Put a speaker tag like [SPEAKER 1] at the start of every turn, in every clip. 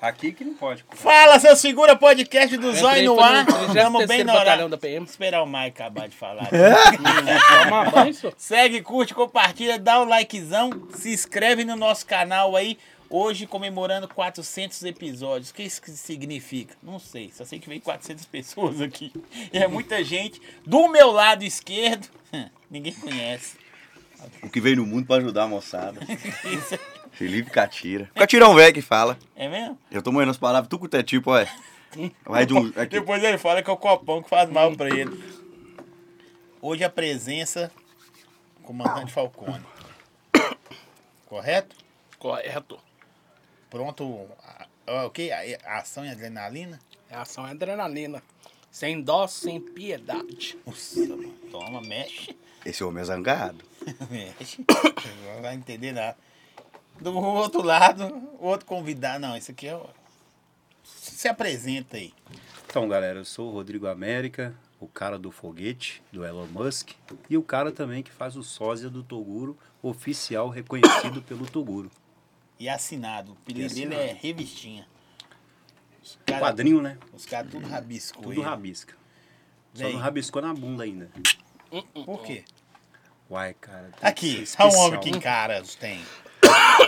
[SPEAKER 1] Aqui que não pode. pô.
[SPEAKER 2] Fala, seu segura podcast do Zói
[SPEAKER 3] Entrei, um
[SPEAKER 2] no
[SPEAKER 3] foi
[SPEAKER 2] ar.
[SPEAKER 3] no 33º
[SPEAKER 2] Tamo bem na hora.
[SPEAKER 3] batalhão da PM.
[SPEAKER 2] Esperar o Mike acabar de falar.
[SPEAKER 3] Toma banho, senhor.
[SPEAKER 2] Segue, curte, compartilha, dá o likezão, se inscreve no nosso canal aí. Hoje comemorando 400 episódios. O que isso que significa? Não sei, só sei que veio 400 pessoas aqui. E é muita gente. Do meu lado esquerdo, ninguém conhece.
[SPEAKER 4] O que veio no mundo pra ajudar a moçada.
[SPEAKER 2] Isso
[SPEAKER 4] Felipe Catira. Catirão velho que fala.
[SPEAKER 2] é mesmo?
[SPEAKER 4] Eu tô morrendo as palavras, tu com o teu tipo, ué. Vai de um. Aqui.
[SPEAKER 2] Depois ele fala que é o copão que faz mal pra ele. Hoje a presença, comandante Falcone. Correto?
[SPEAKER 3] Correto.
[SPEAKER 2] Pronto. a- a- O que? Ação e adrenalina?
[SPEAKER 3] A ação é adrenalina. Sem dó, sem piedade.
[SPEAKER 2] Nossa, mano. Toma, mexe.
[SPEAKER 4] Esse homem é zangado.
[SPEAKER 2] Mexe. Não vai entender nada. Do outro lado, o outro convidado. Não, esse aqui é o. Se apresenta aí.
[SPEAKER 1] Então, galera, eu sou o Rodrigo América, o cara do foguete, do Elon Musk, e o cara também que faz o sósia do Toguro, oficial reconhecido pelo Toguro.
[SPEAKER 2] E é assinado. O apelido
[SPEAKER 1] E
[SPEAKER 2] dele é
[SPEAKER 1] assinado.
[SPEAKER 2] Revistinha. Os
[SPEAKER 1] Quadrinho, né?
[SPEAKER 2] Os caras tudo rabisco.
[SPEAKER 1] Tudo
[SPEAKER 2] ele.
[SPEAKER 1] rabisca. Só
[SPEAKER 2] Vem.
[SPEAKER 1] não rabiscou na bunda ainda.
[SPEAKER 2] Por quê?
[SPEAKER 1] Uai, cara. tem
[SPEAKER 2] Aqui,
[SPEAKER 1] que ser
[SPEAKER 2] só um
[SPEAKER 1] especial.
[SPEAKER 2] homem que encara os tem.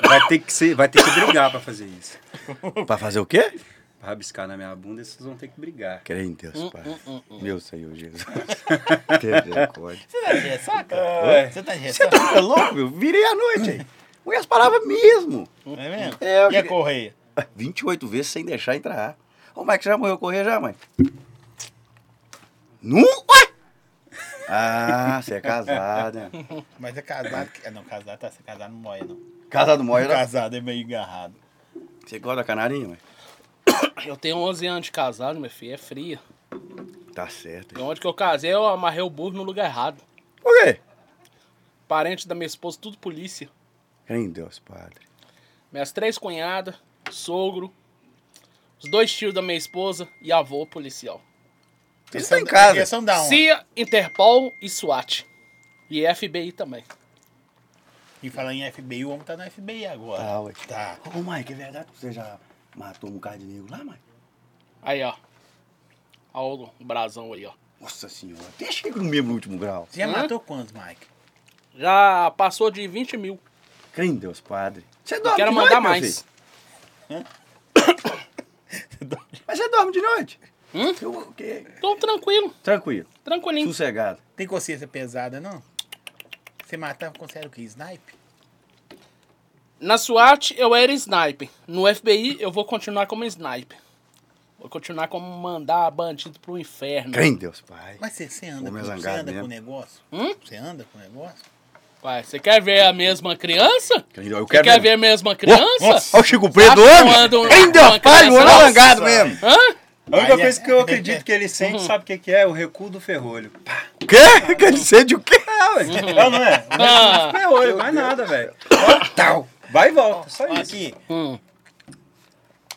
[SPEAKER 1] Vai ter que, ser, vai ter que brigar pra fazer isso.
[SPEAKER 4] Pra fazer o quê?
[SPEAKER 1] Pra rabiscar na minha bunda, vocês vão ter que brigar.
[SPEAKER 4] Creio em
[SPEAKER 1] hum,
[SPEAKER 4] Deus, Pai. Meu Senhor Jesus. Misericórdia.
[SPEAKER 2] Você tá de ressaca? Você tá de
[SPEAKER 4] Você
[SPEAKER 2] ressaca?
[SPEAKER 4] tá ficando louco, meu? Virei a noite aí. Fui as palavras mesmo.
[SPEAKER 2] Não é mesmo?
[SPEAKER 4] É, eu
[SPEAKER 2] e a
[SPEAKER 4] queria-
[SPEAKER 2] correia?
[SPEAKER 4] 28 vezes sem deixar entrar. Ô, Mike, você já morreu correr já, mãe? Nu? Ué? Ah, você é casado, né?
[SPEAKER 2] Mas é casado. que- ah, Não, casado tá. Casado não morre, não.
[SPEAKER 4] Casado mora.
[SPEAKER 2] Casado é meio engarrado.
[SPEAKER 4] Você gosta da canarinha, mãe?
[SPEAKER 3] Eu tenho 11 anos de casado, meu filho. É fria.
[SPEAKER 4] Tá certo.
[SPEAKER 3] E onde que eu casei, eu amarrei o burro no lugar errado.
[SPEAKER 4] Por quê?
[SPEAKER 3] Parente da minha esposa, tudo polícia.
[SPEAKER 4] Creio em Deus, padre.
[SPEAKER 3] Minhas três cunhadas, sogro, os dois tios da minha esposa e avô policial.
[SPEAKER 4] Você está
[SPEAKER 2] Questão
[SPEAKER 4] tá em
[SPEAKER 2] da-
[SPEAKER 4] casa.
[SPEAKER 2] Questão da onde?
[SPEAKER 3] CIA, Interpol e SWAT. E FBI também.
[SPEAKER 2] E falar em FBI, o homem tá no FBI agora.
[SPEAKER 4] Tá, ué.
[SPEAKER 2] Tá.
[SPEAKER 4] Ô, Mike, é verdade que você já matou um cara de negro lá, mãe?
[SPEAKER 3] Aí, ó. Olha o brasão aí, ó.
[SPEAKER 4] Nossa senhora. Deixa que comigo no último grau.
[SPEAKER 2] Você já
[SPEAKER 3] Hã?
[SPEAKER 2] matou quantos, Mike?
[SPEAKER 3] Já passou de 20 mil.
[SPEAKER 4] Creio em Deus, padre. Você
[SPEAKER 3] Eu
[SPEAKER 4] dorme
[SPEAKER 3] quero
[SPEAKER 4] de noite,
[SPEAKER 3] mandar
[SPEAKER 4] meu
[SPEAKER 3] mais.
[SPEAKER 4] filho? Mas você dorme de noite?
[SPEAKER 3] Hum?
[SPEAKER 4] Eu- o quê?
[SPEAKER 3] Tô tranquilo,
[SPEAKER 4] Tranquilo.
[SPEAKER 3] tranquilinho.
[SPEAKER 4] Sossegado.
[SPEAKER 2] Tem consciência pesada, não? Você matava com sério o quê? Snipe?
[SPEAKER 3] Na SWAT eu era sniper. No FBI eu vou continuar como sniper. Vou continuar como mandar bandido pro inferno.
[SPEAKER 4] Creio em Deus, pai.
[SPEAKER 2] Mas você, você anda,
[SPEAKER 4] Homem
[SPEAKER 2] com, você
[SPEAKER 4] zangado
[SPEAKER 2] anda com
[SPEAKER 4] mesmo.
[SPEAKER 2] negócio? Você anda com negócio?
[SPEAKER 3] Pai, você quer ver a mesma criança?
[SPEAKER 4] Creio em Deus. Eu
[SPEAKER 3] Você
[SPEAKER 4] quero
[SPEAKER 3] quer ver a mesma criança?
[SPEAKER 4] Olha o Chico Preto do
[SPEAKER 3] Sabe
[SPEAKER 4] homem.
[SPEAKER 3] quando
[SPEAKER 4] Creio em Deus, pai.
[SPEAKER 3] uma criança-
[SPEAKER 4] Não é
[SPEAKER 3] Nossa.
[SPEAKER 4] alangado mesmo.
[SPEAKER 3] Hã?
[SPEAKER 1] A única
[SPEAKER 2] Aí é-
[SPEAKER 1] coisa que eu acredito que ele sente, sabe o que, que é? O recuo do ferrolho. Pá.
[SPEAKER 4] O quê? Que ele sente o quê?
[SPEAKER 1] Ah, ué. Não, não é? O
[SPEAKER 3] Ah.
[SPEAKER 1] ferrolho, mais nada, velho. Ó, Tal. Vai e volta,
[SPEAKER 4] É
[SPEAKER 1] só
[SPEAKER 2] Olha
[SPEAKER 1] isso.
[SPEAKER 2] aqui.
[SPEAKER 3] Hum.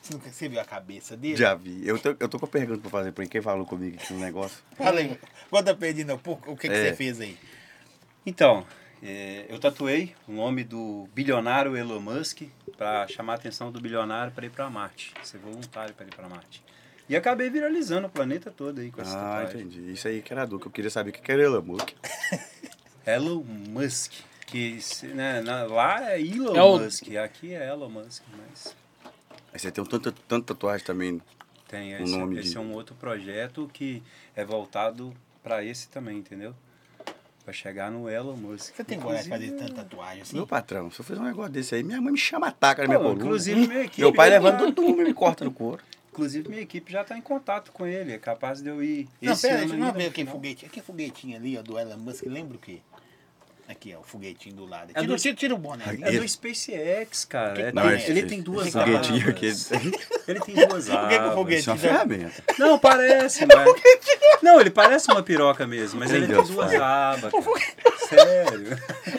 [SPEAKER 2] Você nunca- Você viu a cabeça dele?
[SPEAKER 4] Já vi. Eu tô, eu tô com uma pergunta pra fazer pra ele. Quem falou comigo aqui no negócio?
[SPEAKER 2] Fala aí. Conta pra ele, não. Por, o que, que
[SPEAKER 4] É.
[SPEAKER 2] você fez aí?
[SPEAKER 1] Então, é, eu tatuei o nome do bilionário Elon Musk para chamar a atenção do bilionário para ir para Marte, ser voluntário para ir para Marte. E acabei viralizando o planeta todo aí com essa
[SPEAKER 4] Ah,
[SPEAKER 1] tatuagem.
[SPEAKER 4] entendi. Isso aí que era dúvida. Eu queria saber o que que era Elon Musk.
[SPEAKER 1] Elon Musk, que se- né, na- lá é Elon
[SPEAKER 3] É o-
[SPEAKER 1] Musk, aqui é Elon Musk, mas
[SPEAKER 4] Aí você tem um tanto, tanto tatuagem também.
[SPEAKER 1] tem
[SPEAKER 4] O
[SPEAKER 1] esse,
[SPEAKER 4] nome
[SPEAKER 1] esse
[SPEAKER 4] de-
[SPEAKER 1] é um outro projeto que é voltado para esse também, entendeu? Para chegar no Elon Musk.
[SPEAKER 2] Você tem coragem de fazer
[SPEAKER 1] Inclusive,
[SPEAKER 2] tanta tatuagem assim?
[SPEAKER 4] Meu patrão, se eu fizer um negócio desse aí, minha mãe me chama a taca na minha
[SPEAKER 1] Pô,
[SPEAKER 4] coluna.
[SPEAKER 1] inclusive, minha equipe
[SPEAKER 4] Meu pai
[SPEAKER 1] já-
[SPEAKER 4] levanta o túmulo e me corta no couro.
[SPEAKER 1] Inclusive, minha equipe já está em contato com ele. É capaz de eu ir.
[SPEAKER 2] Não,
[SPEAKER 1] esse
[SPEAKER 2] pera,
[SPEAKER 1] ano
[SPEAKER 2] deixa eu não
[SPEAKER 1] ainda,
[SPEAKER 2] ver
[SPEAKER 1] no
[SPEAKER 2] aquele
[SPEAKER 1] final.
[SPEAKER 2] foguetinho. Aquele foguetinho ali, ó, do Elon Musk, lembra o quê? Aqui, ó, o foguetinho do lado.
[SPEAKER 1] É
[SPEAKER 2] Tira,
[SPEAKER 1] do-
[SPEAKER 2] tira, tira o boné.
[SPEAKER 4] Aqui.
[SPEAKER 1] É do SpaceX, cara.
[SPEAKER 2] Que
[SPEAKER 1] É,
[SPEAKER 2] que
[SPEAKER 1] tem-
[SPEAKER 2] é?
[SPEAKER 1] ele, tem duas abas.
[SPEAKER 4] foguetinho aqui. Isso
[SPEAKER 1] Ele tem duas
[SPEAKER 2] Por que que o
[SPEAKER 1] abas.
[SPEAKER 2] foguete-
[SPEAKER 4] é uma ferramenta.
[SPEAKER 1] Não, parece, mas... Não, ele parece uma piroca mesmo, mas
[SPEAKER 4] é? Meu
[SPEAKER 1] ele tem
[SPEAKER 4] Deus,
[SPEAKER 1] duas
[SPEAKER 4] pai.
[SPEAKER 1] abas, cara. Sério.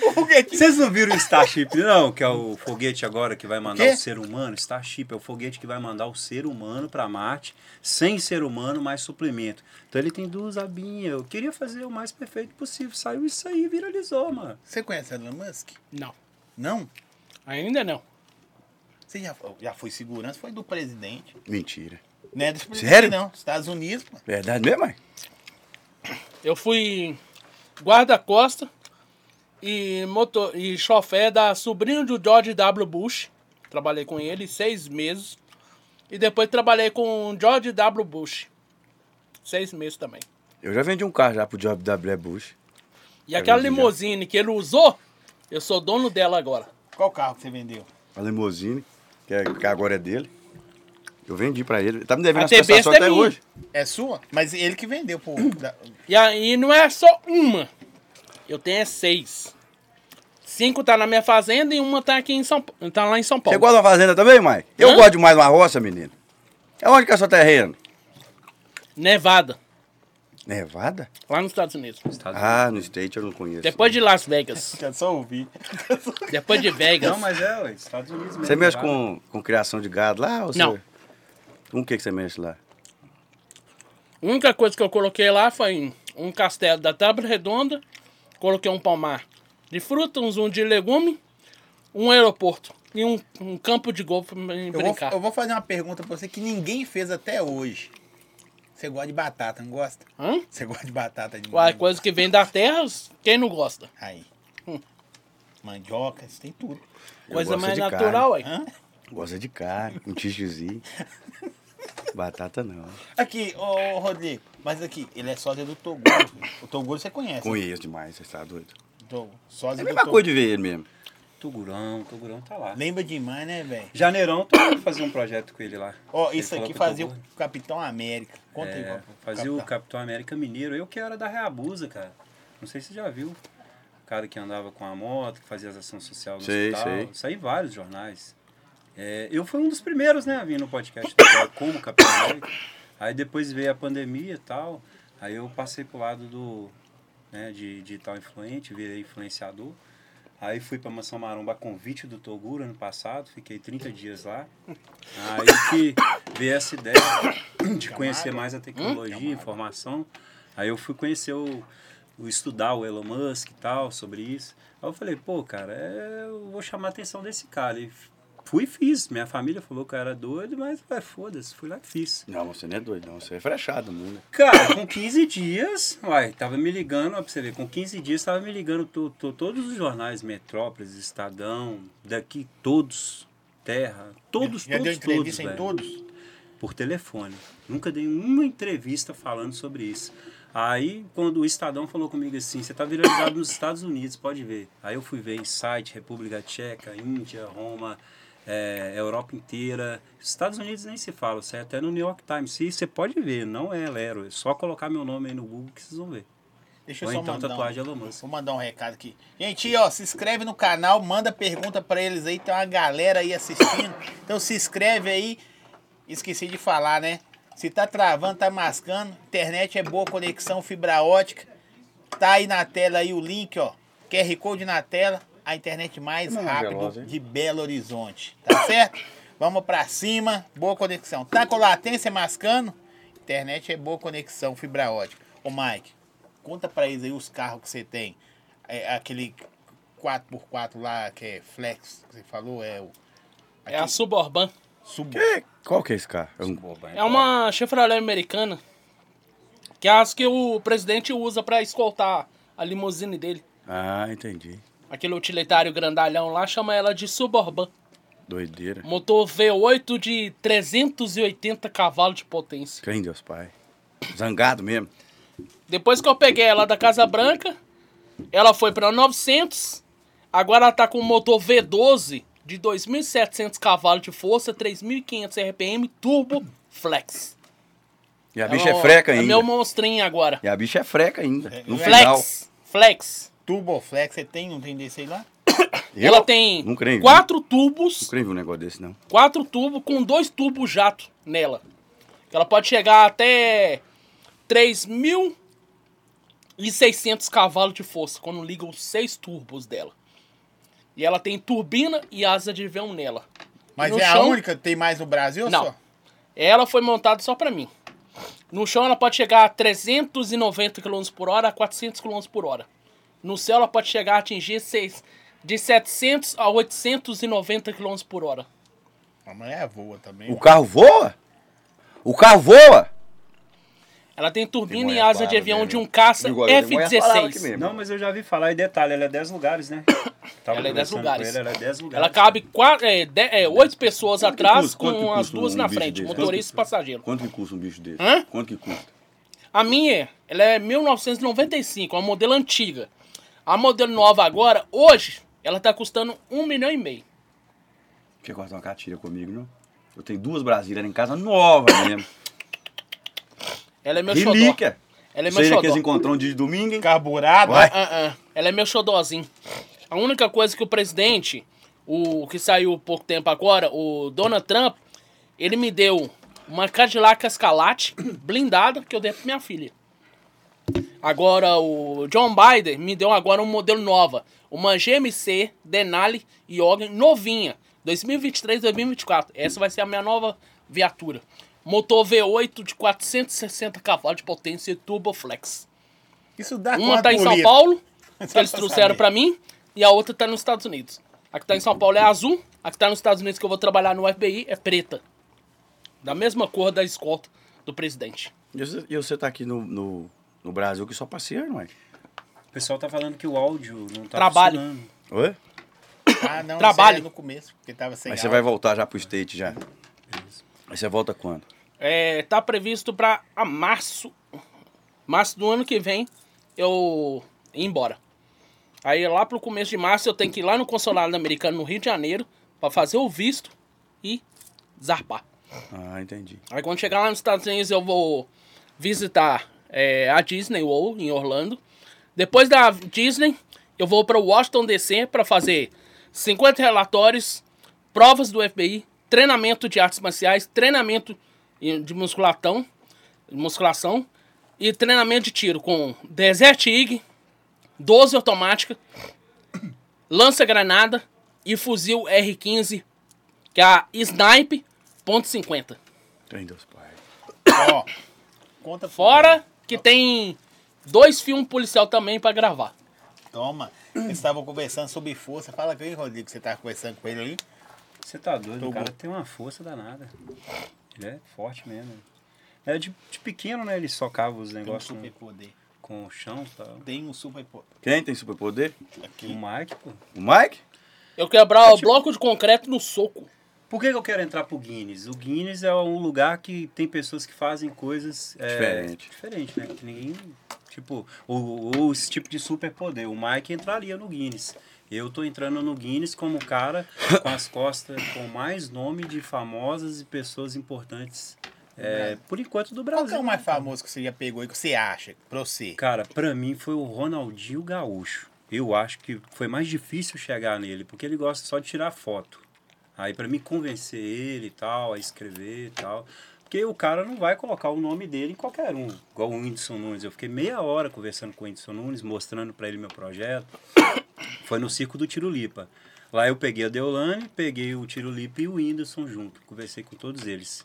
[SPEAKER 2] O foguetinho.
[SPEAKER 1] Vocês não viram o Starship, não? Que é o foguete agora que vai mandar
[SPEAKER 2] Quê?
[SPEAKER 1] o ser humano. Starship é o foguete que vai mandar o ser humano para Marte, sem ser humano, mais suplemento. Então ele tem duas abinhas. Eu queria fazer o mais perfeito possível. Saiu isso aí, viralizou, mano.
[SPEAKER 2] Você conhece Elon Musk?
[SPEAKER 3] Não,
[SPEAKER 2] Não?
[SPEAKER 3] ainda não.
[SPEAKER 2] Você já, já foi segurança? Foi do presidente.
[SPEAKER 4] Mentira.
[SPEAKER 2] Não é do presidente,
[SPEAKER 4] Sério?
[SPEAKER 2] não. Estados Unidos, pô.
[SPEAKER 4] Verdade mesmo, mãe?
[SPEAKER 3] Eu fui guarda-costa e, motor, e chofé da sobrinho do George W. Bush. Trabalhei com ele seis meses. E depois trabalhei com o George W. Bush. Seis meses também.
[SPEAKER 4] Eu já vendi um carro já pro Job W. Bush.
[SPEAKER 3] E aquela
[SPEAKER 4] vendi já.
[SPEAKER 3] limusine que ele usou, eu sou dono dela agora.
[SPEAKER 2] Qual carro que você vendeu?
[SPEAKER 4] A limusine, que, é- que agora é dele. Eu vendi pra ele. Ele tá me devendo
[SPEAKER 3] A
[SPEAKER 4] as
[SPEAKER 3] TBS
[SPEAKER 4] prestações
[SPEAKER 3] é
[SPEAKER 4] até
[SPEAKER 3] minha.
[SPEAKER 4] hoje.
[SPEAKER 2] É sua? Mas ele que vendeu, pô. Da-
[SPEAKER 3] E aí não é só uma. Eu tenho é seis. Cinco tá na minha fazenda e uma tá aqui em São Pa- tá lá em São
[SPEAKER 4] Você
[SPEAKER 3] Paulo.
[SPEAKER 4] gosta da fazenda também, mãe? Eu
[SPEAKER 3] Hã?
[SPEAKER 4] gosto demais de uma roça, menino. É onde que é seu terreno?
[SPEAKER 3] Nevada,
[SPEAKER 4] Nevada?
[SPEAKER 3] lá nos Estados Unidos.
[SPEAKER 1] Estados Unidos.
[SPEAKER 4] Ah, no State eu não conheço.
[SPEAKER 3] Depois de Las Vegas.
[SPEAKER 2] Quero só ouvir.
[SPEAKER 3] Depois de Vegas.
[SPEAKER 1] Não, mas é, ué, Estados Unidos mesmo.
[SPEAKER 4] Você mexe
[SPEAKER 1] tá?
[SPEAKER 4] com, com criação de gado lá? Ou você-
[SPEAKER 3] Não.
[SPEAKER 4] Com o que, que você mexe lá?
[SPEAKER 3] A única coisa que eu coloquei lá foi um castelo da Tábua Redonda, coloquei um palmar de fruta, uns um de legume, um aeroporto e um, um campo de golfe pra mim
[SPEAKER 2] Eu vou,
[SPEAKER 3] brincar.
[SPEAKER 2] eu vou fazer uma pergunta pra você que ninguém fez até hoje. Você gosta de batata, não gosta?
[SPEAKER 3] Hã?
[SPEAKER 2] Você gosta de batata de
[SPEAKER 3] Uai,
[SPEAKER 2] morango?
[SPEAKER 3] coisa que vem da terra, quem não gosta?
[SPEAKER 2] Aí. Mandioca, isso tem tudo.
[SPEAKER 4] Eu
[SPEAKER 3] Coisa
[SPEAKER 4] gosto
[SPEAKER 3] mais
[SPEAKER 4] de
[SPEAKER 3] natural, aí.
[SPEAKER 2] Hã?
[SPEAKER 4] Gosta de carne, um tijozinho. Batata não.
[SPEAKER 2] Aqui, ô Rodrigo, mas aqui, ele é sósia do Toguro. filho. O Toguro você conhece. né?
[SPEAKER 4] Conheço demais, você tá doido.
[SPEAKER 2] Togo-
[SPEAKER 4] É
[SPEAKER 2] Sósia
[SPEAKER 4] a
[SPEAKER 2] do
[SPEAKER 4] mesma
[SPEAKER 2] Toguro.
[SPEAKER 4] coisa de ver ele mesmo.
[SPEAKER 1] Tugurão, Tugurão tá lá.
[SPEAKER 2] Lembra demais, né, velho?
[SPEAKER 1] Janeirão, eu tô querendo fazer um projeto com ele lá.
[SPEAKER 2] Ó,
[SPEAKER 1] Ele
[SPEAKER 2] isso
[SPEAKER 1] falou
[SPEAKER 2] aqui
[SPEAKER 1] que eu tô
[SPEAKER 2] fazia
[SPEAKER 1] gordo.
[SPEAKER 2] o Capitão América. Conta aí,
[SPEAKER 1] É,
[SPEAKER 2] papo.
[SPEAKER 1] fazia o
[SPEAKER 2] Capitão.
[SPEAKER 1] Capitão América Mineiro. Eu que era da Reabusa, cara. Não sei se você já viu. O cara que andava com a moto, que fazia as ações sociais no
[SPEAKER 4] Sei,
[SPEAKER 1] hospital.
[SPEAKER 4] sei.
[SPEAKER 1] Saí em vários jornais. É, eu fui um dos primeiros, né, a vir no podcast do Zé como Capitão América. Aí depois veio a pandemia e tal. Aí eu passei pro lado do, né, de digital influente, virei influenciador. Aí fui pra Mansão Maromba a convite do Toguro ano passado, fiquei 30 dias lá. Aí que veio essa ideia de conhecer mais a tecnologia, informação. Aí eu fui conhecer o, o estudar o Elon Musk e tal, sobre isso. Aí eu falei, pô, cara, é, eu vou chamar a atenção desse cara. E fui e fiz. Minha família falou que eu era doido, mas ué, foda-se, fui lá e fiz.
[SPEAKER 4] Não, você não é doido, não. Você é frechado, mundo.
[SPEAKER 1] Cara, com 15 dias, uai, tava me ligando, ó, pra você ver, com 15 dias tava me ligando to- to- todos os jornais, Metrópolis, Estadão, daqui todos, Terra, todos,
[SPEAKER 2] Já deu
[SPEAKER 1] todos, todos,
[SPEAKER 2] entrevista
[SPEAKER 1] velho,
[SPEAKER 2] em todos?
[SPEAKER 1] por telefone. Nunca dei uma entrevista falando sobre isso. Aí, quando o Estadão falou comigo assim, você tá viralizado nos Estados Unidos, pode ver. Aí eu fui ver em site, República Tcheca, Índia, Roma, é, Europa inteira. Estados Unidos nem se fala, você é até no New York Times. E você pode ver, não é Lero. É só colocar meu nome aí no Google que vocês vão ver.
[SPEAKER 2] Deixa eu
[SPEAKER 1] Ou
[SPEAKER 2] só
[SPEAKER 1] então
[SPEAKER 2] mandar um-
[SPEAKER 1] tatuagem Elon Musk.
[SPEAKER 2] Vou mandar um recado aqui. Gente, ó, se inscreve no canal, manda pergunta pra eles aí, tem uma galera aí assistindo. Então se inscreve aí. Esqueci de falar, né? Se tá travando, tá mascando, internet é boa, conexão fibra ótica. Tá aí na tela aí o link, ó. QR Code na tela, a internet mais
[SPEAKER 4] Não, é veloz,
[SPEAKER 2] rápida
[SPEAKER 4] hein?
[SPEAKER 2] de Belo Horizonte, tá certo? Vamos pra cima, boa conexão. Tá com latência mascando? Internet é boa conexão fibra ótica. Ô Mike, Conta pra eles aí os carros que você tem. É, aquele 4x4 lá que é flex, que você falou, é o.
[SPEAKER 3] É a Suburban.
[SPEAKER 2] Sub...
[SPEAKER 4] Que- Qual que é esse carro? É um-
[SPEAKER 3] É uma Chevrolet americana, que é as que o presidente usa pra escoltar a limusine dele.
[SPEAKER 4] Ah, entendi.
[SPEAKER 3] Aquele utilitário grandalhão lá chama ela de Suburban.
[SPEAKER 4] Doideira.
[SPEAKER 3] Motor V8 de 380 cavalos de potência.
[SPEAKER 4] Crem Deus Pai. Zangado mesmo.
[SPEAKER 3] Depois que eu peguei ela da Casa Branca, ela foi pra 900. Agora ela tá com um motor V12 de 2.700 cavalos de força, 3.500 RPM, turbo, flex.
[SPEAKER 4] E a
[SPEAKER 3] Ela
[SPEAKER 4] bicha
[SPEAKER 3] ó,
[SPEAKER 4] é freca
[SPEAKER 3] É
[SPEAKER 4] ainda.
[SPEAKER 3] meu monstrinho agora.
[SPEAKER 4] E a bicha é freca ainda. No final.
[SPEAKER 3] Flex, flex.
[SPEAKER 2] Turboflex, você tem? Não tem desse aí lá?
[SPEAKER 4] Eu
[SPEAKER 3] Ela tem
[SPEAKER 4] Não creio. Quatro.
[SPEAKER 3] quatro
[SPEAKER 4] Não
[SPEAKER 3] turbos,
[SPEAKER 4] creio em um negócio desse, não.
[SPEAKER 3] quatro turbos com dois turbos jato nela. Ela pode chegar até 3.600 cavalos de força quando ligam os seis turbos dela. E ela tem turbina e asa de vão nela.
[SPEAKER 2] Mas
[SPEAKER 3] No
[SPEAKER 2] é a
[SPEAKER 3] chão?
[SPEAKER 2] única que tem mais no Brasil
[SPEAKER 3] Não.
[SPEAKER 2] só?
[SPEAKER 3] Ela foi montada só pra mim. No chão ela pode chegar a 390 km por hora a 400 km por hora. No céu ela pode chegar a atingir seis- de 700 a 890 km por hora.
[SPEAKER 2] Ah, é A mulher voa também.
[SPEAKER 4] O
[SPEAKER 2] mano.
[SPEAKER 4] carro voa? O carro voa?
[SPEAKER 3] Ela tem turbina
[SPEAKER 4] Tem
[SPEAKER 3] e asa de
[SPEAKER 4] Goiabara,
[SPEAKER 3] avião
[SPEAKER 4] né?
[SPEAKER 3] de um caça
[SPEAKER 4] Igual eu, tem Goiabara aqui
[SPEAKER 3] F-16.
[SPEAKER 4] mesmo. né?
[SPEAKER 1] Não, mas eu já vi falar, e detalhe, ela é 10 lugares, né? Tava
[SPEAKER 3] É Ela é 10
[SPEAKER 1] conversando com
[SPEAKER 3] lugares.
[SPEAKER 1] Ele, ela é 10 lugares.
[SPEAKER 3] Ela cabe quatro, é, de- é, oito pessoas
[SPEAKER 4] Quanto que
[SPEAKER 3] atrás
[SPEAKER 4] custa- quanto que
[SPEAKER 3] com as
[SPEAKER 4] custa
[SPEAKER 3] duas
[SPEAKER 4] um
[SPEAKER 3] na
[SPEAKER 4] bicho
[SPEAKER 3] frente,
[SPEAKER 4] desse?
[SPEAKER 3] motorista e passageiro.
[SPEAKER 4] Quanto que custa um bicho desse?
[SPEAKER 3] Hã?
[SPEAKER 4] Quanto que custa?
[SPEAKER 3] A minha, ela é 1995, uma modelo antiga. A modelo nova agora, hoje, ela tá custando um milhão e meio.
[SPEAKER 4] Quer cortar uma catira comigo, não? Eu tenho duas brasileiras em casa nova mesmo.
[SPEAKER 3] Ela é meu xodó.
[SPEAKER 4] Relíquia.
[SPEAKER 3] Ela é meu
[SPEAKER 4] Seja que eles
[SPEAKER 3] xodó.
[SPEAKER 4] encontrou um dia de domingo, hein?
[SPEAKER 2] Carburado.
[SPEAKER 4] Vai.
[SPEAKER 3] Ah, ah, Ela é meu xodózinho. A única coisa que o presidente, o que saiu pouco tempo agora, o Donald Trump, ele me deu uma Cadillac Escalate blindada que eu dei pra minha filha. Agora o John Biden me deu agora um modelo nova, uma GMC Denali Yoga novinha, 2023-2024. Essa vai ser a minha nova viatura. Motor V8 de 460 cavalos de potência e turboflex.
[SPEAKER 2] Isso dá
[SPEAKER 3] Uma
[SPEAKER 2] quanto
[SPEAKER 3] tá em São
[SPEAKER 2] litro?
[SPEAKER 3] Paulo, que
[SPEAKER 2] pra
[SPEAKER 3] eles trouxeram
[SPEAKER 2] saber.
[SPEAKER 3] pra mim, e a outra tá nos Estados Unidos. A que tá em São Paulo é azul, a que tá nos Estados Unidos que eu vou trabalhar no FBI é preta. Da mesma cor da escolta do presidente.
[SPEAKER 4] E você, e você tá aqui no, no, no Brasil que só é? passeando, ué?
[SPEAKER 1] O pessoal tá falando que o áudio não tá
[SPEAKER 3] Trabalho.
[SPEAKER 1] funcionando.
[SPEAKER 4] Oi?
[SPEAKER 2] Ah, não, isso
[SPEAKER 3] Trabalho.
[SPEAKER 2] aí é no começo, porque tava sem
[SPEAKER 4] Mas você vai
[SPEAKER 2] áudio.
[SPEAKER 4] voltar já pro State já. Aí você volta quando?
[SPEAKER 3] É, tá previsto pra a março. Março do ano que vem eu ir embora. Aí lá pro começo de março eu tenho que ir lá no consulado americano no Rio de Janeiro pra fazer o visto e zarpar.
[SPEAKER 4] Ah, entendi.
[SPEAKER 3] Aí quando chegar lá nos Estados Unidos eu vou visitar é, a Disney World em Orlando. Depois da Disney eu vou para Washington DC para fazer 50 relatórios, provas do FBI, treinamento de artes marciais, treinamento e- de musculatão, musculação e treinamento de tiro com Desert Eagle, 12 automática, lança-granada e fuzil R15, que é a Snipe .50.
[SPEAKER 4] Tem Deus, pai.
[SPEAKER 2] Ó, conta
[SPEAKER 3] Fora que tem dois filmes policial também pra gravar.
[SPEAKER 2] Toma. Eles estavam conversando sobre força. Fala com ele, Rodrigo, que você tava conversando com ele ali.
[SPEAKER 1] Você tá doido,
[SPEAKER 2] Tô
[SPEAKER 1] o cara
[SPEAKER 2] bom.
[SPEAKER 1] tem uma força danada. Ele é forte mesmo. É de, de pequeno, né? Ele socava os
[SPEAKER 2] Tem um
[SPEAKER 1] negócios
[SPEAKER 2] super
[SPEAKER 1] no-
[SPEAKER 2] poder.
[SPEAKER 1] com o chão e tal.
[SPEAKER 2] Tem um super poder.
[SPEAKER 4] Quem tem superpoder?
[SPEAKER 1] O Mike, pô.
[SPEAKER 4] O Mike?
[SPEAKER 3] Eu quebrar o bloco de concreto no soco.
[SPEAKER 1] Por que, que eu quero entrar pro Guinness? O Guinness é um lugar que tem pessoas que fazem coisas é,
[SPEAKER 4] Diferente.
[SPEAKER 1] diferente, né? Que ninguém. Tipo, ou, ou esse tipo de superpoder. O Mike entraria no Guinness. Eu tô entrando no Guinness como o cara com as costas com mais nome de famosas e pessoas importantes. é, por enquanto do
[SPEAKER 2] Qual
[SPEAKER 1] Brasil.
[SPEAKER 2] que é o mais
[SPEAKER 1] né, cara?
[SPEAKER 2] famoso que você já pegou e que você acha? Pra você.
[SPEAKER 1] Cara, pra mim foi o Ronaldinho Gaúcho. Eu acho que foi mais difícil chegar nele, porque ele gosta só de tirar foto. Aí pra mim convencer ele e tal, a escrever e tal. Porque o cara não vai colocar o nome dele em qualquer um, igual o Whindersson Nunes. Eu fiquei meia hora conversando com o Whindersson Nunes, mostrando pra ele meu projeto. Foi no Circo do Tirulipa. Lá eu peguei a Deolane, peguei o Tirulipa e o Whindersson junto. Conversei com todos eles.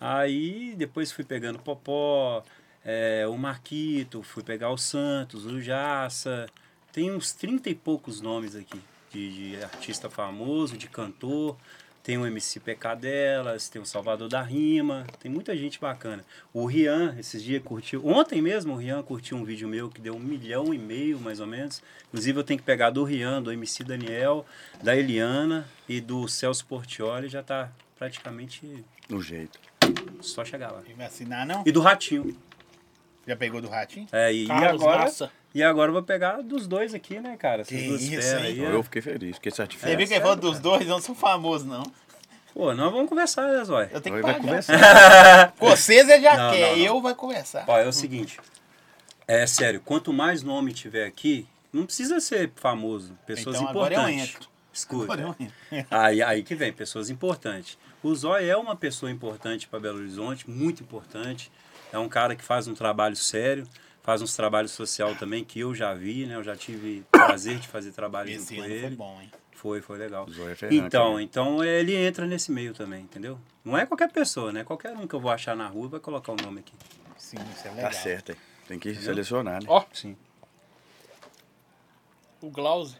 [SPEAKER 1] Aí depois fui pegando o Popó, é, o Marquito, fui pegar o Santos, o Jaça. Tem uns 30 e poucos nomes aqui de, de artista famoso, de cantor. Tem o MC Pecadelas, tem o Salvador da Rima, tem muita gente bacana. O Rian, esses dias curtiu. Ontem mesmo o Rian curtiu um vídeo meu que deu um milhão e meio, mais ou menos. Inclusive eu tenho que pegar do Rian, do MC Daniel, da Eliana e do Celso Portioli, já tá praticamente
[SPEAKER 4] No jeito.
[SPEAKER 1] só chegar lá.
[SPEAKER 2] Não vai assinar, não?
[SPEAKER 1] E do Ratinho.
[SPEAKER 2] Já pegou do ratinho?
[SPEAKER 1] É, e,
[SPEAKER 3] Carlos
[SPEAKER 1] agora,
[SPEAKER 3] Massa.
[SPEAKER 1] e agora eu vou pegar dos dois aqui, né, cara? Essas
[SPEAKER 2] Que
[SPEAKER 1] duas
[SPEAKER 2] isso,
[SPEAKER 1] feras
[SPEAKER 2] hein?
[SPEAKER 1] aí.
[SPEAKER 4] Então Eu
[SPEAKER 1] ó.
[SPEAKER 4] fiquei feliz, fiquei
[SPEAKER 1] É.
[SPEAKER 4] satisfeito.
[SPEAKER 2] Você viu que ele falou dos dois? Não são famosos, não.
[SPEAKER 1] Pô, nós vamos conversar, né, Zóia?
[SPEAKER 2] Eu tenho
[SPEAKER 4] Vai
[SPEAKER 2] que
[SPEAKER 4] vai
[SPEAKER 2] pagar.
[SPEAKER 4] conversar.
[SPEAKER 2] Com Vocês ele já
[SPEAKER 1] Não,
[SPEAKER 2] quer,
[SPEAKER 1] não, não.
[SPEAKER 2] eu vai conversar.
[SPEAKER 1] Ó, é o seguinte. É sério, quanto mais nome tiver aqui, não precisa ser famoso. Pessoas
[SPEAKER 2] Então, agora
[SPEAKER 1] importantes.
[SPEAKER 2] eu entro.
[SPEAKER 1] Escuta.
[SPEAKER 2] Olha, mãe.
[SPEAKER 1] Aí, aí que vem, pessoas importantes. O Zóia é uma pessoa importante para Belo Horizonte, muito importante. É um cara que faz um trabalho sério, faz uns trabalhos social também, que eu já vi, né? Eu já tive prazer de fazer trabalho Tá junto
[SPEAKER 2] Esse
[SPEAKER 1] com
[SPEAKER 2] ano
[SPEAKER 1] ele.
[SPEAKER 2] foi bom, hein?
[SPEAKER 1] Foi, foi legal.
[SPEAKER 4] Zóia Ferrante,
[SPEAKER 1] Então,
[SPEAKER 4] né?
[SPEAKER 1] então ele entra nesse meio também, entendeu? Não é qualquer pessoa, né? Qualquer um que eu vou achar na rua vai colocar o nome aqui.
[SPEAKER 2] Sim, isso é
[SPEAKER 4] Tá
[SPEAKER 2] legal.
[SPEAKER 4] certo, hein? Tem que selecionar, né?
[SPEAKER 3] Ó,
[SPEAKER 1] Sim.
[SPEAKER 3] o Glauze.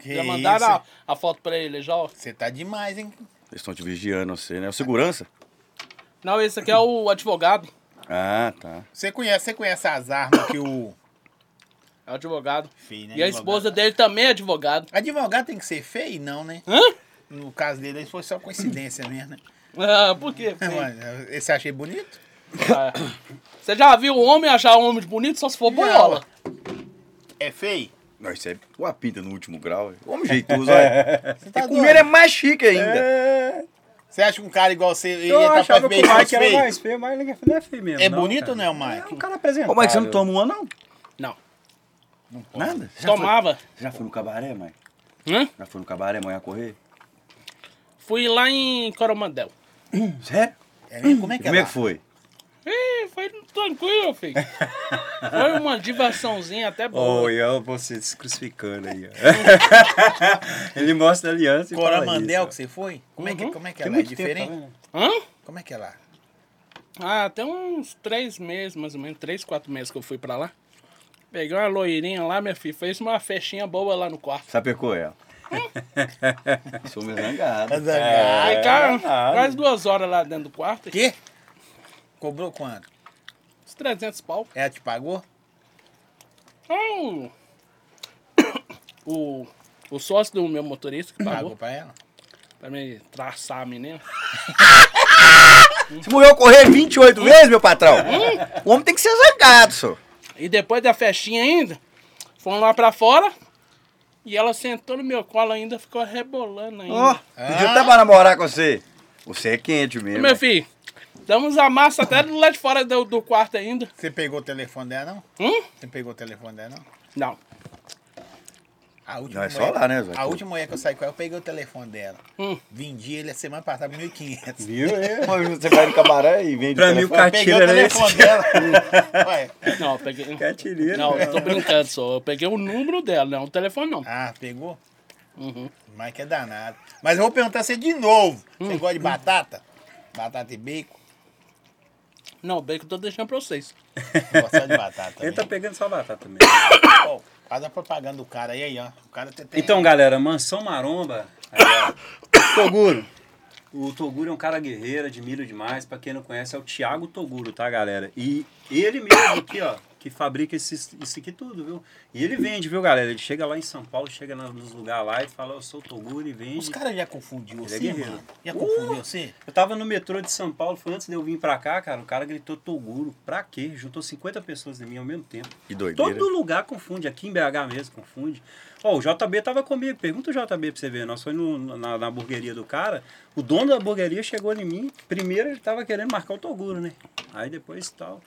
[SPEAKER 2] Que
[SPEAKER 3] já mandaram
[SPEAKER 2] isso,
[SPEAKER 3] a, a foto pra ele já, ó.
[SPEAKER 2] Você tá demais, hein?
[SPEAKER 4] Eles estão te vigiando, você, né? O segurança?
[SPEAKER 3] Não, esse aqui é o advogado.
[SPEAKER 4] Ah, tá.
[SPEAKER 2] Você conhece, você conhece as armas que o.
[SPEAKER 3] É o advogado.
[SPEAKER 2] Feio, né?
[SPEAKER 3] E a esposa dele também é advogado.
[SPEAKER 2] Advogado tem que ser feio? Não, né?
[SPEAKER 3] Hã?
[SPEAKER 2] No caso dele, aí foi só coincidência mesmo, né?
[SPEAKER 3] Ah, por quê?
[SPEAKER 2] É, Mas, esse eu achei bonito?
[SPEAKER 3] Ah, Você já viu o homem achar o homem bonito só se for boiola?
[SPEAKER 2] É feio?
[SPEAKER 4] Não, isso é o apita no último grau. velho. Homem jeitoso, olha.
[SPEAKER 2] tá
[SPEAKER 4] e comer
[SPEAKER 2] doido.
[SPEAKER 4] é mais chique ainda.
[SPEAKER 1] É,
[SPEAKER 2] Você acha que um cara igual você ele
[SPEAKER 1] eu
[SPEAKER 2] ia tá
[SPEAKER 1] achava que o Mike era
[SPEAKER 2] feio?
[SPEAKER 1] mais feio, mas ele não é feio mesmo.
[SPEAKER 2] É
[SPEAKER 1] não,
[SPEAKER 2] bonito
[SPEAKER 1] cara.
[SPEAKER 2] ou não é o
[SPEAKER 1] É um
[SPEAKER 2] Mike?
[SPEAKER 1] cara apresentável.
[SPEAKER 4] Ô, Mike, você não toma uma, não?
[SPEAKER 3] Não.
[SPEAKER 4] Nada? Você já
[SPEAKER 3] Tomava.
[SPEAKER 4] foi- já foi no cabaré, mãe?
[SPEAKER 3] Hã?
[SPEAKER 4] Já foi no cabaré, mãe, a correr?
[SPEAKER 3] Fui lá em Coromandel.
[SPEAKER 4] Sério?
[SPEAKER 2] É mesmo? Como é que é?
[SPEAKER 4] Como é
[SPEAKER 2] lá?
[SPEAKER 4] que foi?
[SPEAKER 3] Ih, foi tranquilo, filho. Foi uma diversãozinha até boa.
[SPEAKER 1] Ô, e eu você se crucificando aí. ó. ele mostra a aliança e
[SPEAKER 2] Coromandel
[SPEAKER 1] fala
[SPEAKER 2] que
[SPEAKER 1] isso.
[SPEAKER 2] você foi? Como é que,
[SPEAKER 3] Uhum.
[SPEAKER 2] como é que
[SPEAKER 1] ó.
[SPEAKER 2] é
[SPEAKER 1] Tem
[SPEAKER 2] lá? É
[SPEAKER 1] muito diferente.
[SPEAKER 2] diferente?
[SPEAKER 1] Tempo, tá vendo?
[SPEAKER 3] Hã?
[SPEAKER 2] como é que é lá?
[SPEAKER 3] Ah, tem uns três meses, mais ou menos, três, quatro meses que eu fui pra lá. Peguei uma loirinha lá, minha filha, fez uma festinha boa lá no quarto.
[SPEAKER 4] Sapecou ela. Sou mesangado.
[SPEAKER 2] É.
[SPEAKER 3] Aí, cara,
[SPEAKER 1] nada.
[SPEAKER 3] quase duas horas lá dentro do quarto.
[SPEAKER 2] Quê? Cobrou quanto?
[SPEAKER 3] Uns 300 pau.
[SPEAKER 2] Ela te pagou?
[SPEAKER 3] Então, o, o sócio do meu motorista que
[SPEAKER 2] Pagou
[SPEAKER 3] pagou
[SPEAKER 2] pra ela?
[SPEAKER 3] pra me traçar a menina.
[SPEAKER 4] Você morreu correr 28 vezes, meu patrão? o homem tem que ser zangado, senhor.
[SPEAKER 3] E depois da festinha ainda, fomos lá pra fora e ela sentou no meu colo ainda, ficou rebolando ainda.
[SPEAKER 4] Ó, podia até pra namorar com você. Você é quente mesmo.
[SPEAKER 3] Meu filho, damos a massa até do lado de fora do, do quarto ainda.
[SPEAKER 2] Você pegou o telefone dela, não?
[SPEAKER 3] Hum?
[SPEAKER 2] Você pegou o telefone dela, não?
[SPEAKER 3] Não.
[SPEAKER 2] A última
[SPEAKER 4] Não, é só
[SPEAKER 2] mulher-
[SPEAKER 4] lá, né, Zé?
[SPEAKER 2] A última mulher que eu saí com ela, eu peguei o telefone dela.
[SPEAKER 3] Hum.
[SPEAKER 2] Vendi ele a semana passada por 1.500.
[SPEAKER 1] Viu? É.
[SPEAKER 4] Mas Você vai no cabaré e vende.
[SPEAKER 1] Pra
[SPEAKER 4] o
[SPEAKER 1] mim, o
[SPEAKER 4] telefone.
[SPEAKER 2] Eu peguei o
[SPEAKER 1] Catira era esse.
[SPEAKER 2] telefone dela. Ué.
[SPEAKER 3] Não, eu peguei. um-
[SPEAKER 1] Catireira.
[SPEAKER 3] Não, eu tô brincando só. Eu peguei o número dela, não o telefone não.
[SPEAKER 2] Ah, pegou?
[SPEAKER 3] Uhum.
[SPEAKER 2] Mike é danado. Mas eu vou perguntar você de novo. Você gosta de batata? Batata e bacon?
[SPEAKER 3] Não, o bacon eu tô deixando pra vocês.
[SPEAKER 2] Gostar de batata.
[SPEAKER 1] Ele
[SPEAKER 2] Ele
[SPEAKER 1] tá pegando só batata mesmo.
[SPEAKER 2] faz a propaganda do cara aí, aí, ó. O cara tem. tem-
[SPEAKER 1] Então, galera, Mansão Maromba. aí, ó. Toguro. O Toguro é um cara guerreiro, admiro demais. Pra quem não conhece, é o Thiago Toguro, tá, galera? E ele mesmo aqui, ó, que fabrica esses- isso aqui tudo, viu? E ele vende, viu, galera? Ele chega lá em São Paulo, chega na- nos lugares lá e fala, eu sou o Toguro e vende.
[SPEAKER 2] Os caras já confundiu
[SPEAKER 1] Ele
[SPEAKER 2] você,
[SPEAKER 1] é guerreiro.
[SPEAKER 2] mano? Já
[SPEAKER 1] Uh!
[SPEAKER 2] confundiu você?
[SPEAKER 1] Eu tava no metrô de São Paulo, foi antes de eu vir pra cá, cara. O cara gritou Toguro. Pra quê? Juntou 50 pessoas de mim ao mesmo tempo.
[SPEAKER 4] Que doideira.
[SPEAKER 1] Todo lugar confunde, aqui em BH mesmo confunde. Ó, o JB tava comigo, pergunta o JB pra você ver. Nós foi no- na, na hamburgueria do cara, o dono da hamburgueria chegou em mim, primeiro ele tava querendo marcar o Toguro, né? Aí depois tal.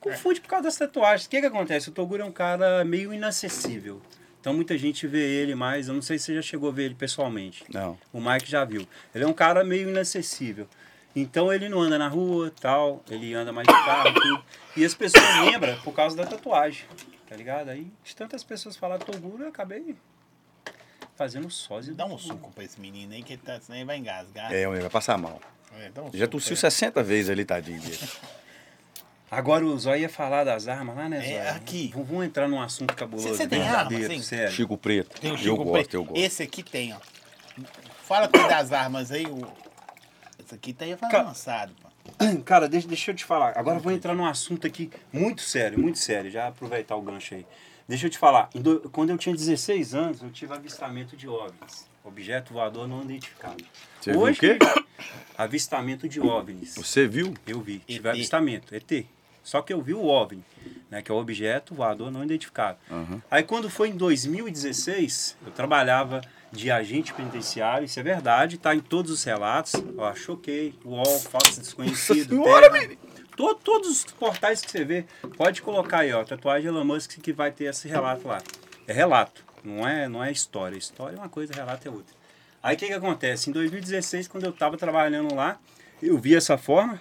[SPEAKER 1] Confunde por causa das tatuagens. O que que acontece? O Toguro é um cara meio inacessível. Então muita gente vê ele mais, eu não sei se você já chegou a ver ele pessoalmente.
[SPEAKER 4] Não.
[SPEAKER 1] O Mike já viu. Ele é um cara meio inacessível. Então ele não anda na rua, tal, ele anda mais de carro, tudo. E as pessoas lembram por causa da tatuagem, tá ligado? Aí, de tantas pessoas falaram Toguro, eu acabei fazendo sósia. do
[SPEAKER 2] Dá um
[SPEAKER 1] Toguro.
[SPEAKER 2] suco pra esse menino aí, que ele tá, senão ele vai engasgar.
[SPEAKER 4] É, ele vai passar mal.
[SPEAKER 2] É, dá um
[SPEAKER 4] Já
[SPEAKER 2] suco
[SPEAKER 4] tossiu
[SPEAKER 2] pra
[SPEAKER 4] 60 vezes ali, tadinho dele.
[SPEAKER 1] Agora o Zóia ia falar das armas lá, né,
[SPEAKER 2] É,
[SPEAKER 1] Zóia?
[SPEAKER 2] aqui.
[SPEAKER 1] Vamos, vamos entrar num assunto cabuloso. né?
[SPEAKER 2] Você- você tem
[SPEAKER 1] verdadeiro,
[SPEAKER 2] arma, assim?
[SPEAKER 1] sério.
[SPEAKER 4] Chico Preto.
[SPEAKER 2] Tem o
[SPEAKER 4] eu
[SPEAKER 2] Chico
[SPEAKER 4] gosto,
[SPEAKER 2] Preto.
[SPEAKER 4] eu gosto.
[SPEAKER 2] Esse aqui tem, ó. Fala com das armas aí. O... Esse aqui tá aí vai
[SPEAKER 1] Ca-
[SPEAKER 2] lançado, pô.
[SPEAKER 1] Cara, deixa, deixa eu te falar. Agora eu vou entrar num assunto aqui muito sério, muito sério. Já aproveitar o gancho aí. Deixa eu te falar. em do- Quando eu tinha 16 anos, eu tive avistamento de OVNIs. Objeto voador não identificado.
[SPEAKER 4] Você viu o quê?
[SPEAKER 1] Avistamento de OVNIs.
[SPEAKER 4] Você viu?
[SPEAKER 1] Eu vi, tive
[SPEAKER 2] ET.
[SPEAKER 1] avistamento, ET. Só que eu vi o OVNI, né, que é o objeto voador não identificado. Aí quando foi em 2016, eu trabalhava de agente penitenciário, isso é verdade, tá em todos os relatos. Ó, choquei, UOL, falso desconhecido,
[SPEAKER 4] Senhora,
[SPEAKER 1] Terra. To- todos os portais que você vê, pode colocar aí, ó, tatuagem Elon Musk que vai ter esse relato lá. É relato, não é, não é história. História é uma coisa, relato é outra. Aí o que, que acontece? Em 2016, quando eu estava trabalhando lá, eu vi essa forma,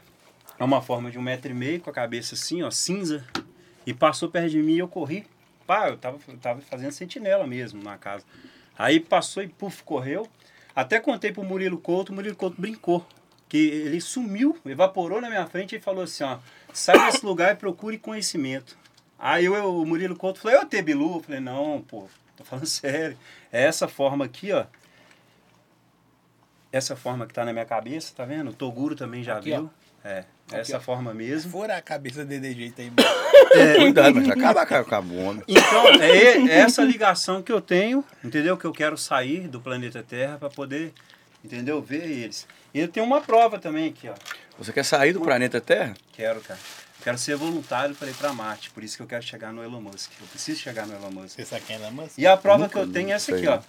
[SPEAKER 1] é uma forma de um metro e meio, com a cabeça assim, ó, cinza, e passou perto de mim e eu corri. Pá, eu tava, eu tava fazendo sentinela mesmo na casa. Aí passou e puf, correu. Até contei pro Murilo Couto, o Murilo Couto brincou. Que ele sumiu, evaporou na minha frente e falou assim, ó, sai desse lugar e procure conhecimento. Aí eu, eu- o Murilo Couto falou, eu até Bilu, eu falei, não, pô, tô falando sério. É essa forma aqui, ó. essa forma que tá na minha cabeça, tá vendo? O Toguro também já
[SPEAKER 3] Aqui,
[SPEAKER 1] viu. É, essa
[SPEAKER 3] ó.
[SPEAKER 1] forma mesmo.
[SPEAKER 2] Fora a cabeça dele de jeito aí, mano.
[SPEAKER 1] É.
[SPEAKER 4] Cuidado, mas acaba com a- com a bomba.
[SPEAKER 1] Então, é, e- é essa ligação que eu tenho, entendeu? Que eu quero sair do planeta Terra para poder, entendeu? Ver eles. E eu tenho uma prova também aqui, ó.
[SPEAKER 4] Você quer sair do planeta Terra?
[SPEAKER 1] Quero, cara. Quero ser voluntário para ir para Marte, por isso que eu quero chegar no Elon Musk. Eu preciso chegar no Elon Musk.
[SPEAKER 2] Você sabe quem é Elon Musk?
[SPEAKER 1] E a prova
[SPEAKER 4] Nunca
[SPEAKER 1] que eu tenho é essa
[SPEAKER 4] sei,
[SPEAKER 1] aqui,
[SPEAKER 4] né?
[SPEAKER 1] ó.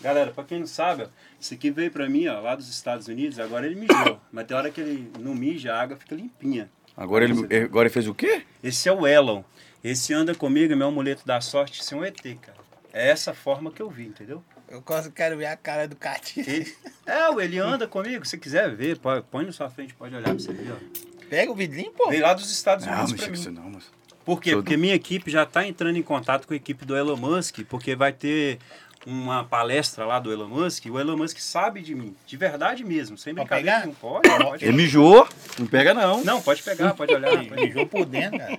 [SPEAKER 1] Galera, pra quem não sabe, ó, isso aqui veio pra mim, ó, lá dos Estados Unidos, agora ele mijou. Mas tem hora que ele não mija, a água fica limpinha.
[SPEAKER 4] Agora ele, agora ele fez o quê?
[SPEAKER 1] Esse é o Elon. Esse anda comigo, é meu amuleto da sorte, ser um ET, cara. É essa forma que eu vi, entendeu?
[SPEAKER 2] Eu quase quero ver a cara do Cati.
[SPEAKER 1] Ele- é, ué, ele anda comigo, se quiser ver, pô, põe na sua frente, pode olhar pra você ver, ó.
[SPEAKER 2] Pega o vidrinho, pô.
[SPEAKER 1] Veio lá dos Estados
[SPEAKER 4] Não,
[SPEAKER 1] Unidos
[SPEAKER 4] Ah, mas
[SPEAKER 1] pra mim.
[SPEAKER 4] isso não, moço.
[SPEAKER 1] Por quê?
[SPEAKER 4] Todo-
[SPEAKER 1] Porque minha equipe já está entrando em contato com a equipe do Elon Musk, porque vai ter uma palestra lá do Elon Musk, e o Elon Musk sabe de mim, de verdade mesmo, sem
[SPEAKER 2] Pode
[SPEAKER 1] brincadeira.
[SPEAKER 2] pegar?
[SPEAKER 1] Não pode, pode.
[SPEAKER 4] Ele mijou? Não pega, não.
[SPEAKER 1] Não, pode pegar, pode olhar. pode-
[SPEAKER 2] Mijou por dentro, cara.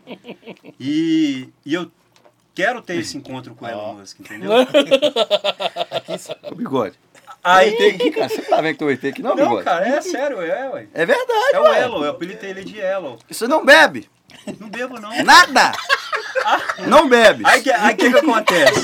[SPEAKER 1] E, e eu quero ter esse encontro com o Elon Musk, entendeu?
[SPEAKER 4] Ô, bigode.
[SPEAKER 1] Aí
[SPEAKER 4] ET aqui, cara. Você tá vendo que tem um ET aqui, não,
[SPEAKER 1] Não,
[SPEAKER 4] bigode?
[SPEAKER 1] cara, é sério, é, ué.
[SPEAKER 4] É verdade,
[SPEAKER 1] É o
[SPEAKER 4] ué.
[SPEAKER 1] Elon, eu apelidei ele de Elon.
[SPEAKER 4] Você não bebe?
[SPEAKER 1] Não bebo, não.
[SPEAKER 4] Nada! Não bebe.
[SPEAKER 1] Aí que, aí que que acontece?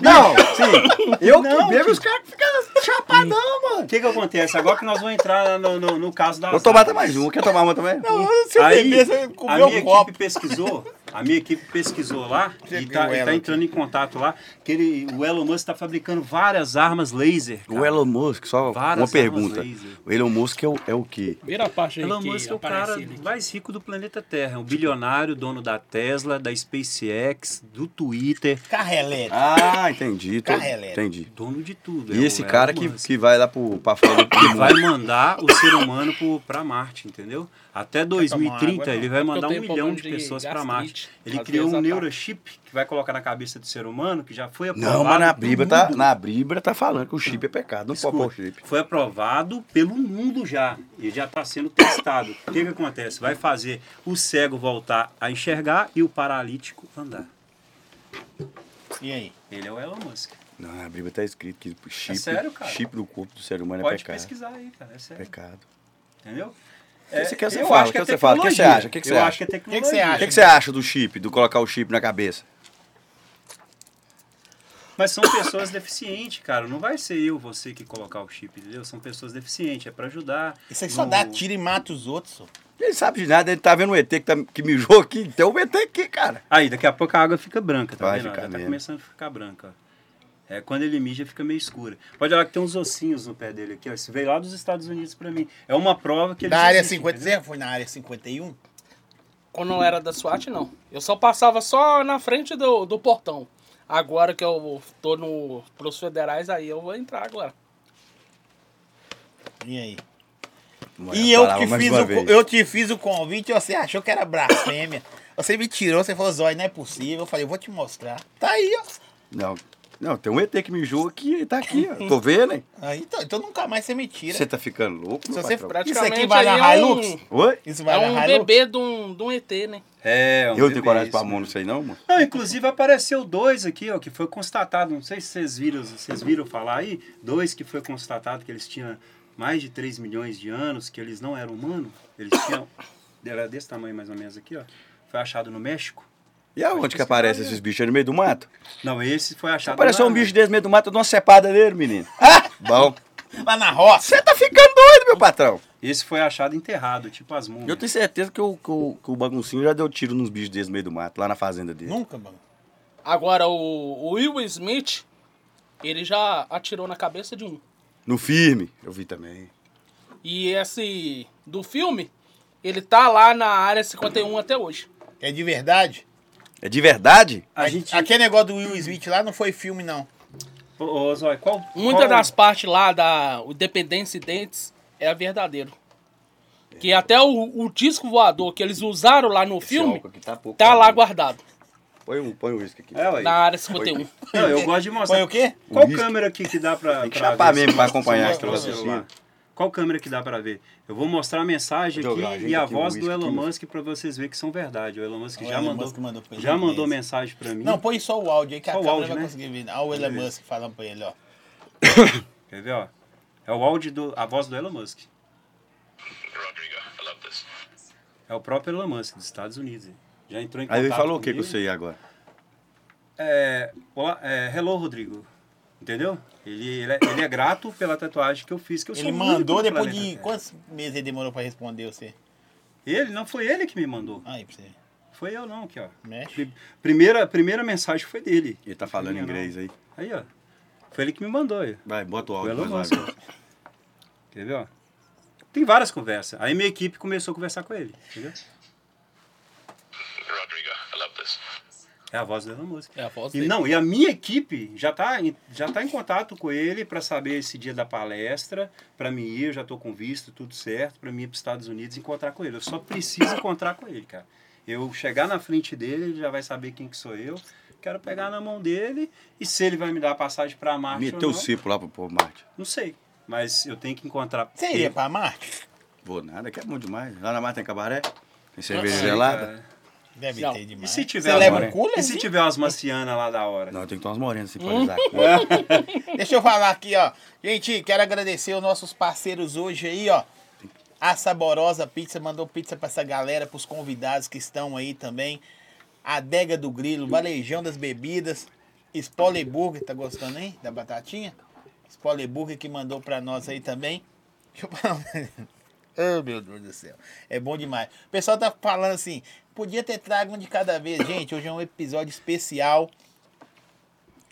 [SPEAKER 4] Não, sim. Eu
[SPEAKER 1] Não,
[SPEAKER 4] que bebo, os caras que ficam chapadão,
[SPEAKER 1] O
[SPEAKER 4] mano.
[SPEAKER 1] que que acontece? Agora que nós vamos entrar no, no, no caso da
[SPEAKER 4] Vou tomar até mais um. Quer tomar uma também?
[SPEAKER 2] Se eu
[SPEAKER 1] Aí,
[SPEAKER 2] beber, você
[SPEAKER 1] a
[SPEAKER 2] comeu
[SPEAKER 1] minha
[SPEAKER 2] um copo.
[SPEAKER 1] equipe pesquisou, a minha equipe pesquisou lá e
[SPEAKER 2] Cheguei o
[SPEAKER 1] tá, e
[SPEAKER 2] Elon
[SPEAKER 1] tá
[SPEAKER 2] aqui.
[SPEAKER 1] entrando em contato lá, que ele, o Elon Musk está fabricando várias armas laser. cara.
[SPEAKER 4] O Elon Musk, só
[SPEAKER 1] Várias
[SPEAKER 4] uma pergunta.
[SPEAKER 1] armas laser.
[SPEAKER 4] O Elon Musk é o, é o quê?
[SPEAKER 3] Vira a parte aí
[SPEAKER 1] Elon
[SPEAKER 3] que
[SPEAKER 1] Musk é o
[SPEAKER 3] aparece
[SPEAKER 1] cara
[SPEAKER 3] ele aqui.
[SPEAKER 1] mais rico do planeta Terra, um bilionário, dono da Tesla, da SpaceX, do Twitter,
[SPEAKER 2] Carro é elétrico.
[SPEAKER 4] Ah, entendi. tô-
[SPEAKER 2] Carro elétrico.
[SPEAKER 4] entendi.
[SPEAKER 1] dono de tudo.
[SPEAKER 4] E
[SPEAKER 1] é o
[SPEAKER 4] esse
[SPEAKER 1] é Elon
[SPEAKER 4] cara que,
[SPEAKER 1] Musk.
[SPEAKER 4] que vai lá pro, pra fora do
[SPEAKER 1] Ele vai
[SPEAKER 4] mundo.
[SPEAKER 1] mandar o ser humano pro- pra Marte, entendeu? Até
[SPEAKER 2] tomar uma
[SPEAKER 1] 2030
[SPEAKER 2] água,
[SPEAKER 1] ele vai mandar um
[SPEAKER 3] tenho
[SPEAKER 1] milhão
[SPEAKER 3] problema
[SPEAKER 1] de
[SPEAKER 3] de
[SPEAKER 1] pessoas pra
[SPEAKER 3] gastrite,
[SPEAKER 1] Marte. Ele
[SPEAKER 3] às
[SPEAKER 1] criou
[SPEAKER 3] vezes
[SPEAKER 1] um
[SPEAKER 3] ataca.
[SPEAKER 1] neurochip que vai colocar na cabeça do ser humano, que já foi aprovado.
[SPEAKER 4] Não, mas na
[SPEAKER 1] pelo
[SPEAKER 4] Bíblia, tá,
[SPEAKER 1] mundo.
[SPEAKER 4] na Bíblia tá falando que o chip é pecado. Não pode
[SPEAKER 1] Escuta,
[SPEAKER 4] pôr o chip.
[SPEAKER 1] Foi aprovado pelo mundo já. E já está sendo testado. O que, que acontece? Vai fazer o cego voltar a enxergar e o paralítico andar.
[SPEAKER 2] E aí?
[SPEAKER 1] Ele é o Elon Musk.
[SPEAKER 4] Não, na Bíblia tá escrito que o chip,
[SPEAKER 1] sério, cara?
[SPEAKER 4] chip do corpo do ser humano é
[SPEAKER 1] Pode
[SPEAKER 4] pecado.
[SPEAKER 1] pesquisar aí, cara. É sério.
[SPEAKER 4] Pecado.
[SPEAKER 1] Entendeu?
[SPEAKER 4] que você quer, você
[SPEAKER 1] eu
[SPEAKER 4] fala,
[SPEAKER 1] acho
[SPEAKER 4] o que
[SPEAKER 1] é
[SPEAKER 4] você fala, o que você
[SPEAKER 1] tecnologia.
[SPEAKER 4] acha, o que que
[SPEAKER 1] eu
[SPEAKER 4] você
[SPEAKER 1] acho que é
[SPEAKER 2] que
[SPEAKER 1] tecnologia.
[SPEAKER 2] que você
[SPEAKER 4] O que,
[SPEAKER 2] acha?
[SPEAKER 4] que você acha do chip, do colocar o chip na cabeça?
[SPEAKER 1] Mas são pessoas deficientes, cara. Não vai ser eu, você que colocar o chip, entendeu? São pessoas deficientes. É pra ajudar.
[SPEAKER 2] Isso aí só
[SPEAKER 1] no-
[SPEAKER 2] dá tiro e mata os outros, só.
[SPEAKER 4] Ele sabe de nada, ele tá vendo um ET que, tá, que mijou aqui, então o ET aqui, cara.
[SPEAKER 1] Aí, daqui a pouco a água fica branca, tá
[SPEAKER 4] Vai
[SPEAKER 1] vendo?
[SPEAKER 4] ficar
[SPEAKER 1] Já tá
[SPEAKER 4] mesmo.
[SPEAKER 1] começando a ficar branca. ó. É, quando ele mija, fica meio escura. Pode olhar que tem uns ossinhos no pé dele aqui, ó. Isso veio lá dos Estados Unidos pra mim. É uma prova que ele.
[SPEAKER 2] Na área
[SPEAKER 1] existe,
[SPEAKER 4] um?
[SPEAKER 2] 50,
[SPEAKER 1] entendeu?
[SPEAKER 2] você foi na área 51?
[SPEAKER 3] Quando eu era da SWAT, não. Eu só passava só na frente do, do portão. Agora que eu tô no, pros federais, aí eu vou entrar agora.
[SPEAKER 2] E aí?
[SPEAKER 4] Não
[SPEAKER 2] E
[SPEAKER 4] ia
[SPEAKER 2] eu
[SPEAKER 4] parar
[SPEAKER 2] que
[SPEAKER 4] mais
[SPEAKER 2] fiz
[SPEAKER 4] uma
[SPEAKER 2] o,
[SPEAKER 4] vez.
[SPEAKER 2] co- eu te fiz o convite e você achou que era blasfêmia. Você me tirou, você falou, Zói, não é possível. Eu falei, eu vou te mostrar. Tá aí, ó.
[SPEAKER 4] Não, não, tem um ET que mijou aqui, ele tá aqui, ó. Tô vendo, hein?
[SPEAKER 2] Aí, então, então nunca mais você me tira.
[SPEAKER 4] Você tá ficando louco,
[SPEAKER 2] Se
[SPEAKER 4] meu
[SPEAKER 2] você-
[SPEAKER 4] patrão?
[SPEAKER 3] Praticamente
[SPEAKER 2] Isso aqui vai
[SPEAKER 3] aí
[SPEAKER 2] na
[SPEAKER 3] é
[SPEAKER 2] Hilux?
[SPEAKER 3] um,
[SPEAKER 4] Oi?
[SPEAKER 2] Isso vai
[SPEAKER 3] é
[SPEAKER 2] na
[SPEAKER 3] um
[SPEAKER 2] Hilux?
[SPEAKER 3] bebê de um, de um ET, né?
[SPEAKER 1] É, um
[SPEAKER 4] Eu
[SPEAKER 1] bebê,
[SPEAKER 4] tenho coragem
[SPEAKER 1] isso
[SPEAKER 4] pra mão, não sei não, mano.
[SPEAKER 1] Não, inclusive apareceu dois aqui, ó, que foi constatado. Não sei se vocês viram, vocês viram falar aí, dois que foi constatado que eles tinham mais de 3 milhões de anos, que eles não eram humanos. Eles tinham. Era desse tamanho mais ou menos aqui, ó. Foi achado no México.
[SPEAKER 4] E aonde que aparece esses bichos? É no meio do mato?
[SPEAKER 1] Não, esse foi achado.
[SPEAKER 4] Apareceu
[SPEAKER 1] na-
[SPEAKER 4] um bicho desse no meio do mato, eu dou uma cepada nele, menino. Ah, bom.
[SPEAKER 2] Lá na roça.
[SPEAKER 4] Você tá ficando doido, meu patrão.
[SPEAKER 1] Esse foi achado enterrado, tipo as múmias.
[SPEAKER 4] Eu tenho certeza que o, que o, que o baguncinho já deu tiro nos bichos desses no meio do mato, lá na fazenda dele.
[SPEAKER 2] Nunca, mano.
[SPEAKER 3] Agora, o, o Will Smith, ele já atirou na cabeça de um.
[SPEAKER 4] No firme, eu vi também.
[SPEAKER 3] E esse do filme, ele tá lá na área 51 até hoje.
[SPEAKER 2] É de verdade.
[SPEAKER 4] É de verdade?
[SPEAKER 1] A gente.
[SPEAKER 2] Aquele negócio do Will Smith lá não foi filme, não.
[SPEAKER 1] Ô, ô, Zói, qual.
[SPEAKER 3] Muitas
[SPEAKER 1] qual-
[SPEAKER 3] das partes lá da o Dependência e Dentes é a verdadeiro. Que até o, o disco voador que eles usaram lá no filme,
[SPEAKER 4] álcool aqui tá pouco.
[SPEAKER 3] tá lá guardado.
[SPEAKER 4] Põe um, põe um uísque aqui.
[SPEAKER 1] É, ué.
[SPEAKER 3] Na área 51.
[SPEAKER 1] Não, eu gosto de mostrar.
[SPEAKER 2] Foi o quê?
[SPEAKER 1] Qual
[SPEAKER 4] Whisky.
[SPEAKER 1] câmera aqui que dá pra.
[SPEAKER 4] Tem que
[SPEAKER 1] pra
[SPEAKER 4] chapar
[SPEAKER 1] ver
[SPEAKER 4] mesmo
[SPEAKER 1] se-
[SPEAKER 4] pra
[SPEAKER 1] se
[SPEAKER 4] acompanhar
[SPEAKER 1] mostra no
[SPEAKER 2] aquele
[SPEAKER 1] celular?
[SPEAKER 4] raciocínio.
[SPEAKER 1] Qual câmera que dá pra ver? Eu vou mostrar a mensagem
[SPEAKER 4] Jogar,
[SPEAKER 1] aqui
[SPEAKER 4] gente,
[SPEAKER 1] e a
[SPEAKER 4] aqui,
[SPEAKER 1] voz
[SPEAKER 4] o
[SPEAKER 1] do
[SPEAKER 4] whisky
[SPEAKER 1] Elon
[SPEAKER 4] aqui,
[SPEAKER 1] Musk pra vocês verem que são verdade. O Elon Musk
[SPEAKER 2] O
[SPEAKER 1] já
[SPEAKER 2] Então, Elon
[SPEAKER 1] mandou,
[SPEAKER 2] Musk mandou pra ele
[SPEAKER 1] já mandou
[SPEAKER 2] mesmo.
[SPEAKER 1] mensagem pra mim.
[SPEAKER 2] Não, põe só o áudio aí que a
[SPEAKER 1] Só o
[SPEAKER 2] câmera
[SPEAKER 1] áudio,
[SPEAKER 2] vai
[SPEAKER 1] né?
[SPEAKER 2] conseguir ver. Olha o Elon Musk falando pra ele, ó.
[SPEAKER 1] Quer ver, ó? É É o áudio, do, a voz do Elon Musk. É o próprio Elon Musk, dos Estados Unidos. hein? Já entrou em contato
[SPEAKER 4] Aí ele falou o que com
[SPEAKER 1] comigo.
[SPEAKER 4] você aí agora?
[SPEAKER 1] É, olá, é, hello, Rodrigo. Entendeu? Ele, ele, é, ele é grato pela tatuagem que eu fiz, que eu sou
[SPEAKER 2] Ele
[SPEAKER 1] o único
[SPEAKER 2] mandou
[SPEAKER 1] no
[SPEAKER 2] depois
[SPEAKER 1] planeta
[SPEAKER 2] de
[SPEAKER 1] Terra.
[SPEAKER 2] quantos meses ele demorou pra responder você?
[SPEAKER 1] Ele, não foi ele que me mandou.
[SPEAKER 2] Aí, pra você.
[SPEAKER 1] Foi eu não, aqui, ó.
[SPEAKER 2] Mexe.
[SPEAKER 1] Pri- Primeira, primeira mensagem foi dele.
[SPEAKER 4] Ele tá falando
[SPEAKER 1] Não.
[SPEAKER 4] inglês aí.
[SPEAKER 1] Aí, ó. Foi ele que me mandou. Aí.
[SPEAKER 4] Vai, bota o
[SPEAKER 1] Foi
[SPEAKER 4] áudio.
[SPEAKER 1] Elon
[SPEAKER 4] mais
[SPEAKER 1] Musk.
[SPEAKER 4] lá, agora.
[SPEAKER 1] Quer ver, ó? Tem várias conversas. Aí minha equipe começou a conversar com ele, entendeu? É a voz do Elon Musk.
[SPEAKER 3] É a voz
[SPEAKER 1] E
[SPEAKER 3] dele.
[SPEAKER 1] não, e a minha equipe já está em, já tá em contato com ele para saber esse dia da palestra, para mim ir, eu já estou com visto, tudo certo, para mim ir para os Estados Unidos e encontrar com ele. Eu só preciso encontrar com ele, cara. Eu chegar na frente dele, ele já vai saber quem que sou eu. Quero pegar na mão dele e se ele vai me dar a passagem para Marte ou
[SPEAKER 4] Meteu
[SPEAKER 1] não,
[SPEAKER 4] o cipo lá pro povo Marte.
[SPEAKER 1] não sei. Mas eu tenho que encontrar
[SPEAKER 2] Você
[SPEAKER 1] ele.
[SPEAKER 2] iria pra Marte?
[SPEAKER 4] Vou nada, que é bom demais. Lá na Marte tem cabaré, tem cerveja
[SPEAKER 1] Sei,
[SPEAKER 4] gelada.
[SPEAKER 1] cara.
[SPEAKER 2] Deve
[SPEAKER 3] Não.
[SPEAKER 2] ter
[SPEAKER 1] É. E
[SPEAKER 2] demais.
[SPEAKER 1] se tiver
[SPEAKER 2] Você
[SPEAKER 1] as
[SPEAKER 2] leva
[SPEAKER 1] mar-
[SPEAKER 2] um cooler?
[SPEAKER 1] E se
[SPEAKER 2] assim?
[SPEAKER 1] tiver umas marcianas lá da hora?
[SPEAKER 4] Não, tem que tomar umas morenas assim
[SPEAKER 3] Hum.
[SPEAKER 4] pra alisar.
[SPEAKER 1] Tá
[SPEAKER 2] Deixa eu falar aqui, ó. Gente, quero agradecer os nossos parceiros hoje aí, ó. A Saborosa Pizza mandou pizza pra essa galera, pros convidados que estão aí também. Adega do Grilo, Valejão das Bebidas, Spoiler Burger, tá gostando aí da batatinha? Spoiler Burger que mandou pra nós aí também. Deixa eu falar. Oh, meu Deus do céu. É bom demais. O pessoal tá falando assim, podia ter trago um de cada vez. Gente, hoje é um episódio especial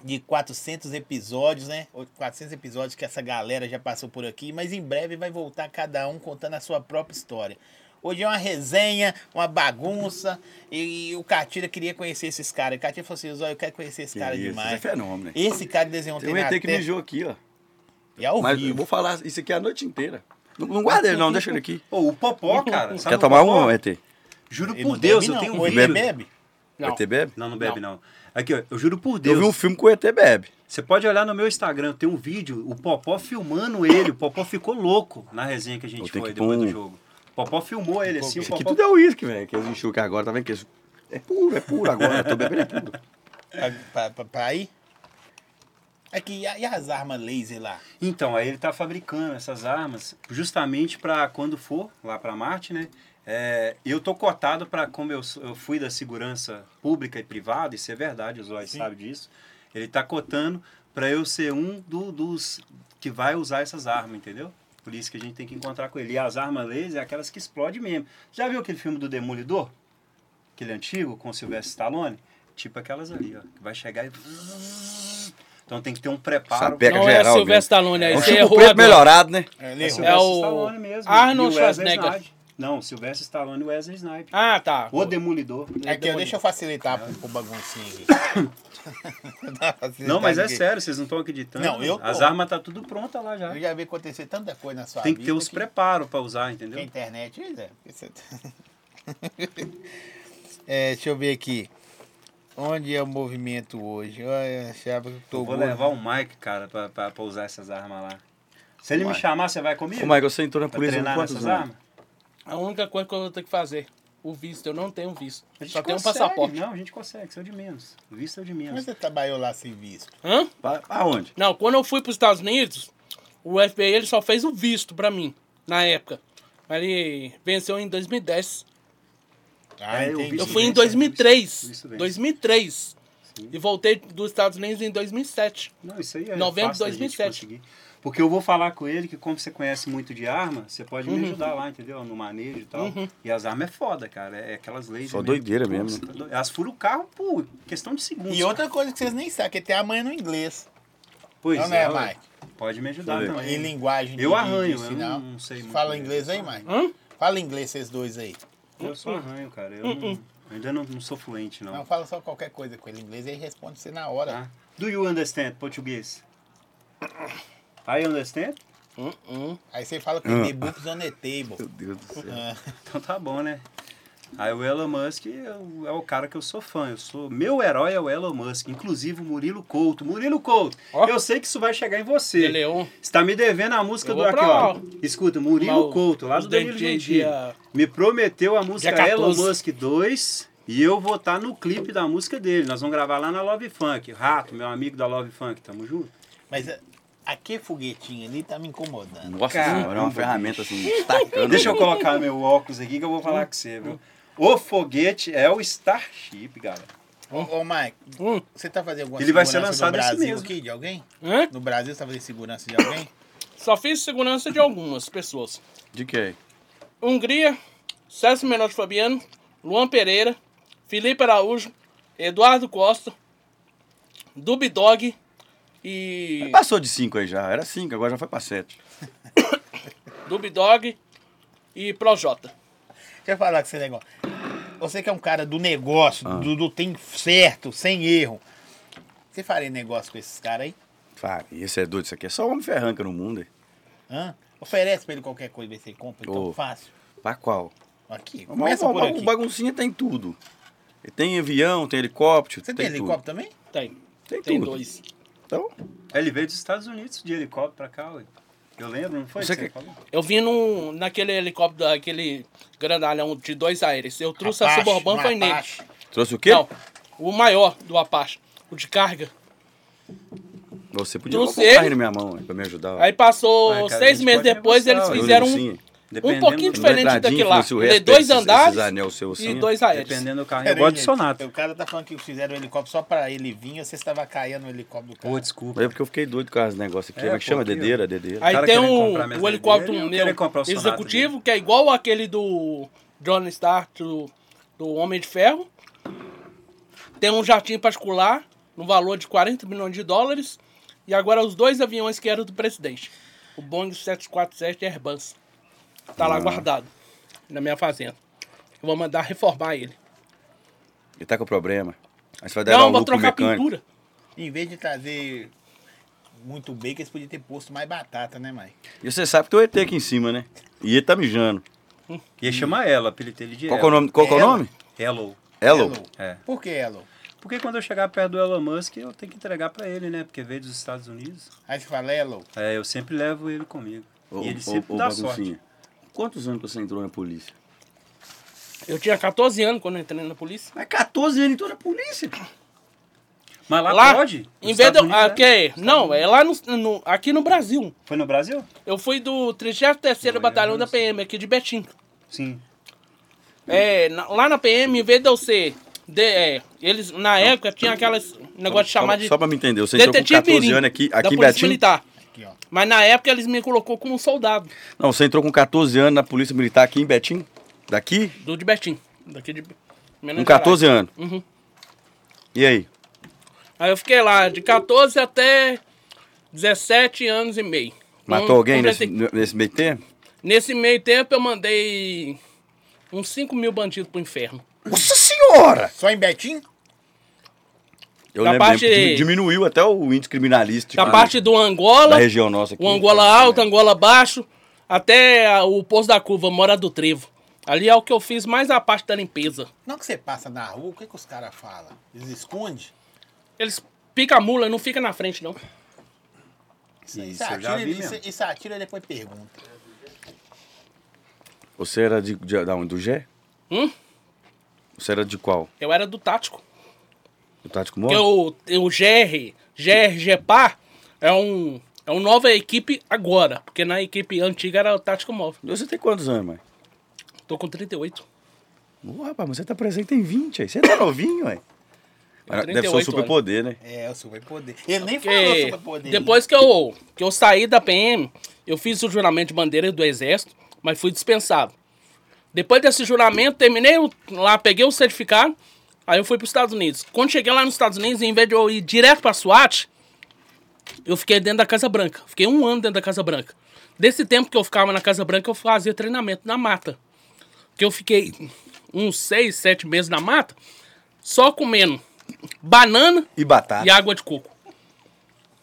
[SPEAKER 2] de 400 episódios, né? Ou 400 episódios que essa galera já passou por aqui, mas em breve vai voltar cada um contando a sua própria história. Hoje é uma resenha, uma bagunça, e o Catira queria conhecer esses caras. O Catira falou assim, "Zóio, eu quero conhecer esse cara
[SPEAKER 4] isso,
[SPEAKER 2] demais.
[SPEAKER 4] isso é fenômeno, hein?
[SPEAKER 2] Esse cara que desenhou um
[SPEAKER 4] Tem um
[SPEAKER 2] trem na
[SPEAKER 4] ET que
[SPEAKER 2] terra.
[SPEAKER 4] mijou aqui, ó.
[SPEAKER 2] E ao
[SPEAKER 4] Mas eu
[SPEAKER 2] vivo.
[SPEAKER 4] vou falar isso aqui é a noite inteira. Não, não guarda ele, não, deixa ele aqui.
[SPEAKER 1] Ô, o Popó, cara. sabe
[SPEAKER 4] Quer
[SPEAKER 1] o
[SPEAKER 4] tomar
[SPEAKER 1] Popó?
[SPEAKER 4] um, ET?
[SPEAKER 1] Juro
[SPEAKER 2] Ele
[SPEAKER 1] por
[SPEAKER 2] não
[SPEAKER 1] Deus,
[SPEAKER 2] bebe,
[SPEAKER 1] eu
[SPEAKER 2] não.
[SPEAKER 1] tenho um
[SPEAKER 2] Ou ele
[SPEAKER 1] vídeo.
[SPEAKER 2] bebe?
[SPEAKER 4] O ET bebe?
[SPEAKER 1] Não, não bebe, não. Aqui, ó, eu juro por
[SPEAKER 4] Eu
[SPEAKER 1] Deus.
[SPEAKER 4] vi um filme com o ET bebe.
[SPEAKER 1] Você pode olhar no meu Instagram, tem um vídeo, o Popó filmando ele. O Popó ficou louco na resenha que a gente
[SPEAKER 4] Vou ter
[SPEAKER 1] foi
[SPEAKER 4] que
[SPEAKER 1] depois
[SPEAKER 4] pôr
[SPEAKER 1] do
[SPEAKER 4] um-
[SPEAKER 1] jogo. O Popó filmou ele assim, o
[SPEAKER 4] Isso aqui
[SPEAKER 1] Popó.
[SPEAKER 4] tudo é uísque, velho. Que eles enxucam agora, tá vendo que isso... É puro, é puro agora. Eu tô bebendo é puro.
[SPEAKER 2] Pra, pra, pra, pra ir? Aqui, e a- e as armas laser lá?
[SPEAKER 1] Então, aí ele tá fabricando essas armas justamente para quando for lá para Marte, né? É, eu tô cotado para como eu, sou- eu fui da segurança pública e privada, isso é verdade, o Zói
[SPEAKER 2] Sim.
[SPEAKER 1] sabe disso. Ele tá cotando para eu ser um do- dos que vai usar essas armas, entendeu? Por isso que a gente tem que encontrar com ele. E as armas laser é aquelas que explodem mesmo. Já viu aquele filme do Demolidor? Aquele antigo com o Sylvester Stallone? Tipo aquelas ali, ó. Que vai chegar e. Então tem que ter um preparo.
[SPEAKER 4] Sapeca
[SPEAKER 3] Não é
[SPEAKER 4] geral,
[SPEAKER 3] Silvestre Stallone,
[SPEAKER 4] É
[SPEAKER 3] aí
[SPEAKER 4] um
[SPEAKER 3] você
[SPEAKER 4] Chico
[SPEAKER 3] errou
[SPEAKER 4] Preto
[SPEAKER 3] agora.
[SPEAKER 4] melhorado, né?
[SPEAKER 2] Ele
[SPEAKER 1] É,
[SPEAKER 2] errou.
[SPEAKER 1] Silvestre
[SPEAKER 3] É o
[SPEAKER 1] Stallone mesmo.
[SPEAKER 3] Arnold
[SPEAKER 1] E o Wesley
[SPEAKER 3] Schwarzenegger.
[SPEAKER 1] Snipes. Não, Silvestre Stallone e Wesley Snipes.
[SPEAKER 3] Ah, tá.
[SPEAKER 1] O Demolidor.
[SPEAKER 2] Aqui, ó, deixa eu facilitar pro, pro baguncinho aqui. Dá pra facilitar
[SPEAKER 1] Não, mas é
[SPEAKER 2] aqui.
[SPEAKER 1] sério, vocês não estão acreditando.
[SPEAKER 2] tá Não, eu tô.
[SPEAKER 1] As armas tá tudo pronta lá já.
[SPEAKER 2] Eu já vi acontecer tanta coisa na sua
[SPEAKER 1] Tem
[SPEAKER 2] vida.
[SPEAKER 1] que ter os preparos pra usar,
[SPEAKER 2] que a
[SPEAKER 1] entendeu?
[SPEAKER 2] internet. Ih, Zé, você tá- É, deixa eu ver aqui. Onde é o movimento hoje? Olha, achava que eu tô
[SPEAKER 1] Eu vou
[SPEAKER 2] gordo.
[SPEAKER 1] levar um- o Mike, cara, pra, pra, pra usar essas armas lá. Se ele me
[SPEAKER 4] Vai.
[SPEAKER 1] chamar, você vai comigo?
[SPEAKER 4] Ô, Michael, você entrou na
[SPEAKER 1] Pra
[SPEAKER 4] polícia com
[SPEAKER 1] treinar
[SPEAKER 4] quantos
[SPEAKER 1] nessas
[SPEAKER 4] anos?
[SPEAKER 1] armas?
[SPEAKER 3] A única coisa que eu vou ter que fazer, o visto, eu não tenho visto.
[SPEAKER 1] A gente
[SPEAKER 3] Só tenho um
[SPEAKER 1] consegue.
[SPEAKER 3] passaporte.
[SPEAKER 1] Não, a gente consegue, isso é o de menos. O Visto é o de
[SPEAKER 2] Como
[SPEAKER 1] menos.
[SPEAKER 2] você trabalhou lá sem visto?
[SPEAKER 3] Hã?
[SPEAKER 4] Pa- Aonde?
[SPEAKER 3] Não, quando eu fui para os Estados Unidos, o FBI ele só fez o visto para mim, na época. Mas Ele venceu em 2010.
[SPEAKER 2] Ah,
[SPEAKER 1] É, eu vi
[SPEAKER 2] entendi.
[SPEAKER 3] Eu
[SPEAKER 1] Isso
[SPEAKER 3] fui em
[SPEAKER 1] vence, isso-
[SPEAKER 3] 2003.
[SPEAKER 1] isso vence.
[SPEAKER 3] 2003.
[SPEAKER 1] Sim.
[SPEAKER 3] E voltei dos Estados Unidos em 2007.
[SPEAKER 1] Não, isso aí é
[SPEAKER 3] Novembro de
[SPEAKER 1] fácil da gente
[SPEAKER 3] 2007.
[SPEAKER 1] conseguir. Porque eu vou falar com ele que como você conhece muito de arma, você pode
[SPEAKER 2] Uhum.
[SPEAKER 1] me ajudar lá, entendeu? No manejo e tal. E as armas é foda, cara. É aquelas leis.
[SPEAKER 4] Só doideira mesmo, né?
[SPEAKER 1] tá Elas furam o carro por questão de segundos.
[SPEAKER 2] E outra coisa que vocês nem sabem, que tem amanhã é no inglês.
[SPEAKER 1] Pois
[SPEAKER 2] não,
[SPEAKER 1] é,
[SPEAKER 2] né,
[SPEAKER 1] ué.
[SPEAKER 2] Mike?
[SPEAKER 1] Pode me ajudar
[SPEAKER 4] Deixa eu
[SPEAKER 1] também.
[SPEAKER 2] Em linguagem de-
[SPEAKER 1] Eu
[SPEAKER 2] de-
[SPEAKER 1] arranho,
[SPEAKER 2] de
[SPEAKER 1] eu
[SPEAKER 2] sinal.
[SPEAKER 1] não sei muito
[SPEAKER 2] Fala
[SPEAKER 1] bem.
[SPEAKER 2] inglês aí, Mike?
[SPEAKER 3] Hã?
[SPEAKER 2] Fala inglês vocês dois aí.
[SPEAKER 1] Eu só arranho, cara. Eu não- ainda não, não sou fluente, não.
[SPEAKER 2] Uhum. Não, fala só qualquer coisa com ele em inglês e ele responde você na hora.
[SPEAKER 1] Tá? Do you understand português? I understand?
[SPEAKER 2] Aí você fala que the books on the table. Ah,
[SPEAKER 4] Meu Deus do céu.
[SPEAKER 1] Então tá bom, né? Aí o Elon Musk é o- é o cara que eu sou fã. Eu sou meu herói é o Elon Musk, inclusive o Murilo Couto. Murilo Couto,
[SPEAKER 3] Ó.
[SPEAKER 1] eu sei que isso vai chegar em
[SPEAKER 3] De
[SPEAKER 1] você.
[SPEAKER 3] Leon.
[SPEAKER 1] Você tá me devendo a música
[SPEAKER 3] Eu
[SPEAKER 1] do
[SPEAKER 3] vou
[SPEAKER 1] aqui,
[SPEAKER 3] pra
[SPEAKER 1] ó.
[SPEAKER 3] lá.
[SPEAKER 1] Escuta, Murilo
[SPEAKER 3] Lá o-
[SPEAKER 1] Couto, lá
[SPEAKER 3] os
[SPEAKER 1] do Danilo
[SPEAKER 3] dentinhos
[SPEAKER 1] Gentili.
[SPEAKER 3] dia-
[SPEAKER 1] Me prometeu a música
[SPEAKER 3] dia 14.
[SPEAKER 1] Elon Musk 2 e eu vou estar no clipe da música dele. Nós vamos gravar lá na Love Funk. Rato, meu amigo da Love Funk, tamo junto?
[SPEAKER 2] Mas é,
[SPEAKER 5] Aquele foguetinho ali tá me incomodando.
[SPEAKER 6] Nossa
[SPEAKER 1] Caramba,
[SPEAKER 6] senhora, é uma ferramenta assim, destacando.
[SPEAKER 1] Deixa eu colocar meu óculos aqui que eu vou falar com você, viu? O foguete é o Starship, galera.
[SPEAKER 5] Ô, ô Mike,
[SPEAKER 3] Hum.
[SPEAKER 5] você tá fazendo alguma
[SPEAKER 1] Ele vai ser
[SPEAKER 5] segurança
[SPEAKER 1] lançado
[SPEAKER 5] no
[SPEAKER 1] esse
[SPEAKER 5] Brasil
[SPEAKER 1] mesmo.
[SPEAKER 5] aqui de alguém?
[SPEAKER 3] Hã?
[SPEAKER 5] No Brasil você tá fazendo segurança de alguém?
[SPEAKER 3] Só fiz segurança de algumas pessoas.
[SPEAKER 4] De quê?
[SPEAKER 3] Hungria, César Menotti Fabiano, Luan Pereira, Felipe Araújo, Eduardo Costa, Dubdog e.
[SPEAKER 4] Passou de 5 aí já. Era 5, agora já foi pra 7.
[SPEAKER 3] Dubdog e Projota.
[SPEAKER 5] Deixa eu falar com esse negócio. Você que é um cara do negócio, do, do tem certo, sem erro. Você faria negócio com esses caras aí?
[SPEAKER 4] Fala, esse é doido, isso aqui é só homem ferranca no mundo. hein?
[SPEAKER 5] Hã? Oferece pra ele qualquer coisa, ver se ele compra, então
[SPEAKER 4] Ô.
[SPEAKER 5] fácil.
[SPEAKER 4] Pra qual?
[SPEAKER 5] Aqui,
[SPEAKER 4] O
[SPEAKER 5] começa por aqui.
[SPEAKER 4] um baguncinha tem tudo. Ele Tem avião, tem helicóptero.
[SPEAKER 5] Você tem
[SPEAKER 4] tudo.
[SPEAKER 5] helicóptero também?
[SPEAKER 3] Tem.
[SPEAKER 4] Tem
[SPEAKER 3] Tem
[SPEAKER 4] tudo.
[SPEAKER 3] dois.
[SPEAKER 4] Então,
[SPEAKER 1] Ele veio dos Estados Unidos de helicóptero pra cá, ué. Eu lembro, não foi
[SPEAKER 4] Você
[SPEAKER 1] que você
[SPEAKER 4] que-
[SPEAKER 1] falou?
[SPEAKER 3] Eu vim num, naquele helicóptero, aquele grandalhão de dois aéreos. Eu trouxe a
[SPEAKER 5] Apache,
[SPEAKER 3] Suburban,
[SPEAKER 5] um
[SPEAKER 3] foi nele.
[SPEAKER 5] Apache.
[SPEAKER 4] trouxe o quê?
[SPEAKER 3] Não, o maior do Apache, o de carga.
[SPEAKER 4] Você podia
[SPEAKER 3] Trouxe
[SPEAKER 4] colocar um
[SPEAKER 3] ele.
[SPEAKER 4] carrinho na minha mão, hein, pra me ajudar. ó.
[SPEAKER 3] Aí passou
[SPEAKER 1] Ah, cara, a
[SPEAKER 3] seis
[SPEAKER 1] gente
[SPEAKER 3] meses
[SPEAKER 1] pode
[SPEAKER 3] depois, eles
[SPEAKER 1] negociar, ó.
[SPEAKER 4] Olha o
[SPEAKER 3] fizeram um,
[SPEAKER 4] ursinho.
[SPEAKER 3] um
[SPEAKER 4] Dependendo
[SPEAKER 3] pouquinho
[SPEAKER 4] do
[SPEAKER 3] diferente
[SPEAKER 4] quadradinho,
[SPEAKER 3] daquele lá.
[SPEAKER 4] fosse o
[SPEAKER 3] Ele é
[SPEAKER 4] resto
[SPEAKER 3] dois
[SPEAKER 4] desses- esses
[SPEAKER 3] andares
[SPEAKER 4] anel seu, assim,
[SPEAKER 3] e
[SPEAKER 4] ó.
[SPEAKER 3] dois aéreos.
[SPEAKER 1] Dependendo do carro, eu
[SPEAKER 5] Peraí,
[SPEAKER 1] gosto de
[SPEAKER 5] gente,
[SPEAKER 1] Sonata.
[SPEAKER 5] O cara tá falando que fizeram o helicóptero só pra ele vir, e você estava caindo no helicóptero do cara.
[SPEAKER 1] Pô, desculpa.
[SPEAKER 4] É porque eu fiquei doido com esse negócio aqui.
[SPEAKER 1] É,
[SPEAKER 4] Como é que chama?
[SPEAKER 1] porque-
[SPEAKER 4] Dedeira, dedeira.
[SPEAKER 3] Aí
[SPEAKER 1] cara
[SPEAKER 3] tem
[SPEAKER 1] querendo
[SPEAKER 3] um,
[SPEAKER 1] comprar minhas
[SPEAKER 3] o helicóptero
[SPEAKER 1] dele, eu
[SPEAKER 3] meu
[SPEAKER 1] quero comprar o Sonata
[SPEAKER 3] executivo, que é igual aquele do John Stark, do, do Homem de Ferro. Tem um jatinho particular, no valor de 40 milhões de dólares. E agora os dois aviões que eram do presidente. O Boeing 747 e Airbus. Tá
[SPEAKER 4] Ah.
[SPEAKER 3] lá guardado, na minha fazenda. Eu vou mandar reformar ele.
[SPEAKER 4] Ele tá com problema. Aí você vai dar lá
[SPEAKER 3] Não,
[SPEAKER 4] o
[SPEAKER 3] vou
[SPEAKER 4] um lucro
[SPEAKER 3] trocar a
[SPEAKER 4] mecânico.
[SPEAKER 3] pintura.
[SPEAKER 5] Em vez de trazer muito bacon, eles podiam ter posto mais batata, né, Mike?
[SPEAKER 4] E você sabe que tem o ET aqui em cima, né? E ele tá mijando.
[SPEAKER 1] Ia chamar ela, apelidei ele de
[SPEAKER 4] Qual que é o nome? Qual que é o
[SPEAKER 1] Ela.
[SPEAKER 4] nome?
[SPEAKER 1] Hello.
[SPEAKER 4] Hello.
[SPEAKER 1] É.
[SPEAKER 5] Por que Hello?
[SPEAKER 1] Porque quando eu chegar perto do Elon Musk, eu tenho que entregar pra ele, né? Porque veio dos Estados Unidos.
[SPEAKER 5] Aí você fala Hello.
[SPEAKER 1] É, eu sempre levo ele comigo.
[SPEAKER 4] Ô,
[SPEAKER 1] e ele
[SPEAKER 4] ô,
[SPEAKER 1] sempre
[SPEAKER 4] ô,
[SPEAKER 1] dá
[SPEAKER 4] baguncinha.
[SPEAKER 1] sorte.
[SPEAKER 4] Quantos anos que você entrou na polícia?
[SPEAKER 3] Eu tinha 14 anos quando eu entrei na polícia.
[SPEAKER 4] Mas 14 anos entrou na polícia.
[SPEAKER 1] Mas lá,
[SPEAKER 3] Lá,
[SPEAKER 1] pode? Nos
[SPEAKER 3] em vez Ah,
[SPEAKER 1] Estados
[SPEAKER 3] de...
[SPEAKER 1] Unidos, né?
[SPEAKER 3] ok, Não, é lá no- no, aqui no Brasil.
[SPEAKER 1] Foi no Brasil?
[SPEAKER 3] Eu fui do 33º
[SPEAKER 4] é
[SPEAKER 3] Batalhão da PM aqui de Betim.
[SPEAKER 1] Sim.
[SPEAKER 3] É, na- lá na PM, em vez de eu ser... de- é, eles, na época, tinha aquelas negócio de chamar
[SPEAKER 4] só,
[SPEAKER 3] de
[SPEAKER 4] só pra me entender, você entrou com
[SPEAKER 3] detetive
[SPEAKER 4] 14
[SPEAKER 3] mirim,
[SPEAKER 4] anos aqui,
[SPEAKER 3] da
[SPEAKER 4] aqui em
[SPEAKER 3] Polícia
[SPEAKER 4] Betim?
[SPEAKER 3] Militar.
[SPEAKER 5] Aqui, ó.
[SPEAKER 3] Mas na época eles me colocou como um soldado
[SPEAKER 4] Não, você entrou com 14 anos na polícia militar aqui em Betim? Daqui?
[SPEAKER 3] do de Betim. Daqui de...
[SPEAKER 4] Com 14 anos.
[SPEAKER 3] Uhum.
[SPEAKER 4] E aí?
[SPEAKER 3] Aí eu fiquei lá de 14 até 17 anos e meio.
[SPEAKER 4] Matou
[SPEAKER 3] Com-
[SPEAKER 4] alguém nesse,
[SPEAKER 3] completei-
[SPEAKER 4] nesse meio tempo?
[SPEAKER 3] Nesse meio tempo eu mandei uns 5 mil bandidos pro inferno.
[SPEAKER 4] Nossa senhora!
[SPEAKER 5] Só em Betim?
[SPEAKER 4] Eu
[SPEAKER 3] Da
[SPEAKER 4] lembro,
[SPEAKER 3] parte-
[SPEAKER 4] lembro que diminuiu até o índice criminalístico
[SPEAKER 3] Da
[SPEAKER 4] né,
[SPEAKER 3] parte do Angola,
[SPEAKER 4] da região nossa aqui.
[SPEAKER 3] o Angola alto, Angola baixo, até a- o Poço da Curva, Mora do Trevo. Ali é o que eu fiz mais a parte da limpeza.
[SPEAKER 5] Não que você passa na rua, o que, que os caras falam? Eles escondem?
[SPEAKER 3] Eles pica a mula, não fica na frente, não.
[SPEAKER 1] Isso,
[SPEAKER 5] Isso é
[SPEAKER 1] eu já
[SPEAKER 5] atira,
[SPEAKER 1] vi
[SPEAKER 5] e
[SPEAKER 1] mesmo.
[SPEAKER 5] isso, isso atira e depois pergunta.
[SPEAKER 4] Você era de, de, da onde? Do Gé?
[SPEAKER 3] Hum?
[SPEAKER 4] Você era de qual?
[SPEAKER 3] Eu era do tático.
[SPEAKER 4] Do Tático
[SPEAKER 3] Porque
[SPEAKER 4] Móvel?
[SPEAKER 3] o, o GR, GR Gepar, é um é uma nova equipe agora. Porque na equipe antiga era o tático móvel.
[SPEAKER 4] Você tem quantos anos, mãe?
[SPEAKER 3] Tô com 38.
[SPEAKER 4] Ô, rapaz, mas você tá presente em 20, aí. Você tá novinho, ué. Mas Deve ser
[SPEAKER 3] 38
[SPEAKER 4] um superpoder, né?
[SPEAKER 5] É, o superpoder. Ele nem falou
[SPEAKER 3] Porque
[SPEAKER 5] superpoder.
[SPEAKER 3] depois que eu, que eu saí da PM, eu fiz o juramento de bandeira do Exército, mas fui dispensado. Depois desse juramento, terminei o- lá, peguei o certificado, aí eu fui para os Estados Unidos. Quando cheguei lá nos Estados Unidos, em vez de eu ir direto para a SWAT, eu fiquei dentro da Casa Branca. Fiquei um ano dentro da Casa Branca. Desse tempo que eu ficava na Casa Branca, eu fazia treinamento na mata. Que eu fiquei uns seis, sete meses na mata, só comendo banana
[SPEAKER 4] E batata.
[SPEAKER 3] e água de coco.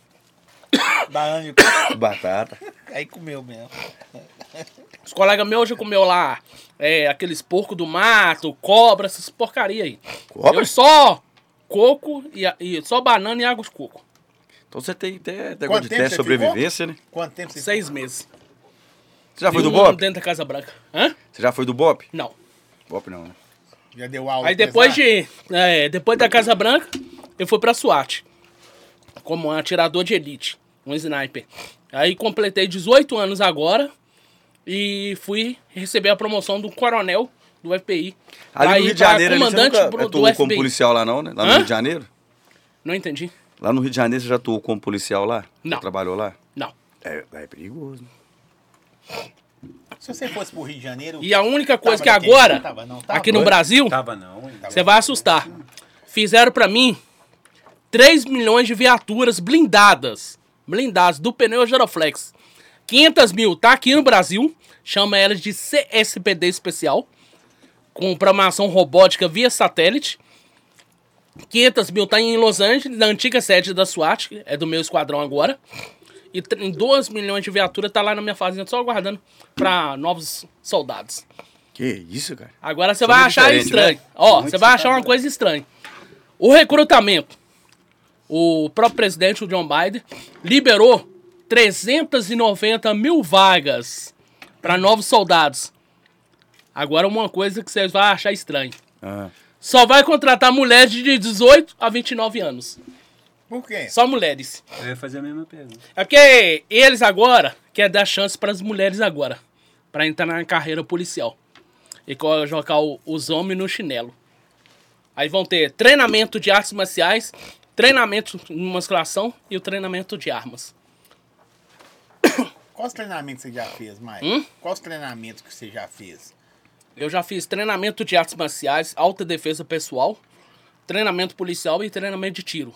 [SPEAKER 5] Banana de
[SPEAKER 4] Batata.
[SPEAKER 5] Aí comeu mesmo.
[SPEAKER 3] Os colegas meus já comeu lá é, aqueles porco do mato, cobra, essas porcaria aí.
[SPEAKER 4] Cobra?
[SPEAKER 3] Eu só coco e, a- e só banana e água de coco.
[SPEAKER 4] Então você tem até
[SPEAKER 5] Quanto
[SPEAKER 4] negócio de
[SPEAKER 5] tempo
[SPEAKER 4] teste
[SPEAKER 5] você
[SPEAKER 4] de sobrevivência, né?
[SPEAKER 5] Quanto tempo você
[SPEAKER 3] Seis meses.
[SPEAKER 4] Você já foi
[SPEAKER 3] E
[SPEAKER 4] do
[SPEAKER 3] um ano
[SPEAKER 4] BOP?
[SPEAKER 3] Dentro da Casa Branca. Hã?
[SPEAKER 4] Você já foi do BOP?
[SPEAKER 3] Não.
[SPEAKER 4] BOP não, né?
[SPEAKER 5] já deu aula?
[SPEAKER 3] Aí depois
[SPEAKER 5] pesada?
[SPEAKER 3] de. é, depois da Casa Branca, eu fui pra SWAT. Como um atirador de elite. Um sniper. Aí completei 18 anos agora e fui receber a promoção do coronel do FBI.
[SPEAKER 4] Ali
[SPEAKER 3] Pra
[SPEAKER 4] no
[SPEAKER 3] ir
[SPEAKER 4] Rio de
[SPEAKER 3] pra
[SPEAKER 4] Janeiro, ali, você
[SPEAKER 3] comandante
[SPEAKER 4] nunca é,
[SPEAKER 3] pro-
[SPEAKER 4] atuou
[SPEAKER 3] do
[SPEAKER 4] como
[SPEAKER 3] FBI.
[SPEAKER 4] policial lá não, né? Lá no
[SPEAKER 3] Hã?
[SPEAKER 4] Rio de Janeiro?
[SPEAKER 3] Não entendi?
[SPEAKER 4] Lá no Rio de Janeiro você já atuou como policial lá?
[SPEAKER 3] Não.
[SPEAKER 4] Você trabalhou lá?
[SPEAKER 3] Não.
[SPEAKER 4] É, é perigoso. né?
[SPEAKER 5] Se você fosse pro Rio de Janeiro.
[SPEAKER 3] E a única coisa
[SPEAKER 2] Tá,
[SPEAKER 5] Tava
[SPEAKER 3] que
[SPEAKER 5] naquele-
[SPEAKER 3] agora,
[SPEAKER 5] tava não, tava.
[SPEAKER 3] aqui no Brasil,
[SPEAKER 1] Tava não. hein?
[SPEAKER 3] você vai assustar. Fizeram pra mim 3 milhões de viaturas blindadas. Blindadas, do pneu Geroflex. 500 mil, tá aqui no Brasil. Chama elas de CSPD especial. Com programação robótica via satélite. 500 mil tá em Los Angeles, na antiga sede da SWAT, que é do meu esquadrão agora. E tr- em 2 milhões de viaturas tá lá na minha fazenda, só aguardando pra novos soldados.
[SPEAKER 4] Que isso, cara?
[SPEAKER 3] Agora você
[SPEAKER 4] São
[SPEAKER 3] vai
[SPEAKER 4] muito
[SPEAKER 3] achar
[SPEAKER 4] diferentes,
[SPEAKER 3] estranho.
[SPEAKER 4] né?
[SPEAKER 3] Ó,
[SPEAKER 1] Muito
[SPEAKER 3] você vai achar uma
[SPEAKER 1] diferente.
[SPEAKER 3] coisa estranha. O recrutamento. O próprio presidente, o John Biden, liberou 390 mil vagas para novos soldados. Agora uma coisa que vocês vão achar estranho.
[SPEAKER 4] Ah,
[SPEAKER 3] Só vai contratar mulheres de 18 a 29 anos.
[SPEAKER 2] Por quê?
[SPEAKER 3] Só mulheres.
[SPEAKER 1] Eu ia fazer a mesma pergunta.
[SPEAKER 3] É porque eles agora querem dar chance para as mulheres agora. Para entrar na carreira policial. E colocar o- os homens no chinelo. Aí vão ter treinamento de artes marciais, treinamento em musculação e o treinamento de armas.
[SPEAKER 2] Quais treinamentos você já fez, Mike?
[SPEAKER 3] Hum?
[SPEAKER 2] Quais treinamentos que você já fez?
[SPEAKER 3] Eu já fiz treinamento de artes marciais, alta defesa pessoal, treinamento policial e treinamento de tiro.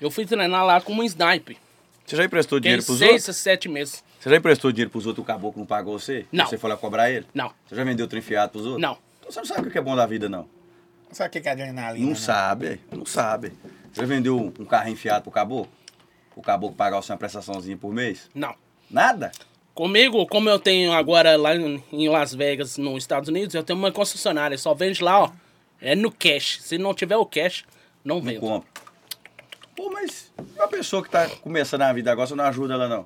[SPEAKER 3] Eu fui treinar lá como um sniper.
[SPEAKER 4] Você já emprestou
[SPEAKER 3] Fiquei
[SPEAKER 4] dinheiro pros
[SPEAKER 3] seis
[SPEAKER 4] outros?
[SPEAKER 3] a sete meses.
[SPEAKER 4] Você já emprestou dinheiro pros outros e o caboclo não pagou você?
[SPEAKER 3] Não.
[SPEAKER 4] Você foi lá cobrar ele?
[SPEAKER 3] Não,
[SPEAKER 4] Você já vendeu trem fiado pros outros?
[SPEAKER 3] não.
[SPEAKER 4] Então você não sabe o que é bom da vida, não.
[SPEAKER 2] Sabe o que que é adrenalina?
[SPEAKER 5] né?
[SPEAKER 4] Não sabe, é. não sabe. Você já vendeu um carro enfiado pro caboclo? O caboclo pagar você uma prestaçãozinha por mês?
[SPEAKER 3] Não.
[SPEAKER 4] Nada?
[SPEAKER 3] Comigo, como eu tenho agora lá em em Las Vegas, nos Estados Unidos, eu tenho uma concessionária. Só vende lá, ó. É no cash. Se não tiver o cash, não
[SPEAKER 4] Não
[SPEAKER 3] vendo.
[SPEAKER 4] compra. Pô, mas uma pessoa que tá começando a vida agora, você não ajuda ela, não.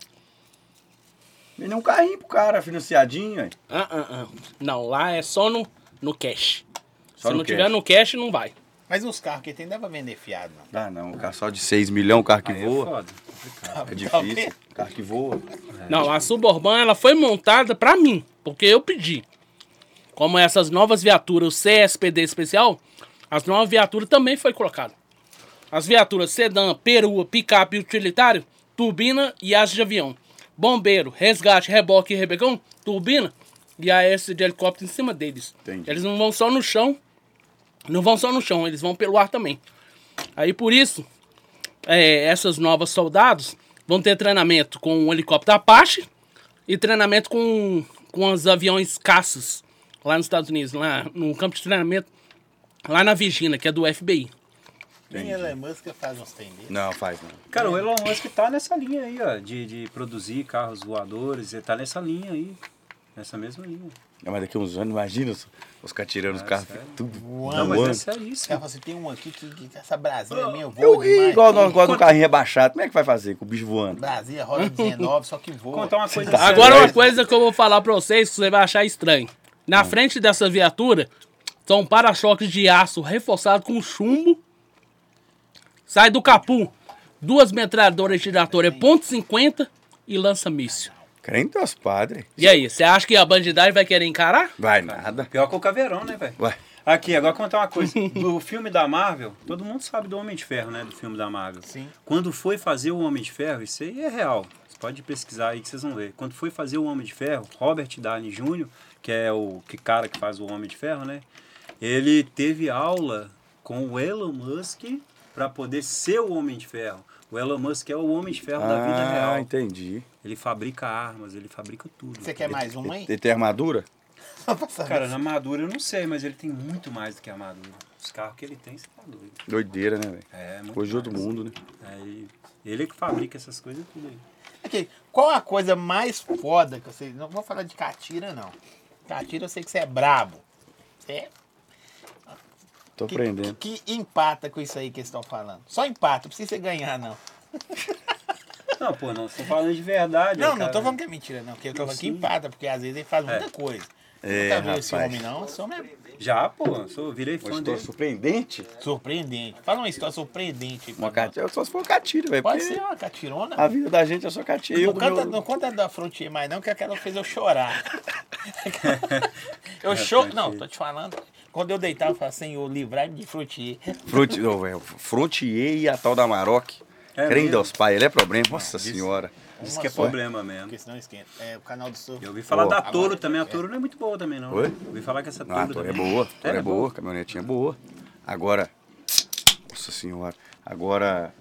[SPEAKER 4] Vendeu um carrinho pro cara, financiadinho, aí.
[SPEAKER 3] Ah, ah, ah. Não, lá é só no, no cash.
[SPEAKER 4] Só
[SPEAKER 3] Se
[SPEAKER 4] no
[SPEAKER 3] não tiver
[SPEAKER 4] cash.
[SPEAKER 3] no cash, não vai.
[SPEAKER 2] Mas os carros que tem dá pra vender fiado, não.
[SPEAKER 4] Dá não, um carro só de 6 milhões, um carro que
[SPEAKER 1] Aí é
[SPEAKER 4] voa.
[SPEAKER 1] foda.
[SPEAKER 4] É difícil. Um carro que voa.
[SPEAKER 3] Não, a Suburban, ela foi montada pra mim, porque eu pedi. Como essas novas viaturas, o CSPD especial, as novas viaturas também foi colocada. As viaturas sedã, perua, picape e utilitário, turbina e asa de avião. Bombeiro, resgate, reboque e rebegão, turbina e a S de helicóptero em cima deles.
[SPEAKER 4] Entendi.
[SPEAKER 3] Eles não vão só no chão, não vão só no chão, eles vão pelo ar também. Aí por isso, é, essas novas soldados vão ter treinamento com um helicóptero Apache e treinamento com, com os aviões caças lá nos Estados Unidos, lá no campo de treinamento, lá na Virgínia, que é do FBI.
[SPEAKER 2] Nem Elon Musk faz uns trem desse.
[SPEAKER 4] Não, faz não.
[SPEAKER 1] Cara, o Elon Musk tá nessa linha aí, ó, de, de produzir carros voadores, ele tá nessa linha aí, nessa mesma linha.
[SPEAKER 4] Não, mas daqui a uns anos, imagina os, os caras tirando os
[SPEAKER 1] Ah,
[SPEAKER 4] carros,
[SPEAKER 1] sério?
[SPEAKER 4] tudo
[SPEAKER 1] Não,
[SPEAKER 4] voando.
[SPEAKER 1] mas é
[SPEAKER 2] Os
[SPEAKER 1] seríssimo.
[SPEAKER 2] caras falam assim, tem um aqui que, que essa Brasília é minha, voa
[SPEAKER 4] Eu ri
[SPEAKER 2] demais.
[SPEAKER 4] igual, nós- igual do carrinho rebaixado. Como é que vai fazer com o bicho voando?
[SPEAKER 2] Brasília roda 19, só que voa.
[SPEAKER 1] Contar uma coisa séria.
[SPEAKER 3] Agora uma coisa que eu Hum. vou falar pra vocês que você vai achar estranho. Na frente dessa viatura, são para-choques de aço reforçado com chumbo. Sai do capu, duas metralhadoras giratórias .50 e lança míssil.
[SPEAKER 4] Crente é em Deus Padre.
[SPEAKER 3] E aí, você acha que a bandidagem vai querer encarar?
[SPEAKER 4] Vai nada.
[SPEAKER 1] Pior que o caveirão, né, velho?
[SPEAKER 4] Ué.
[SPEAKER 1] Aqui, agora contar uma coisa. Do filme da Marvel, todo mundo sabe do Homem de Ferro, né? Do filme da Marvel.
[SPEAKER 2] Sim.
[SPEAKER 1] Quando foi fazer o Homem de Ferro, isso aí é real. Você pode pesquisar aí que vocês vão ver. Quando foi fazer o Homem de Ferro, Robert Downey Jr., que é o que cara que faz o Homem de Ferro, né? Ele teve aula com o Elon Musk para poder ser o Homem de Ferro. O Elon Musk é o Homem de Ferro da vida
[SPEAKER 4] Ah,
[SPEAKER 1] real.
[SPEAKER 4] entendi.
[SPEAKER 1] Ele fabrica armas, ele fabrica tudo.
[SPEAKER 2] Você quer mais um, uma aí?
[SPEAKER 4] Ele tem armadura?
[SPEAKER 2] Só pra saber.
[SPEAKER 1] Cara, na armadura eu não sei, mas ele tem muito mais do que a armadura. Os carros que ele tem, você tá doido.
[SPEAKER 4] Doideira, né, velho?
[SPEAKER 1] É, muito
[SPEAKER 4] Coisa de outro
[SPEAKER 1] mais.
[SPEAKER 4] mundo, né?
[SPEAKER 1] Aí, ele é que fabrica essas coisas tudo aí.
[SPEAKER 2] Ok, Qual a coisa mais foda que vocês. Não vou falar de Catira, não. Catira eu sei que você é brabo. Você é
[SPEAKER 4] Tô
[SPEAKER 2] que,
[SPEAKER 4] aprendendo.
[SPEAKER 2] que, que empata com isso aí que eles estão falando. Só empata, não precisa você ganhar, não.
[SPEAKER 4] É,
[SPEAKER 1] Não, pô, não, você tá falando de verdade.
[SPEAKER 2] Não,
[SPEAKER 1] cara.
[SPEAKER 2] não tô falando que é mentira, não. Porque eu tô falando que empata, porque às vezes ele faz muita coisa.
[SPEAKER 1] É,
[SPEAKER 2] Nunca viu esse
[SPEAKER 1] rapaz.
[SPEAKER 2] homem, não. Esse homem é
[SPEAKER 1] Já, pô, sou, virei
[SPEAKER 4] Uma
[SPEAKER 1] fã
[SPEAKER 4] história
[SPEAKER 1] dele.
[SPEAKER 4] surpreendente.
[SPEAKER 2] surpreendente. Fala uma história surpreendente aí pra
[SPEAKER 4] Uma
[SPEAKER 2] nós.
[SPEAKER 4] catira, só se for catira, velho.
[SPEAKER 2] Pode
[SPEAKER 4] porque
[SPEAKER 2] ser uma catirona.
[SPEAKER 4] A vida da gente é só catira. Eu
[SPEAKER 2] Não
[SPEAKER 4] do
[SPEAKER 2] conta,
[SPEAKER 4] meu-
[SPEAKER 2] não conta da Frontier mais não, que aquela fez eu chorar.
[SPEAKER 1] É,
[SPEAKER 2] eu choro... Não, tô te falando. Quando eu deitava, eu falava, Senhor, livrai-me de Frontier.
[SPEAKER 4] Fronti- ô, velho, Frontier é, e a tal da Maroc.
[SPEAKER 1] É
[SPEAKER 4] Crem
[SPEAKER 1] mesmo?
[SPEAKER 4] Deus Pai, ele é problema. Nossa senhora.
[SPEAKER 1] Diz que
[SPEAKER 2] Ah,
[SPEAKER 1] é
[SPEAKER 2] Uma só.
[SPEAKER 1] problema mesmo.
[SPEAKER 2] Porque senão esquenta. É, o canal do Sul.
[SPEAKER 1] Eu ouvi falar
[SPEAKER 4] Ó.
[SPEAKER 1] da Toro também. A Toro não é muito boa também, não.
[SPEAKER 4] Oi?
[SPEAKER 1] Ouvi falar que essa Toro
[SPEAKER 4] Ah, a Toro é
[SPEAKER 1] também-
[SPEAKER 4] boa, a Toro é,
[SPEAKER 1] É,
[SPEAKER 4] boa, caminhonetinha é boa. Agora, nossa senhora, agora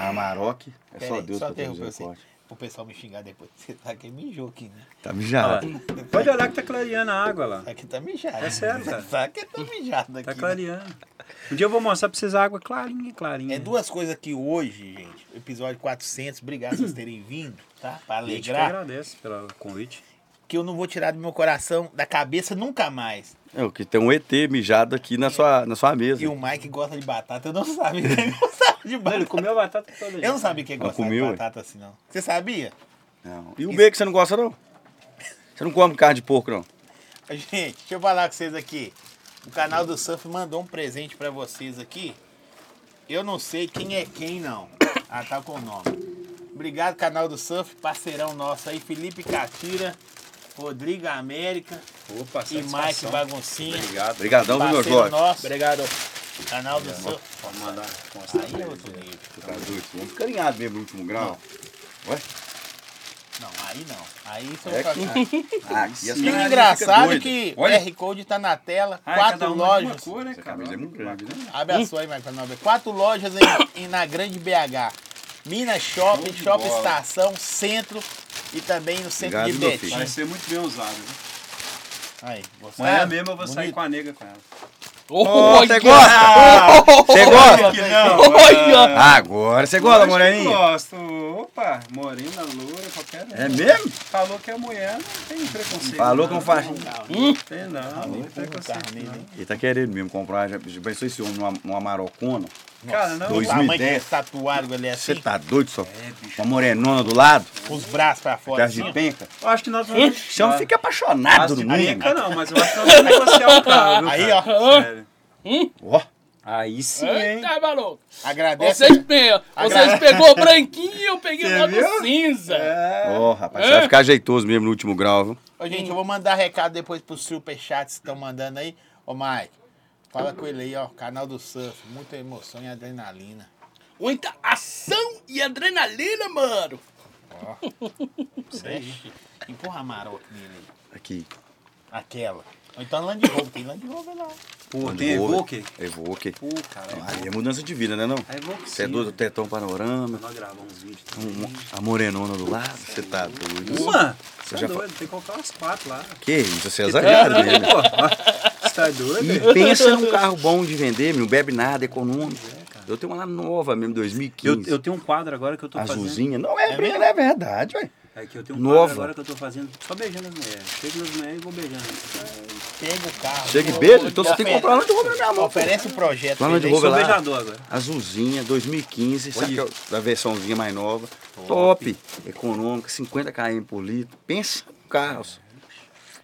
[SPEAKER 4] a Maroc, é
[SPEAKER 2] Pera
[SPEAKER 4] só
[SPEAKER 2] aí,
[SPEAKER 4] Deus
[SPEAKER 2] só
[SPEAKER 4] pra ter
[SPEAKER 2] interromper você.
[SPEAKER 4] misericórdia.
[SPEAKER 2] Pro pessoal me xingar depois. Você tá aqui mijou aqui, né?
[SPEAKER 4] Tá
[SPEAKER 1] Olha lá.
[SPEAKER 4] mijado.
[SPEAKER 1] Pode olhar que tá clareando a água lá.
[SPEAKER 2] Tá aqui tá mijado.
[SPEAKER 1] É sério, cara.
[SPEAKER 2] Tá aqui tá mijado aqui.
[SPEAKER 1] Tá
[SPEAKER 2] né?
[SPEAKER 1] clareando. Um dia eu vou mostrar pra vocês a água clarinha, clarinha.
[SPEAKER 2] É duas coisas que hoje, gente, episódio 400, obrigado vocês terem vindo, tá? Pra
[SPEAKER 1] A gente que
[SPEAKER 2] alegrar,
[SPEAKER 1] agradece pelo convite.
[SPEAKER 2] que eu não vou tirar do meu coração, da cabeça nunca mais.
[SPEAKER 4] É o que tem um ET mijado aqui na sua, na sua mesa.
[SPEAKER 2] E um- o Mike gosta de batata, eu não sabia, ele não sabe de
[SPEAKER 1] Ele
[SPEAKER 2] batata.
[SPEAKER 1] comeu a batata toda.
[SPEAKER 2] Eu não sabia que ele
[SPEAKER 4] Não
[SPEAKER 2] gostava
[SPEAKER 4] comeu,
[SPEAKER 2] de
[SPEAKER 4] ué?
[SPEAKER 2] batata assim, não. Você sabia?
[SPEAKER 4] Não. E o B que você não gosta, não? Você não come carne de porco, não?
[SPEAKER 2] Gente, deixa eu falar com vocês aqui. O canal do Surf mandou um presente pra vocês aqui. Eu não sei quem é quem, não. Ah, tá com o nome. Obrigado, canal do Surf, parceirão nosso aí, Felipe Catira, Rodrigo América
[SPEAKER 1] Opa,
[SPEAKER 2] e Mike
[SPEAKER 1] satisfação.
[SPEAKER 2] Baguncinha.
[SPEAKER 1] Obrigado.
[SPEAKER 4] Obrigadão, viu, meu
[SPEAKER 2] parceiro
[SPEAKER 4] jovem?
[SPEAKER 2] nosso,
[SPEAKER 3] Obrigado.
[SPEAKER 2] canal do Surf.
[SPEAKER 1] Pode mandar. mostrar
[SPEAKER 2] Aí é
[SPEAKER 1] pra
[SPEAKER 2] outro
[SPEAKER 1] ele.
[SPEAKER 2] nível.
[SPEAKER 4] Vamos ficar alinhados um mesmo no último grau.
[SPEAKER 2] Não, aí não. Aí só
[SPEAKER 4] É
[SPEAKER 2] pra
[SPEAKER 4] aqui.
[SPEAKER 2] cá.
[SPEAKER 4] Ah, aqui as
[SPEAKER 2] E o
[SPEAKER 4] canarinhas
[SPEAKER 2] engraçado é
[SPEAKER 4] ficam
[SPEAKER 2] que
[SPEAKER 4] doidas.
[SPEAKER 2] o
[SPEAKER 4] Olha,
[SPEAKER 2] QR Code tá na tela,
[SPEAKER 1] Ah, cada
[SPEAKER 2] quatro
[SPEAKER 1] um mais
[SPEAKER 2] lojas.
[SPEAKER 1] Uma Hum? cor, né,
[SPEAKER 4] essa
[SPEAKER 1] cara?
[SPEAKER 4] camisa é muito grande, né?
[SPEAKER 2] Abre a sua aí, Marcos Nobre. Quatro lojas em, em- na Grande BH. Minas Shopping,
[SPEAKER 1] de
[SPEAKER 2] Shopping
[SPEAKER 1] bola.
[SPEAKER 2] Estação, Centro e também no centro
[SPEAKER 4] Obrigado,
[SPEAKER 2] de
[SPEAKER 4] meu
[SPEAKER 2] Betim.
[SPEAKER 1] Vai ser muito bem usado. Né?
[SPEAKER 2] Aí, gostaram?
[SPEAKER 1] Amanhã mesmo eu vou sair
[SPEAKER 2] É, Bonito.
[SPEAKER 1] com a nega com ela.
[SPEAKER 4] Ô,
[SPEAKER 3] Olha!
[SPEAKER 4] você gosta? Você gosta?
[SPEAKER 1] Que não!
[SPEAKER 3] Olha!
[SPEAKER 4] Agora você gosta,
[SPEAKER 1] Eu
[SPEAKER 4] moreninha?
[SPEAKER 1] gosto. Opa, morena, loura, qualquer um.
[SPEAKER 4] É mesmo?
[SPEAKER 1] Falou que é mulher, não tem preconceito.
[SPEAKER 4] Falou
[SPEAKER 1] não.
[SPEAKER 4] com faz.
[SPEAKER 1] Não tem não, não tem
[SPEAKER 2] carro
[SPEAKER 1] preconceito.
[SPEAKER 2] nele, hein?
[SPEAKER 1] não.
[SPEAKER 4] Ele tá querendo mesmo comprar. Já já pensou esse homem numa, numa marocona?
[SPEAKER 1] Cara, não.
[SPEAKER 4] Dois
[SPEAKER 2] O tamanho que
[SPEAKER 4] 2010.
[SPEAKER 2] é tatuado ele é
[SPEAKER 4] Você
[SPEAKER 2] assim,
[SPEAKER 4] tá doido, só? Uma morenona do lado,
[SPEAKER 2] com os braços pra fora
[SPEAKER 4] perto
[SPEAKER 2] assim.
[SPEAKER 4] de
[SPEAKER 2] ó.
[SPEAKER 4] penca.
[SPEAKER 1] Eu acho que nós vamos. Ah,
[SPEAKER 4] O chão fica apaixonado
[SPEAKER 1] Mas
[SPEAKER 4] do
[SPEAKER 1] de
[SPEAKER 4] mundo. cara.
[SPEAKER 1] brinca não, mas eu acho que nós vamos negociar o carro. viu,
[SPEAKER 2] Aí,
[SPEAKER 1] cara?
[SPEAKER 3] ó.
[SPEAKER 1] Sério.
[SPEAKER 4] Ó,
[SPEAKER 1] Aí sim, hein?
[SPEAKER 3] Eita, maluco.
[SPEAKER 2] Agradece.
[SPEAKER 3] Vocês, pe...
[SPEAKER 2] Agra-
[SPEAKER 3] Vocês pegou o branquinho e eu peguei
[SPEAKER 1] Você
[SPEAKER 3] o lado
[SPEAKER 1] viu? É.
[SPEAKER 3] cinza.
[SPEAKER 4] ó, rapaz, você vai ficar jeitoso mesmo no último grau, viu?
[SPEAKER 2] Ô, gente, eu vou mandar recado depois pros superchats que estão mandando aí. Ô, Mike, fala com ele aí, ó. Canal do Surf, muita emoção e adrenalina.
[SPEAKER 3] Muita ação e adrenalina, mano.
[SPEAKER 2] Vixe, Empurra a maroca nele aí.
[SPEAKER 4] Aqui.
[SPEAKER 2] Aquela. Ou então Land Rover, tem Land Rover lá.
[SPEAKER 1] Pô, tem Evoque?
[SPEAKER 4] Evoque.
[SPEAKER 1] Pô, cara,
[SPEAKER 4] Aí é mudança de vida, né não?
[SPEAKER 1] É Evoque
[SPEAKER 4] Você é doido,
[SPEAKER 1] sim.
[SPEAKER 4] tetão panorama,
[SPEAKER 1] Nós gravamos uns vídeos.
[SPEAKER 4] um- a morenona do lado, você tá doido.
[SPEAKER 1] Uma? Você
[SPEAKER 4] Você
[SPEAKER 1] tá
[SPEAKER 4] já
[SPEAKER 1] doido, tem que colocar umas quatro lá.
[SPEAKER 4] Que isso, você é né? zangado mesmo.
[SPEAKER 1] Então, Você tá doido?
[SPEAKER 4] E pensa num carro bom de vender, meu, não bebe nada, econômico. Eu tenho uma lá nova mesmo, 2015.
[SPEAKER 1] tenho um quadro agora que eu tô
[SPEAKER 4] Azulzinha. Não é, brinca, não é verdade, ué.
[SPEAKER 1] É que eu tenho um
[SPEAKER 4] Nova.
[SPEAKER 1] quadro agora que eu tô fazendo só beijando as mulheres. Chego nas mulheres e vou beijando.
[SPEAKER 2] Pega o carro.
[SPEAKER 4] Chega e beija, então você tem que comprar uma Land Rover na minha mão. pô.
[SPEAKER 2] Oferece o projeto.
[SPEAKER 4] Lá no Land
[SPEAKER 2] pra
[SPEAKER 1] Eu
[SPEAKER 2] ele.
[SPEAKER 4] Rover.
[SPEAKER 1] sou
[SPEAKER 4] lá.
[SPEAKER 1] beijador agora.
[SPEAKER 4] Azulzinha, 2015, sabe
[SPEAKER 1] Olha.
[SPEAKER 4] aquela- da versãozinha mais nova. Top, econômica, 50 km por litro. Pensa no carro. só.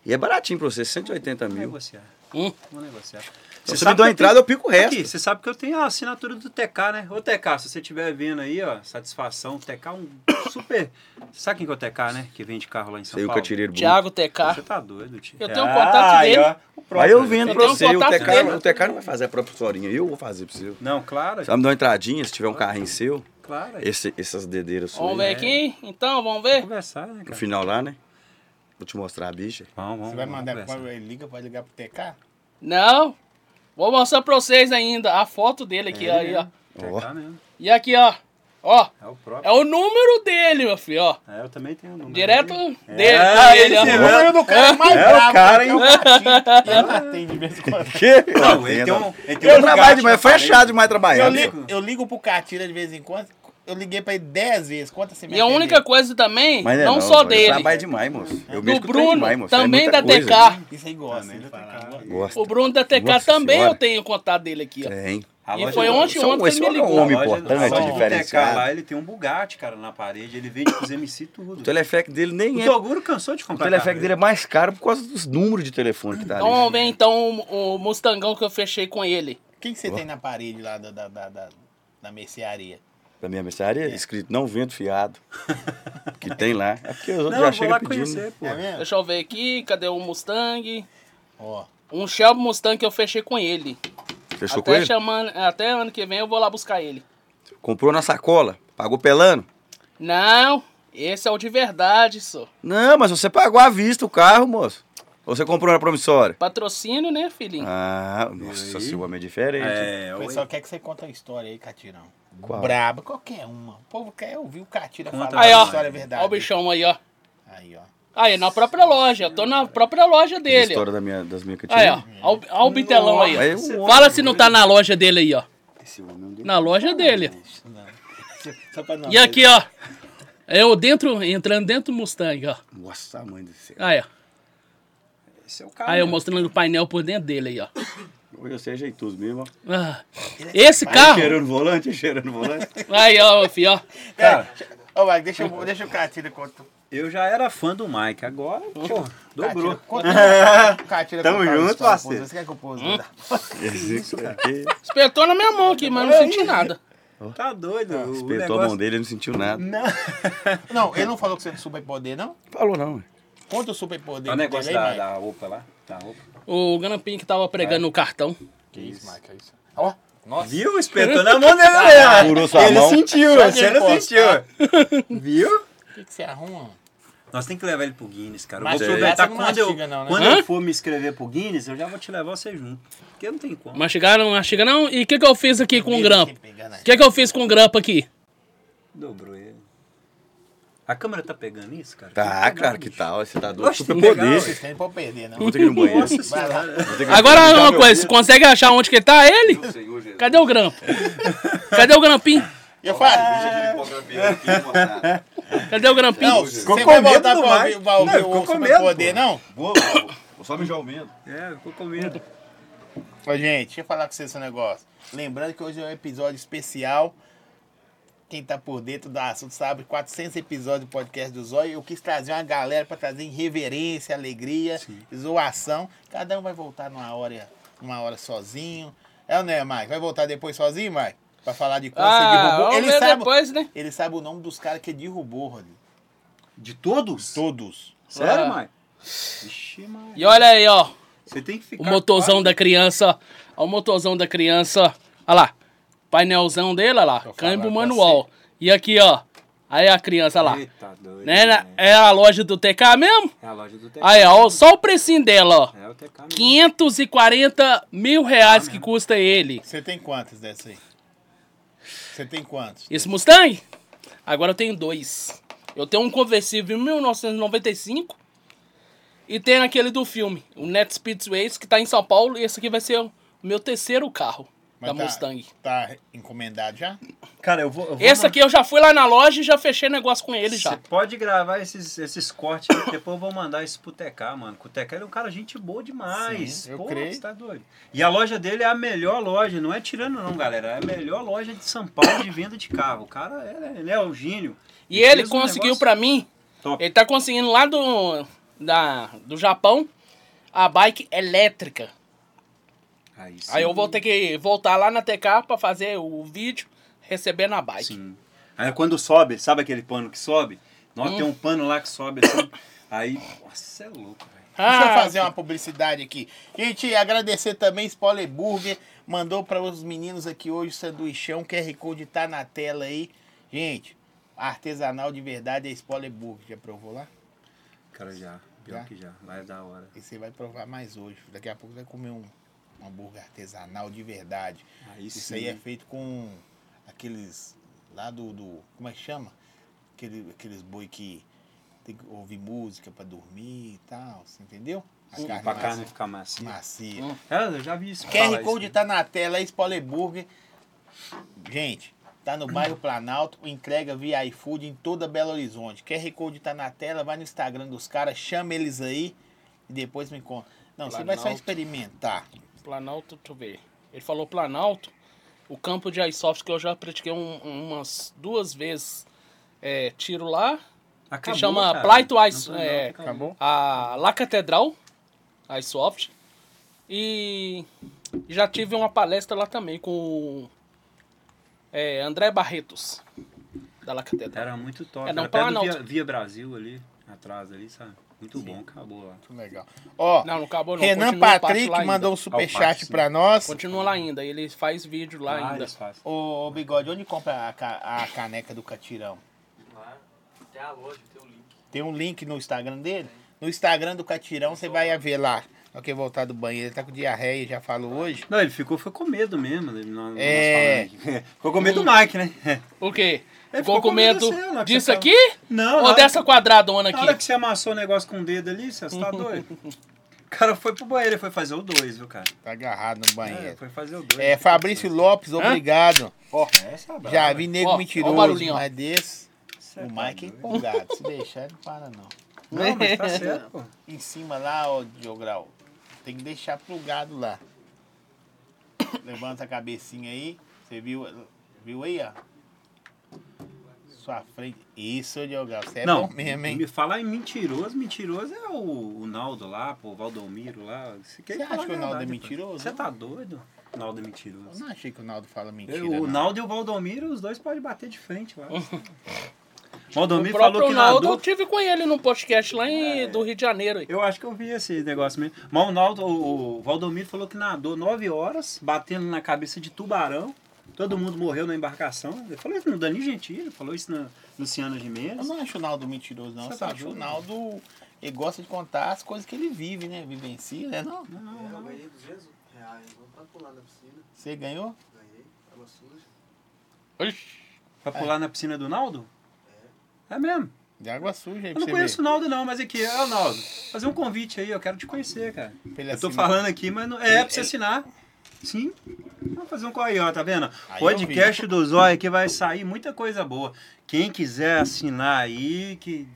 [SPEAKER 4] E é baratinho pra você, 180
[SPEAKER 1] Vamos
[SPEAKER 4] mil.
[SPEAKER 1] negociar.
[SPEAKER 3] Hum.
[SPEAKER 1] Vamos negociar.
[SPEAKER 4] Se Então você me dá uma
[SPEAKER 1] que
[SPEAKER 4] entrada, eu pico o
[SPEAKER 1] tenho...
[SPEAKER 4] resto.
[SPEAKER 1] Aqui, você sabe que eu tenho a assinatura do TK, né? Ô TK, se você estiver vendo aí, ó, satisfação, o TK é um super. Você sabe quem que é o TK, né? Que vende carro lá em São
[SPEAKER 4] Sei o que
[SPEAKER 1] Paulo.
[SPEAKER 4] eu tirei do bolo.
[SPEAKER 3] Thiago TK.
[SPEAKER 1] Você tá doido, tio.
[SPEAKER 3] Eu tenho um contato
[SPEAKER 1] aí,
[SPEAKER 3] dele.
[SPEAKER 1] ó, o próprio,
[SPEAKER 4] Mas eu
[SPEAKER 1] né?
[SPEAKER 4] vendo
[SPEAKER 1] Tem-
[SPEAKER 4] pra
[SPEAKER 3] tenho um
[SPEAKER 4] você, o
[SPEAKER 3] contato
[SPEAKER 4] TK,
[SPEAKER 3] dele.
[SPEAKER 4] o TK não vai fazer a própria historinha, eu vou fazer pra você.
[SPEAKER 1] Não, claro,
[SPEAKER 4] Só me dá uma entradinha, se tiver um carrinho seu,
[SPEAKER 1] claro. é
[SPEAKER 4] esse- essas dedeiras
[SPEAKER 3] Vamos
[SPEAKER 4] suas. aí.
[SPEAKER 3] ver aqui? Então, vamos ver?
[SPEAKER 1] Conversar, né,
[SPEAKER 4] No
[SPEAKER 1] cara?
[SPEAKER 4] final lá, né? Vou te mostrar a bicha.
[SPEAKER 1] Vamos, vamos.
[SPEAKER 2] Você vai
[SPEAKER 4] é
[SPEAKER 1] vamos
[SPEAKER 2] mandar é
[SPEAKER 1] conversar.
[SPEAKER 2] quando ele liga, pode ligar pro TK?
[SPEAKER 3] Não. Vou mostrar pra vocês ainda a foto dele aqui,
[SPEAKER 1] É
[SPEAKER 3] aí,
[SPEAKER 1] ele
[SPEAKER 3] ó.
[SPEAKER 1] mesmo. TK mesmo.
[SPEAKER 3] E aqui, ó. Ó.
[SPEAKER 1] É o
[SPEAKER 3] É
[SPEAKER 1] próprio.
[SPEAKER 3] o número dele, meu filho, ó.
[SPEAKER 1] É, eu também tenho o número.
[SPEAKER 3] Direto
[SPEAKER 1] dele.
[SPEAKER 3] dele.
[SPEAKER 1] É,
[SPEAKER 3] com
[SPEAKER 1] esse
[SPEAKER 3] ele, ó.
[SPEAKER 1] mesmo.
[SPEAKER 2] número do cara é mais
[SPEAKER 4] É o
[SPEAKER 2] bravo,
[SPEAKER 4] cara,
[SPEAKER 2] que é o Catinho. E ele atende de vez em quando.
[SPEAKER 4] Que?
[SPEAKER 1] Não, ele tem um. Ele tem
[SPEAKER 4] Eu
[SPEAKER 1] um
[SPEAKER 4] trabalho
[SPEAKER 1] gato,
[SPEAKER 4] demais,
[SPEAKER 1] eu falei.
[SPEAKER 4] fechado demais
[SPEAKER 2] Eu
[SPEAKER 4] trabalhando.
[SPEAKER 2] ligo, eu ligo pro Catira de vez em quando. eu liguei pra ele 10 vezes. Quantas você me
[SPEAKER 3] E a
[SPEAKER 2] atendeu?
[SPEAKER 3] única coisa também,
[SPEAKER 4] Mas
[SPEAKER 3] não,
[SPEAKER 4] não
[SPEAKER 3] só
[SPEAKER 4] eu
[SPEAKER 3] dele,
[SPEAKER 4] Trabalho demais, moço. Eu
[SPEAKER 3] do
[SPEAKER 4] mexo com o trem
[SPEAKER 3] Bruno,
[SPEAKER 4] demais, moço. É
[SPEAKER 3] também
[SPEAKER 4] muita
[SPEAKER 3] da
[SPEAKER 4] coisa.
[SPEAKER 3] TK.
[SPEAKER 2] Isso aí gosta. hein?
[SPEAKER 4] Gosta.
[SPEAKER 3] O Bruno da TK
[SPEAKER 4] Nossa
[SPEAKER 3] também
[SPEAKER 4] Senhora.
[SPEAKER 3] eu tenho contato dele aqui, ó.
[SPEAKER 4] Tem.
[SPEAKER 1] A
[SPEAKER 3] E
[SPEAKER 1] loja
[SPEAKER 3] foi
[SPEAKER 1] do-
[SPEAKER 3] ontem,
[SPEAKER 4] São-
[SPEAKER 3] ontem
[SPEAKER 4] esse
[SPEAKER 3] ele me
[SPEAKER 4] homem é um
[SPEAKER 3] ligou.
[SPEAKER 4] homem
[SPEAKER 1] a loja do-
[SPEAKER 4] importante,
[SPEAKER 1] a loja do
[SPEAKER 4] diferenciado.
[SPEAKER 1] TK lá, ele tem um Bugatti, cara, na parede. Ele vende pros MC tudo.
[SPEAKER 4] O telefone dele nem
[SPEAKER 1] O
[SPEAKER 4] é.
[SPEAKER 1] Toguro cansou de
[SPEAKER 4] O
[SPEAKER 1] comprar.
[SPEAKER 4] telefone
[SPEAKER 1] carro.
[SPEAKER 4] dele é mais caro por causa dos números de telefone que tá ali.
[SPEAKER 3] Então vem então o, o Mustangão que eu fechei com ele.
[SPEAKER 2] O que, que você tem na parede lá da, da, da, da, da mercearia?
[SPEAKER 4] Da minha mensagem, é
[SPEAKER 1] É.
[SPEAKER 4] escrito não vendo fiado. que tem lá. É porque os outros
[SPEAKER 1] Não,
[SPEAKER 4] já
[SPEAKER 1] eu vou
[SPEAKER 4] chegam
[SPEAKER 1] lá
[SPEAKER 4] pedindo.
[SPEAKER 1] conhecer, pô.
[SPEAKER 2] É mesmo?
[SPEAKER 3] Deixa eu ver aqui, cadê o Mustang?
[SPEAKER 2] Ó,
[SPEAKER 3] Um Shelby Mustang que eu fechei com ele.
[SPEAKER 4] Fechou com
[SPEAKER 3] até
[SPEAKER 4] ele?
[SPEAKER 3] chamando, até ano que vem eu vou lá buscar ele.
[SPEAKER 4] Comprou na sacola. Pagou pelando.
[SPEAKER 3] Não, esse é o de verdade, só.
[SPEAKER 4] Não, mas você pagou à vista o carro, moço. Ou você comprou na promissória?
[SPEAKER 3] Patrocínio, né, filhinho?
[SPEAKER 4] Ah, nossa,
[SPEAKER 1] aí?
[SPEAKER 4] se o homem é diferente.
[SPEAKER 1] É,
[SPEAKER 2] o
[SPEAKER 1] oi.
[SPEAKER 2] pessoal quer que você conte a história aí, Catirão.
[SPEAKER 4] Qual?
[SPEAKER 2] Braba, qualquer uma. O povo quer ouvir o Catira
[SPEAKER 1] Conta
[SPEAKER 2] falar
[SPEAKER 3] aí,
[SPEAKER 2] a
[SPEAKER 3] ó.
[SPEAKER 2] história
[SPEAKER 3] Olha
[SPEAKER 4] Ah.
[SPEAKER 2] verdadeira.
[SPEAKER 3] o bichão aí, ó.
[SPEAKER 2] Aí, ó.
[SPEAKER 3] Aí, na própria loja. Eu tô na própria loja
[SPEAKER 4] A
[SPEAKER 3] dele. ó.
[SPEAKER 4] história da minha, das minhas
[SPEAKER 3] Aí, ó.
[SPEAKER 4] catirinhas.
[SPEAKER 3] Olha o- olha o bitelão aí,
[SPEAKER 4] Aí
[SPEAKER 3] ó.
[SPEAKER 4] o homem-
[SPEAKER 3] Fala se não tá na loja dele aí, ó.
[SPEAKER 4] Esse homem é um
[SPEAKER 3] Na loja dele.
[SPEAKER 1] um
[SPEAKER 2] Só pra não
[SPEAKER 3] E aqui, ó. Eu dentro, entrando dentro do Mustang, ó.
[SPEAKER 4] Nossa, mãe do céu.
[SPEAKER 3] Aí, ó.
[SPEAKER 1] Esse é o cara.
[SPEAKER 3] Aí eu
[SPEAKER 1] né?
[SPEAKER 3] mostrando o painel por dentro dele aí, ó.
[SPEAKER 4] Hoje você é jeitoso mesmo, ó.
[SPEAKER 3] Ah. Esse carro.
[SPEAKER 4] Cheirando volante, cheirando volante.
[SPEAKER 3] Aí, ó, filho, ó.
[SPEAKER 1] Cara,
[SPEAKER 2] Ô, Mike, É, deixa, eu- deixa o Catira contar.
[SPEAKER 1] eu já era fã do Mike, agora, pô, dobrou.
[SPEAKER 2] Catira
[SPEAKER 4] Tamo junto, parceiro.
[SPEAKER 2] Você quer que eu pose? Hum?
[SPEAKER 4] Isso aqui.
[SPEAKER 3] Espetou na minha mão aqui, mas não senti nada.
[SPEAKER 1] Tá doido. o
[SPEAKER 4] Ah, Espetou a mão dele, ele não sentiu nada.
[SPEAKER 1] Não.
[SPEAKER 2] Não, ele não falou que você é do superpoder, não?
[SPEAKER 4] Falou não, ué.
[SPEAKER 2] Conta o superpoder
[SPEAKER 1] é O um negócio
[SPEAKER 2] dele aí, é
[SPEAKER 1] da,
[SPEAKER 2] Mike.
[SPEAKER 1] da roupa lá. Da roupa.
[SPEAKER 3] O Ganampinho que tava pregando o cartão.
[SPEAKER 2] Que isso, Mike, é isso. Ó, nossa.
[SPEAKER 1] Viu? Espetou na mão dele aí, ó.
[SPEAKER 4] Furou sua
[SPEAKER 1] ele
[SPEAKER 4] mão.
[SPEAKER 1] sentiu,
[SPEAKER 2] Só de
[SPEAKER 1] você não sentiu.
[SPEAKER 2] encostar.
[SPEAKER 1] Viu?
[SPEAKER 2] O que, que você arruma?
[SPEAKER 1] Nós temos que levar ele pro Guinness, cara. Eu vou
[SPEAKER 2] Mas você
[SPEAKER 1] aproveitar
[SPEAKER 2] não
[SPEAKER 1] quando, eu,
[SPEAKER 2] mastiga não, né?
[SPEAKER 1] quando
[SPEAKER 3] Hã?
[SPEAKER 1] eu for me inscrever pro Guinness, eu já vou te levar você junto. Porque não tem como.
[SPEAKER 3] Mastigaram, mastiga não. E o que, que eu fiz aqui com o
[SPEAKER 2] Ele
[SPEAKER 3] grampo?
[SPEAKER 2] que pega, né?
[SPEAKER 3] O que, que eu fiz com o grampo aqui?
[SPEAKER 1] Dobrou ele. A câmera tá pegando isso, cara? Tem
[SPEAKER 4] Tá,
[SPEAKER 1] pegar,
[SPEAKER 4] claro que
[SPEAKER 1] bicho.
[SPEAKER 4] tá. ó, Você tá doido.
[SPEAKER 1] Oxe,
[SPEAKER 4] Super
[SPEAKER 1] tem que pegar,
[SPEAKER 4] poder.
[SPEAKER 1] ué.
[SPEAKER 2] Vocês têm pra perder, não.
[SPEAKER 4] Vou ter que ir no banheiro.
[SPEAKER 1] Nossa senhora.
[SPEAKER 4] Vou ter que- um
[SPEAKER 3] Agora
[SPEAKER 4] Dá
[SPEAKER 3] uma
[SPEAKER 4] meu
[SPEAKER 3] coisa, você consegue achar onde que tá ele?
[SPEAKER 4] Senhor Jesus.
[SPEAKER 3] Cadê o grampo? Cadê o grampinho?
[SPEAKER 2] E eu falo,
[SPEAKER 4] É.
[SPEAKER 3] Cadê o grampinho?
[SPEAKER 2] não, você
[SPEAKER 1] Ficou
[SPEAKER 2] vai
[SPEAKER 1] com medo
[SPEAKER 2] voltar
[SPEAKER 1] do
[SPEAKER 2] pra
[SPEAKER 1] Mike.
[SPEAKER 2] ouvir, pra ouvir
[SPEAKER 1] Não, ficou
[SPEAKER 2] o
[SPEAKER 1] com medo,
[SPEAKER 2] superpoder, não?
[SPEAKER 4] Vou, vou só mijar o medo.
[SPEAKER 1] É, ficou com medo.
[SPEAKER 2] Ô, gente, deixa eu falar com vocês esse negócio. Lembrando que hoje é um episódio especial. Quem tá por dentro do assunto sabe, 400 episódios do podcast do Zóio. Eu quis trazer uma galera pra trazer irreverência, alegria, zoação. Cada um vai voltar numa hora, numa hora sozinho. É ou não é, Mike? Vai voltar depois sozinho, Mike? Pra falar de coisa que
[SPEAKER 3] Ah,
[SPEAKER 2] Tá, derrubou.
[SPEAKER 3] vamos
[SPEAKER 2] Ele
[SPEAKER 3] ver
[SPEAKER 2] sabe,
[SPEAKER 3] depois, né?
[SPEAKER 2] ele sabe o nome dos caras que derrubou, Rodrigo.
[SPEAKER 1] De todos?
[SPEAKER 2] Todos.
[SPEAKER 1] Sério,
[SPEAKER 3] Ah.
[SPEAKER 1] Mike? Ixi, Mike.
[SPEAKER 3] E olha aí, ó.
[SPEAKER 1] Você tem que ficar.
[SPEAKER 3] O motorzão da criança, ó. O motorzão da criança. Olha lá. Painelzão dele, olha lá.
[SPEAKER 2] Tô falando
[SPEAKER 3] Câmbio
[SPEAKER 2] com
[SPEAKER 3] manual. E aqui, ó. Aí a criança olha lá.
[SPEAKER 1] Eita, doido.
[SPEAKER 3] Né, né? É a loja do TK mesmo?
[SPEAKER 1] É a loja do TK.
[SPEAKER 3] Aí, ó. Só o precinho dela, ó.
[SPEAKER 1] É o TK mesmo.
[SPEAKER 3] 540 mil reais que custa ele.
[SPEAKER 2] Você tem quantos dessa aí? Você tem quantos?
[SPEAKER 3] Esse Mustang? Agora eu tenho dois. Eu tenho um conversível em 1995 e tem aquele do filme, o Net Speedways, que tá em São Paulo. E esse aqui vai ser o meu terceiro carro da
[SPEAKER 2] tá-
[SPEAKER 3] Mustang.
[SPEAKER 2] Tá encomendado já?
[SPEAKER 1] Cara, eu vou. Eu vou
[SPEAKER 3] Esse aqui eu já fui lá na loja e já fechei negócio com ele já.
[SPEAKER 1] Você pode gravar esses, esses cortes aí, que depois eu vou mandar isso pro TK, mano. Que o TK ele é um cara gente boa demais.
[SPEAKER 2] Sim, eu
[SPEAKER 1] Pô,
[SPEAKER 2] creio.
[SPEAKER 1] você tá doido. E a loja dele é a melhor loja, não é tirando não, galera. É a melhor loja de São Paulo de venda de carro. O cara, é- ele é um gênio.
[SPEAKER 3] E ele
[SPEAKER 1] fez um
[SPEAKER 3] conseguiu
[SPEAKER 1] negócio
[SPEAKER 3] pra mim,
[SPEAKER 1] Top.
[SPEAKER 3] ele tá conseguindo lá do, da, do Japão, a bike elétrica.
[SPEAKER 1] Aí, sim.
[SPEAKER 3] Aí eu vou ter que voltar lá na TK pra fazer o vídeo recebendo a bike.
[SPEAKER 1] Sim. Aí quando sobe, sabe aquele pano que sobe?
[SPEAKER 3] Hum.
[SPEAKER 1] Nossa, tem um pano lá que sobe assim. aí, nossa, é louco, velho.
[SPEAKER 2] Deixa eu
[SPEAKER 3] Ah,
[SPEAKER 2] fazer uma publicidade aqui. Gente, agradecer também Spoiler Burger. Mandou para os meninos aqui hoje o sanduichão. QR Code tá na tela aí. Gente, artesanal de verdade é Spoiler Burger. Já provou lá?
[SPEAKER 1] Cara, já. Pior
[SPEAKER 2] Já?
[SPEAKER 1] que já. Vai dar hora.
[SPEAKER 2] E você vai provar mais hoje. Daqui a pouco você vai comer um, um hambúrguer artesanal de verdade.
[SPEAKER 1] Aí
[SPEAKER 2] Isso
[SPEAKER 1] sim.
[SPEAKER 2] aí é feito com aqueles lá do. do- como é que chama? Aquele, aqueles boi que tem que ouvir música pra dormir e tal. Você entendeu? A carne
[SPEAKER 1] Pra carne
[SPEAKER 2] macia.
[SPEAKER 1] ficar macia.
[SPEAKER 2] macia.
[SPEAKER 1] É, eu já vi isso. falar
[SPEAKER 2] QR
[SPEAKER 1] isso,
[SPEAKER 2] Code
[SPEAKER 1] né?
[SPEAKER 2] tá na tela, é Spoiler Burger. Gente, Tá no bairro Planalto, entrega via iFood em toda Belo Horizonte. QR Code tá na tela, vai no Instagram dos caras, chama eles aí e depois me conta. Não, você vai só
[SPEAKER 3] Planalto.
[SPEAKER 2] experimentar.
[SPEAKER 3] Planalto, deixa eu ver. Ele falou Planalto, o campo de iSoft que eu já pratiquei um- umas duas vezes é, tiro lá.
[SPEAKER 1] Acabou,
[SPEAKER 3] chama
[SPEAKER 1] cara.
[SPEAKER 3] Blight Wise,
[SPEAKER 1] Não, não,
[SPEAKER 3] é,
[SPEAKER 1] acabou.
[SPEAKER 3] a La Catedral, a iSoft. E já tive uma palestra lá também com o é, André Barretos, da La Catedral.
[SPEAKER 1] Era muito top.
[SPEAKER 3] É, não,
[SPEAKER 1] Até do
[SPEAKER 3] Planalto.
[SPEAKER 1] via, via Brasil ali, atrás ali, sabe? Muito bom, acabou lá.
[SPEAKER 2] Muito legal. Ó,
[SPEAKER 3] Não, não acabou não.
[SPEAKER 2] Renan
[SPEAKER 3] continua o passo
[SPEAKER 2] Patrick
[SPEAKER 3] lá ainda.
[SPEAKER 2] mandou um superchat
[SPEAKER 1] sim.
[SPEAKER 2] pra nós.
[SPEAKER 3] Continua lá ainda, ele faz vídeo lá ainda.
[SPEAKER 1] Vários fazem.
[SPEAKER 2] Ô, ô, Bigode, onde compra a, ca- a caneca do Catirão?
[SPEAKER 7] Tem a loja, tem o link.
[SPEAKER 2] Tem um link no Instagram dele? No Instagram do Catirão, você vai ver lá. Só que voltar do banheiro, ele tá com diarreia, já falou hoje.
[SPEAKER 1] Não, ele ficou foi com medo mesmo. Ele, nós, nós
[SPEAKER 2] É.
[SPEAKER 1] falando aqui. ficou com medo do Mike, né?
[SPEAKER 3] O quê? Ficou
[SPEAKER 1] Ele ficou
[SPEAKER 3] com
[SPEAKER 1] com medo
[SPEAKER 3] medo
[SPEAKER 1] seu, né? Que
[SPEAKER 3] disso
[SPEAKER 1] você
[SPEAKER 3] aqui?
[SPEAKER 1] Não,
[SPEAKER 3] Ou
[SPEAKER 1] na hora-
[SPEAKER 3] dessa quadradona
[SPEAKER 1] Na hora que
[SPEAKER 3] aqui?
[SPEAKER 1] você amassou o negócio com o dedo ali, você tá doido? O cara foi pro banheiro, ele foi fazer o dois, viu, cara?
[SPEAKER 2] Tá agarrado no
[SPEAKER 1] É,
[SPEAKER 2] banheiro.
[SPEAKER 1] foi fazer o dois.
[SPEAKER 2] É, Fabrício Lopes, obrigado.
[SPEAKER 1] Essa é brava.
[SPEAKER 2] Já vi nego
[SPEAKER 3] Ó, ó o
[SPEAKER 2] mentiroso,
[SPEAKER 3] barulhinho, ó.
[SPEAKER 2] mas desse...
[SPEAKER 1] Você
[SPEAKER 2] O
[SPEAKER 1] tá
[SPEAKER 2] Mike é
[SPEAKER 1] doido.
[SPEAKER 2] empolgado, se deixar ele não para não.
[SPEAKER 1] Não, mas tá certo, pô.
[SPEAKER 2] Em cima lá, ô Diograu, tem que deixar plugado lá. Levanta a cabecinha aí, você viu, viu aí, ó? Sua frente. Isso, Diograu, você é
[SPEAKER 1] não,
[SPEAKER 2] bom mesmo, hein?
[SPEAKER 1] me falar em mentiroso, mentiroso é o, o Naldo lá, pô, o Valdomiro lá. Você
[SPEAKER 2] Você acha que o Naldo é mentiroso?
[SPEAKER 1] Você tá doido? Naldo é mentiroso.
[SPEAKER 2] Eu não achei que o Naldo fala mentira,
[SPEAKER 1] Eu- o
[SPEAKER 2] não.
[SPEAKER 1] Naldo e o Valdomiro, os dois podem bater de frente lá. Valdomiro
[SPEAKER 3] o
[SPEAKER 1] falou
[SPEAKER 3] próprio
[SPEAKER 1] que
[SPEAKER 3] Naldo,
[SPEAKER 1] nadou. É.
[SPEAKER 3] eu tive com ele no podcast lá em, do Rio de Janeiro. aí.
[SPEAKER 1] Eu acho que eu vi esse negócio mesmo. Mas o, Naldo, o, o Valdomiro falou que nadou 9 horas, batendo na cabeça de tubarão. Todo mundo morreu na embarcação. Ele falou isso no Dani Gentili, falou isso na Luciana
[SPEAKER 2] Eu
[SPEAKER 1] Gimenez.
[SPEAKER 2] não acho o Naldo mentiroso, não.
[SPEAKER 1] Você
[SPEAKER 2] Eu só
[SPEAKER 1] tá
[SPEAKER 2] acho o
[SPEAKER 1] doido?
[SPEAKER 2] Naldo. Ele gosta de contar as coisas que ele vive, né? Vivencia, né? Não?
[SPEAKER 7] Eu ganhei 200 reais, não É, pra pular na piscina.
[SPEAKER 2] Você ganhou?
[SPEAKER 7] Ganhei, tava sujo.
[SPEAKER 3] Oxi.
[SPEAKER 1] Pra pular na piscina do Naldo? É mesmo.
[SPEAKER 2] De água suja aí pra
[SPEAKER 1] Eu não
[SPEAKER 2] você ver.
[SPEAKER 1] conheço o Naldo, não, mas aqui, é o Naldo. Fazer um convite aí, eu quero te conhecer, cara.
[SPEAKER 2] Pra ele é assim,
[SPEAKER 1] Eu tô
[SPEAKER 2] assinar.
[SPEAKER 1] falando aqui, mas não. É, pra você assinar. Sim. Vamos fazer um correio, ó, tá vendo?
[SPEAKER 2] Aí
[SPEAKER 1] Podcast do Zóio que vai sair muita coisa boa. Quem quiser assinar aí, que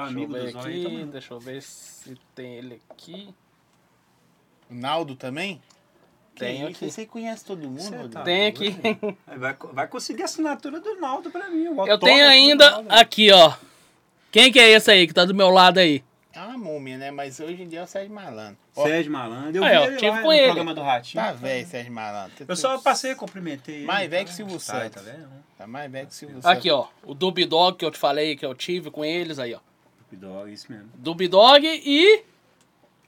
[SPEAKER 3] Deixa eu
[SPEAKER 1] amigo do
[SPEAKER 3] ver
[SPEAKER 1] Zóio,
[SPEAKER 3] aqui,
[SPEAKER 1] então,
[SPEAKER 3] deixa eu ver se tem ele aqui.
[SPEAKER 2] O Naldo também?
[SPEAKER 3] Tem
[SPEAKER 2] Que isso?
[SPEAKER 3] aqui.
[SPEAKER 2] Você conhece todo mundo?
[SPEAKER 1] Cê
[SPEAKER 2] Rodrigo?
[SPEAKER 1] tá
[SPEAKER 3] Tem aqui.
[SPEAKER 1] vai, vai conseguir a assinatura do Naldo pra mim. o
[SPEAKER 3] Eu
[SPEAKER 1] autógrafo
[SPEAKER 3] tenho
[SPEAKER 1] do
[SPEAKER 3] ainda
[SPEAKER 1] Naldo.
[SPEAKER 3] aqui, ó. Quem que é esse aí que tá do meu lado aí?
[SPEAKER 2] É uma múmia, né? Mas hoje em dia é o Sérgio Malandro. Ó,
[SPEAKER 1] Sérgio Malandro. Eu
[SPEAKER 3] Aí,
[SPEAKER 1] vi
[SPEAKER 3] ó,
[SPEAKER 1] ele
[SPEAKER 3] tive
[SPEAKER 1] lá
[SPEAKER 3] com
[SPEAKER 1] no
[SPEAKER 3] ele.
[SPEAKER 1] programa do Ratinho.
[SPEAKER 2] tá velho, Sérgio Malandro.
[SPEAKER 1] Eu só passei, cumprimentei ele.
[SPEAKER 2] Mais velho que Silvio
[SPEAKER 1] Tá,
[SPEAKER 2] Santos.
[SPEAKER 1] Tá vendo?
[SPEAKER 2] Tá mais velho que o Silvio Santos.
[SPEAKER 3] Aqui, ó. O Dub Dog que eu te falei que eu tive com eles aí, ó.
[SPEAKER 1] Snoop Dogg, isso mesmo.
[SPEAKER 3] Dub Dog e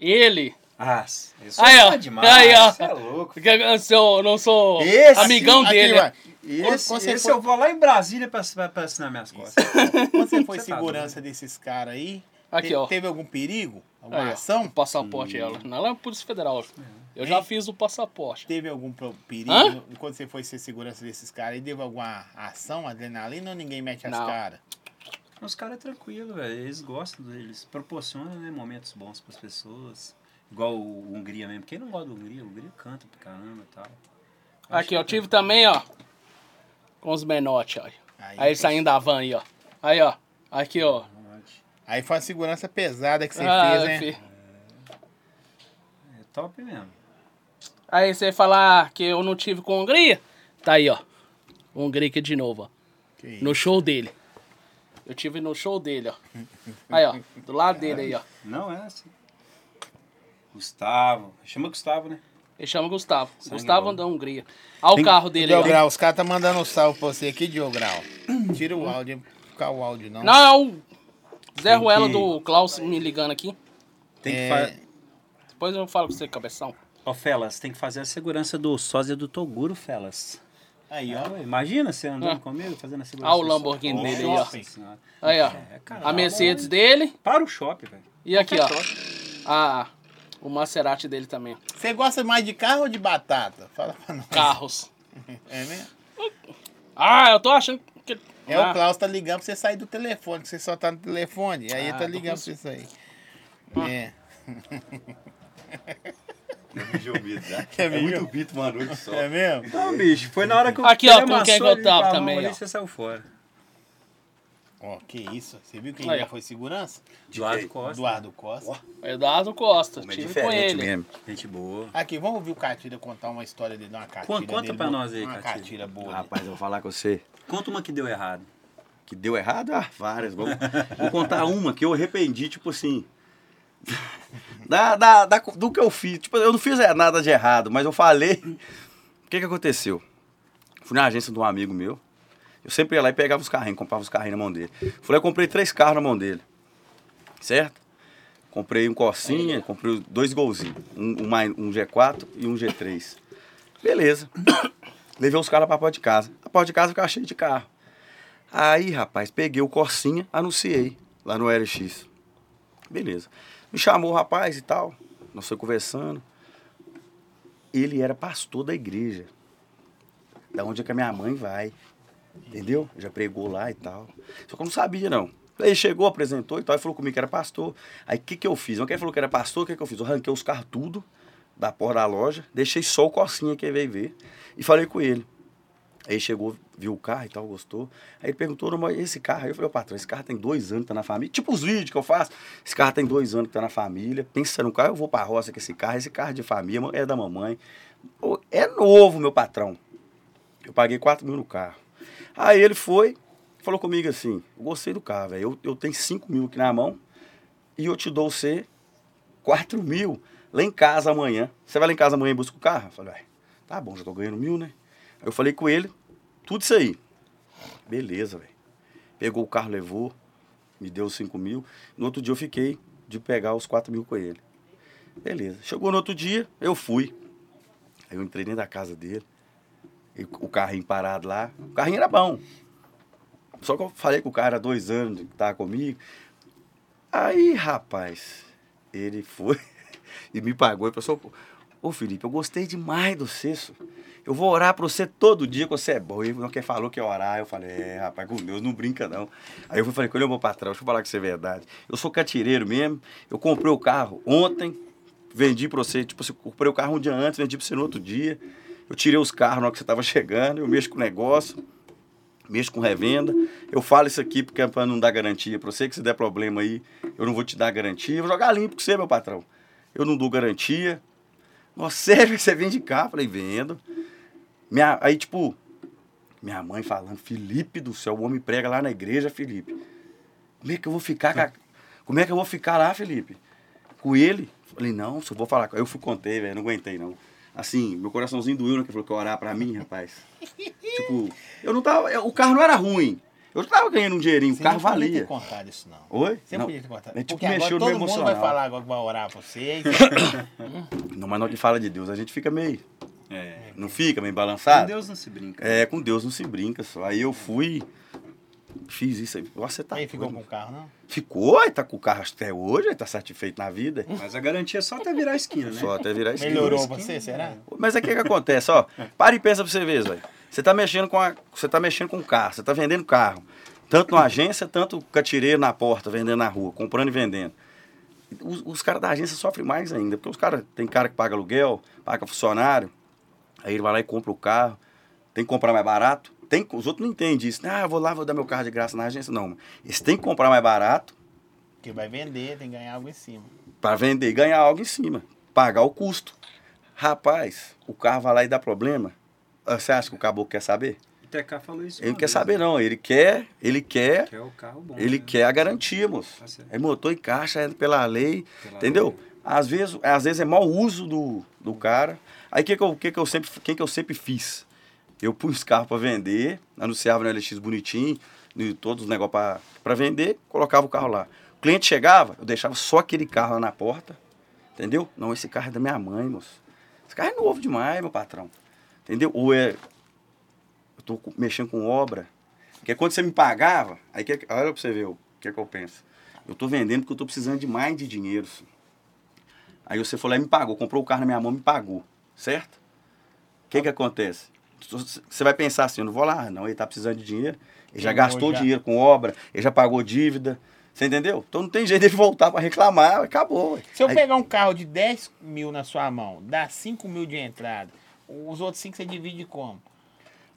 [SPEAKER 3] ele.
[SPEAKER 1] Ah, isso
[SPEAKER 3] Aí, ó.
[SPEAKER 1] é demais.
[SPEAKER 3] Aí, ó.
[SPEAKER 1] Você é louco.
[SPEAKER 3] Porque eu sou- não sou
[SPEAKER 1] Esse
[SPEAKER 3] amigão
[SPEAKER 2] Aqui,
[SPEAKER 3] dele.
[SPEAKER 2] ué.
[SPEAKER 1] Esse,
[SPEAKER 2] Quando você
[SPEAKER 1] esse
[SPEAKER 2] for-
[SPEAKER 1] eu vou lá em Brasília pra, pra, pra assinar minhas costas.
[SPEAKER 2] Quando você foi
[SPEAKER 1] Você tá
[SPEAKER 2] segurança desses caras aí,
[SPEAKER 3] Aqui,
[SPEAKER 2] te-
[SPEAKER 3] ó.
[SPEAKER 2] teve algum perigo? Alguma
[SPEAKER 3] Aí, ó,
[SPEAKER 2] ação?
[SPEAKER 3] O passaporte ela.
[SPEAKER 2] Hum.
[SPEAKER 3] Não, é Polícia Federal. Eu já fiz o passaporte.
[SPEAKER 2] Teve algum pro- perigo
[SPEAKER 3] Hã?
[SPEAKER 2] no- quando você foi ser segurança desses caras? E teve alguma ação, adrenalina ou ninguém mete as
[SPEAKER 3] Não.
[SPEAKER 2] caras?
[SPEAKER 1] Os caras é tranquilo, velho. Eles gostam, eles proporcionam né, momentos bons pras pessoas. Igual o Hungria mesmo. Quem não gosta do Hungria? O Hungria canta pra caramba e tal.
[SPEAKER 3] Aqui, eu tive também, ó. Com os menotes, ó.
[SPEAKER 2] Aí,
[SPEAKER 3] Aí saindo da van aí, ó. Aí, ó. Aqui, ó.
[SPEAKER 2] aí foi uma segurança pesada que você
[SPEAKER 3] Ah,
[SPEAKER 2] fez, né?
[SPEAKER 3] fi.
[SPEAKER 1] É top mesmo.
[SPEAKER 3] Aí você falar que eu não tive com a Hungria, tá aí, ó. Hungria aqui de novo, ó.
[SPEAKER 2] Que isso.
[SPEAKER 3] No show dele. Eu tive no show dele, ó. Aí, ó. Do lado dele aí, ó.
[SPEAKER 1] Não é assim. Gustavo. Chama Gustavo, né?
[SPEAKER 3] Ele chama Gustavo.
[SPEAKER 1] Sangue
[SPEAKER 3] Gustavo
[SPEAKER 1] bom.
[SPEAKER 3] da Hungria. Olha o carro dele aí, ó.
[SPEAKER 2] Diograu, os caras tá mandando um salve pra você aqui, Diograu. Tira o áudio, não ficar o áudio não.
[SPEAKER 3] Não, é o Zé Ruela
[SPEAKER 1] que-
[SPEAKER 3] do Klaus me ligando aqui.
[SPEAKER 1] Tem
[SPEAKER 2] É.
[SPEAKER 1] que fazer.
[SPEAKER 3] Depois eu falo com você, cabeção.
[SPEAKER 1] Ó, Felas, tem que fazer a segurança do sósia do Toguro, Felas.
[SPEAKER 2] Aí, ó.
[SPEAKER 1] Imagina você andando
[SPEAKER 3] Ah.
[SPEAKER 1] comigo, fazendo a segurança.
[SPEAKER 3] Ah, o
[SPEAKER 1] do
[SPEAKER 3] Lamborghini
[SPEAKER 1] sósia.
[SPEAKER 3] dele aí, ó.
[SPEAKER 1] Nossa Senhora.
[SPEAKER 3] Aí, ó.
[SPEAKER 1] É, cara,
[SPEAKER 3] A Mercedes dele
[SPEAKER 1] Para o shopping, velho.
[SPEAKER 3] e aqui, ó. A, o Maserati dele também.
[SPEAKER 2] Você gosta mais de carro ou de batata? Fala pra nós.
[SPEAKER 3] Carros.
[SPEAKER 2] É mesmo?
[SPEAKER 3] Ah, eu tô achando que...
[SPEAKER 2] É
[SPEAKER 3] Ah,
[SPEAKER 2] o Klaus tá ligando pra você sair do telefone, que você só tá no telefone. Aí ele
[SPEAKER 3] Ah,
[SPEAKER 2] tá
[SPEAKER 3] tô
[SPEAKER 2] ligando pra você
[SPEAKER 3] com-
[SPEAKER 2] sair. É.
[SPEAKER 8] Eu me geomido, né?
[SPEAKER 2] É
[SPEAKER 8] É,
[SPEAKER 2] mesmo?
[SPEAKER 8] muito bito, mano, olho só.
[SPEAKER 2] É mesmo?
[SPEAKER 1] Não, bicho, foi na hora que o
[SPEAKER 3] Aqui, ó,
[SPEAKER 1] cara
[SPEAKER 3] com quem
[SPEAKER 1] amassou
[SPEAKER 3] que eu
[SPEAKER 1] ali com a
[SPEAKER 3] tava
[SPEAKER 1] mão
[SPEAKER 3] também,
[SPEAKER 1] ali,
[SPEAKER 3] ó.
[SPEAKER 1] você saiu fora.
[SPEAKER 2] Ó, que isso. Você viu quem
[SPEAKER 3] Aí,
[SPEAKER 2] já
[SPEAKER 3] ó.
[SPEAKER 2] foi segurança?
[SPEAKER 1] Eduardo Costa.
[SPEAKER 2] Eduardo Costa.
[SPEAKER 3] Eduardo Costa,
[SPEAKER 8] Homem
[SPEAKER 3] tive com
[SPEAKER 8] diferente
[SPEAKER 3] ele.
[SPEAKER 8] mesmo.
[SPEAKER 1] Gente boa.
[SPEAKER 2] Aqui, vamos ouvir o Catira contar uma história dele, uma catira
[SPEAKER 1] Conta- conta
[SPEAKER 2] dele,
[SPEAKER 1] pra
[SPEAKER 2] boa-
[SPEAKER 1] nós aí,
[SPEAKER 2] Uma
[SPEAKER 1] Catira.
[SPEAKER 2] catira boa. né?
[SPEAKER 4] Rapaz, eu vou falar com você.
[SPEAKER 1] Conta uma que deu errado.
[SPEAKER 4] Que deu errado? Ah, várias. Vamos, vou contar uma que eu arrependi, tipo assim. da, da, da- do que eu fiz. Tipo, eu não fiz é, nada de errado, mas eu falei. O que, que aconteceu? Fui na agência de um amigo meu. Eu sempre ia lá e pegava os carrinhos, comprava os carrinhos na mão dele. Fui lá e comprei três carros na mão dele. Certo? Comprei um Corsinha, comprei dois golzinhos. Um, uma- um G4 e um G3. Beleza. Levei os caras pra porta de casa. A porta de casa ficava cheia de carro. Aí, rapaz, peguei o Corsinha, anunciei lá no RX. Beleza. Me chamou o rapaz e tal. Nós foi conversando. Ele era pastor da igreja. Da onde é que a minha mãe vai. Entendeu? Já pregou lá e tal. Só que eu não sabia, não. Aí chegou, apresentou e tal, e falou comigo que era pastor. Aí o que, que eu fiz? Não, quem falou que era pastor, o que, que eu fiz? Eu arranquei os carros tudo da porta da loja, deixei só o Corsinha que ele veio ver. E falei com ele. Aí chegou, viu o carro e tal, gostou. Aí ele perguntou, "Não, mas esse carro? Aí eu falei, ô patrão, esse carro tem dois anos que tá na família. Tipo os vídeos que eu faço. Esse carro tem dois anos que tá na família. Pensa no carro, eu vou pra roça com esse carro. Esse carro é de família, é da mamãe. Ô, É novo, meu patrão. Eu paguei 4 mil no carro. Aí ele foi, falou comigo assim, eu gostei do carro, velho. Eu, eu tenho 5 mil aqui na mão e eu te dou você 4 mil lá em casa amanhã. Você vai lá em casa amanhã e busca o carro? Eu falei, ué, tá bom, já tô ganhando mil, né? Aí eu falei com ele, tudo isso aí. Beleza, velho. Pegou o carro, levou, me deu os 5 mil. No outro dia eu fiquei de pegar os 4 mil com ele. Beleza. Chegou no outro dia, eu fui. Aí eu entrei dentro da casa dele. e o carrinho parado lá. O carrinho era bom. Só que eu falei com o cara há dois anos que tava comigo. Aí, rapaz, ele foi e me pagou e falou assim, ô Felipe, eu gostei demais do cesso. Eu vou orar pra você todo dia que você é bom. E quem falou que ia orar, eu falei, é, rapaz, com Deus não brinca não. Aí eu fui e falei, com ele, ô, meu patrão, deixa eu falar com você a verdade. Eu sou catireiro mesmo, eu comprei o carro ontem, vendi pra você, tipo, assim, comprei o carro um dia antes, vendi pra você no outro dia. Eu tirei os carros na hora que você tava chegando, eu mexo com o negócio mexo com revenda. Eu falo isso aqui porque é para não dar garantia para você, que se der problema aí, eu não vou te dar garantia. Eu vou jogar limpo com você, meu patrão. Eu não dou garantia. Nossa, sério que você vende cá? Falei, vendo. Minha, aí, tipo, minha mãe falando, Felipe do céu, o homem prega lá na igreja, Felipe. Como é que eu vou ficar com a- Como é que eu vou ficar lá, Felipe? Com ele? Falei, não, só vou falar com Eu fui contei, velho, não aguentei, não. Assim, meu coraçãozinho doeu, né? Que falou que ia orar pra mim, rapaz. Tipo, eu não tava. eu- o carro não era ruim. Eu tava ganhando um dinheirinho,
[SPEAKER 2] Você
[SPEAKER 4] o carro
[SPEAKER 2] não podia
[SPEAKER 4] valia.
[SPEAKER 2] ter contado isso, não.
[SPEAKER 4] Oi?
[SPEAKER 2] Você não,
[SPEAKER 4] não,
[SPEAKER 2] podia ter contado.
[SPEAKER 4] mas, tipo,
[SPEAKER 2] Porque agora
[SPEAKER 4] mexeu no
[SPEAKER 2] todo
[SPEAKER 4] meu
[SPEAKER 2] mundo
[SPEAKER 4] emocional.
[SPEAKER 2] vai falar agora que vai orar pra vocês.
[SPEAKER 4] não, mas na hora que fala de Deus, a gente fica meio.
[SPEAKER 1] É.
[SPEAKER 4] Não fica meio
[SPEAKER 1] Com
[SPEAKER 4] balançado?
[SPEAKER 1] Deus não se brinca.
[SPEAKER 4] É, com Deus não se brinca só. Aí eu fui, fiz isso aí. Nossa, você tá.
[SPEAKER 2] Aí ficou
[SPEAKER 4] doido.
[SPEAKER 2] com o carro, não?
[SPEAKER 4] Ficou, aí tá com o carro até hoje, aí tá satisfeito na vida.
[SPEAKER 1] Mas a garantia é só até virar a esquina, né?
[SPEAKER 4] Só até virar esquina.
[SPEAKER 2] Hum, Melhorou você, será?
[SPEAKER 4] Mas é que que acontece, ó. Para e pensa pra você ver, Zé. Você tá mexendo com a, você tá mexendo com o carro, você tá vendendo carro. Tanto na agência, tanto catireiro na porta, vendendo na rua, comprando e vendendo. Os, os caras da agência sofrem mais ainda, porque os caras, tem cara que paga aluguel, paga funcionário, aí ele vai lá e compra o carro, tem que comprar mais barato. Tem, os outros não entendem isso. Ah, eu vou lá, vou dar meu carro de graça na agência. Não, eles têm que comprar mais barato
[SPEAKER 2] Porque vai vender, tem que ganhar algo em cima.
[SPEAKER 4] para vender e ganhar algo em cima, pagar o custo. Rapaz, o carro vai lá e dá problema. Ah, Você acha que o caboclo quer saber?
[SPEAKER 1] O TK falou isso.
[SPEAKER 4] Ele
[SPEAKER 1] uma
[SPEAKER 4] não quer
[SPEAKER 1] vez,
[SPEAKER 4] saber
[SPEAKER 1] né?
[SPEAKER 4] não, ele quer, ele quer,
[SPEAKER 1] Quer o carro bom.
[SPEAKER 4] ele
[SPEAKER 1] né?
[SPEAKER 4] quer a garantia, moço.
[SPEAKER 1] Tá certo.
[SPEAKER 4] É motor e caixa, é pela lei,
[SPEAKER 1] Pela
[SPEAKER 4] entendeu? Às vezes, às vezes é mau uso do, do cara. Aí que que eu, que que eu sempre, quem que eu sempre fiz? Eu pus carro para vender, anunciava no LX bonitinho, no, todos os negócios para vender, colocava o carro lá. O cliente chegava, eu deixava só aquele carro lá na porta, entendeu? Não, esse carro é da minha mãe, moço. Esse carro é novo demais, meu patrão. Entendeu? Ou é. Eu tô co- mexendo com obra. Porque quando você me pagava, aí que, olha pra você ver o que, é que eu penso. Eu tô vendendo porque eu tô precisando de mais de dinheiro. senhor. Aí você falou, aí me pagou, comprou o carro na minha mão, me pagou, certo? O que que acontece? Você vai pensar assim, eu não vou lá, não, ele tá precisando de dinheiro, ele já
[SPEAKER 2] Queimou
[SPEAKER 4] gastou
[SPEAKER 2] já.
[SPEAKER 4] dinheiro com obra, ele já pagou dívida, Você entendeu? Então não tem jeito dele voltar pra reclamar, acabou. ué.
[SPEAKER 5] Se eu
[SPEAKER 4] Aí-
[SPEAKER 5] pegar um carro de 10 mil na sua mão, dá 5 mil de entrada, os outros 5 você divide como?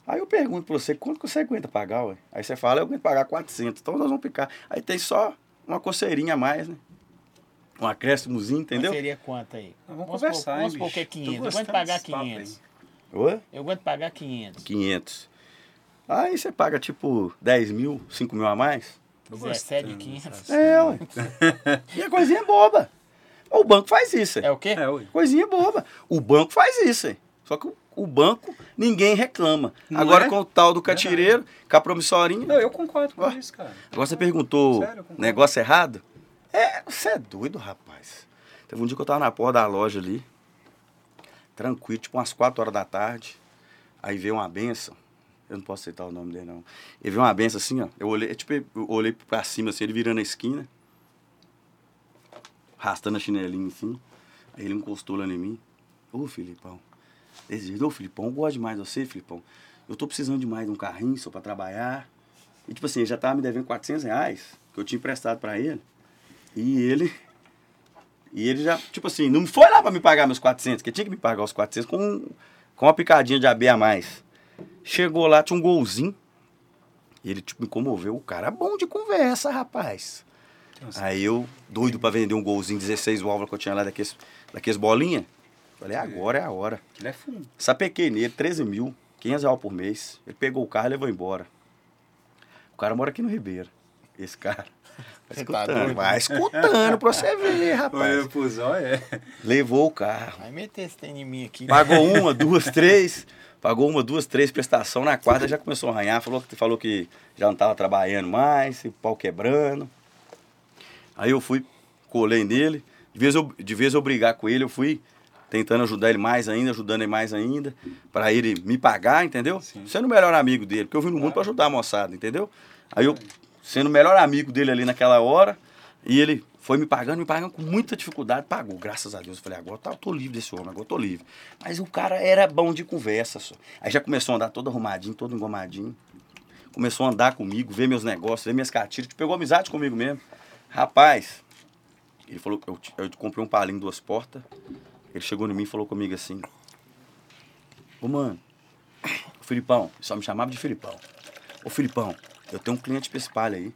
[SPEAKER 4] Aí eu pergunto pra você, quanto que você aguenta pagar, ué? Aí você fala, eu aguento pagar 400, então nós vamos picar. Aí tem só uma coceirinha a mais, né? Um acréscimozinho, entendeu?
[SPEAKER 5] Mas Seria quanto aí?
[SPEAKER 1] Não, vamos
[SPEAKER 5] supor-
[SPEAKER 1] conversar,
[SPEAKER 5] Vamos
[SPEAKER 1] hein,
[SPEAKER 5] supor que é
[SPEAKER 1] bicho? Tô
[SPEAKER 5] 500. Eu aguento
[SPEAKER 1] gostando
[SPEAKER 5] pagar
[SPEAKER 1] desse papo
[SPEAKER 5] 500.
[SPEAKER 4] Oi?
[SPEAKER 5] Eu aguento pagar 500.
[SPEAKER 4] 500. Aí você paga, tipo, 10 mil, 5 mil a mais.
[SPEAKER 1] Tô
[SPEAKER 5] 17,
[SPEAKER 1] gostando
[SPEAKER 5] 500.
[SPEAKER 1] dessa-
[SPEAKER 4] É, ué. E a coisinha boba. O banco faz isso,
[SPEAKER 5] É
[SPEAKER 4] é.
[SPEAKER 5] o quê?
[SPEAKER 1] É, ui.
[SPEAKER 4] Coisinha boba. O banco faz isso, é. Só que o, o banco, ninguém reclama.
[SPEAKER 1] Não
[SPEAKER 4] Agora
[SPEAKER 1] é?
[SPEAKER 4] com o tal do catireiro, com a promissorinha.
[SPEAKER 1] Não, eu concordo com
[SPEAKER 4] Ué.
[SPEAKER 1] isso, cara.
[SPEAKER 4] Agora você perguntou
[SPEAKER 1] Sério, eu concordo.
[SPEAKER 4] negócio errado? É, você é doido, rapaz. Teve um dia que eu tava na porta da loja ali, tranquilo, tipo umas 4 horas da tarde. Aí veio uma benção. Eu não posso citar o nome dele, não. Ele veio uma benção assim, ó. Eu olhei, tipo, eu olhei pra cima, assim, ele virando a esquina. Arrastando a chinelinha, assim. Aí ele encostou lá em mim. Ô, Filipão. Desse jeito, ô, Filipão, eu gosto demais de você, Filipão. Eu tô precisando demais de um carrinho só pra trabalhar. E tipo assim, ele já tava me devendo 400 reais que eu tinha emprestado pra ele. E ele. E ele já, tipo assim, não foi lá pra me pagar meus 400, que tinha que me pagar os 400 com, com uma picadinha de AB a mais. Chegou lá, tinha um golzinho. E ele, tipo, me comoveu. O cara é bom de conversa, rapaz. Aí eu, doido pra vender um golzinho 16 válvulas que eu tinha lá daqueles, daqueles bolinha. Falei, agora é a hora.
[SPEAKER 1] Ele é fundo.
[SPEAKER 4] Sapequei nele, 13 mil, 500 reais por mês. Ele pegou o carro e levou embora. O cara mora aqui no Ribeiro, esse cara. Vai
[SPEAKER 2] Você tá
[SPEAKER 4] escutando,
[SPEAKER 2] doido?
[SPEAKER 4] vai escutando pra você ver, rapaz.
[SPEAKER 1] Olha pro zóio, é.
[SPEAKER 4] Levou o carro.
[SPEAKER 2] Vai meter esse trem em mim aqui.
[SPEAKER 4] Pagou uma, duas, três. Pagou uma, duas, três prestação. Na quarta já começou a arranhar. Falou, que- falou que já não tava trabalhando mais, e pau quebrando. Aí eu fui, colei nele. De vez, eu, de vez eu brigar com ele, eu fui tentando ajudar ele mais ainda, ajudando ele mais ainda, pra ele me pagar, entendeu?
[SPEAKER 1] Sim.
[SPEAKER 4] Sendo o melhor amigo dele, porque eu vim no mundo pra ajudar a moçada, entendeu? Aí eu, sendo o melhor amigo dele ali naquela hora, e ele foi me pagando, me pagando com muita dificuldade, pagou, graças a Deus. Eu falei, agora tá, eu tô livre desse homem, agora eu tô livre. Mas o cara era bom de conversa só. Aí já começou a andar todo arrumadinho, todo engomadinho. Começou a andar comigo, ver meus negócios, ver minhas catiras, tipo, pegou amizade comigo mesmo. Rapaz, ele falou, eu, te- eu te comprei um palinho, duas portas. Ele chegou em mim e falou comigo assim: Ô, mano, o Filipão, ele só me chamava de Filipão. Ô, Filipão, eu tenho um cliente pra esse palha aí,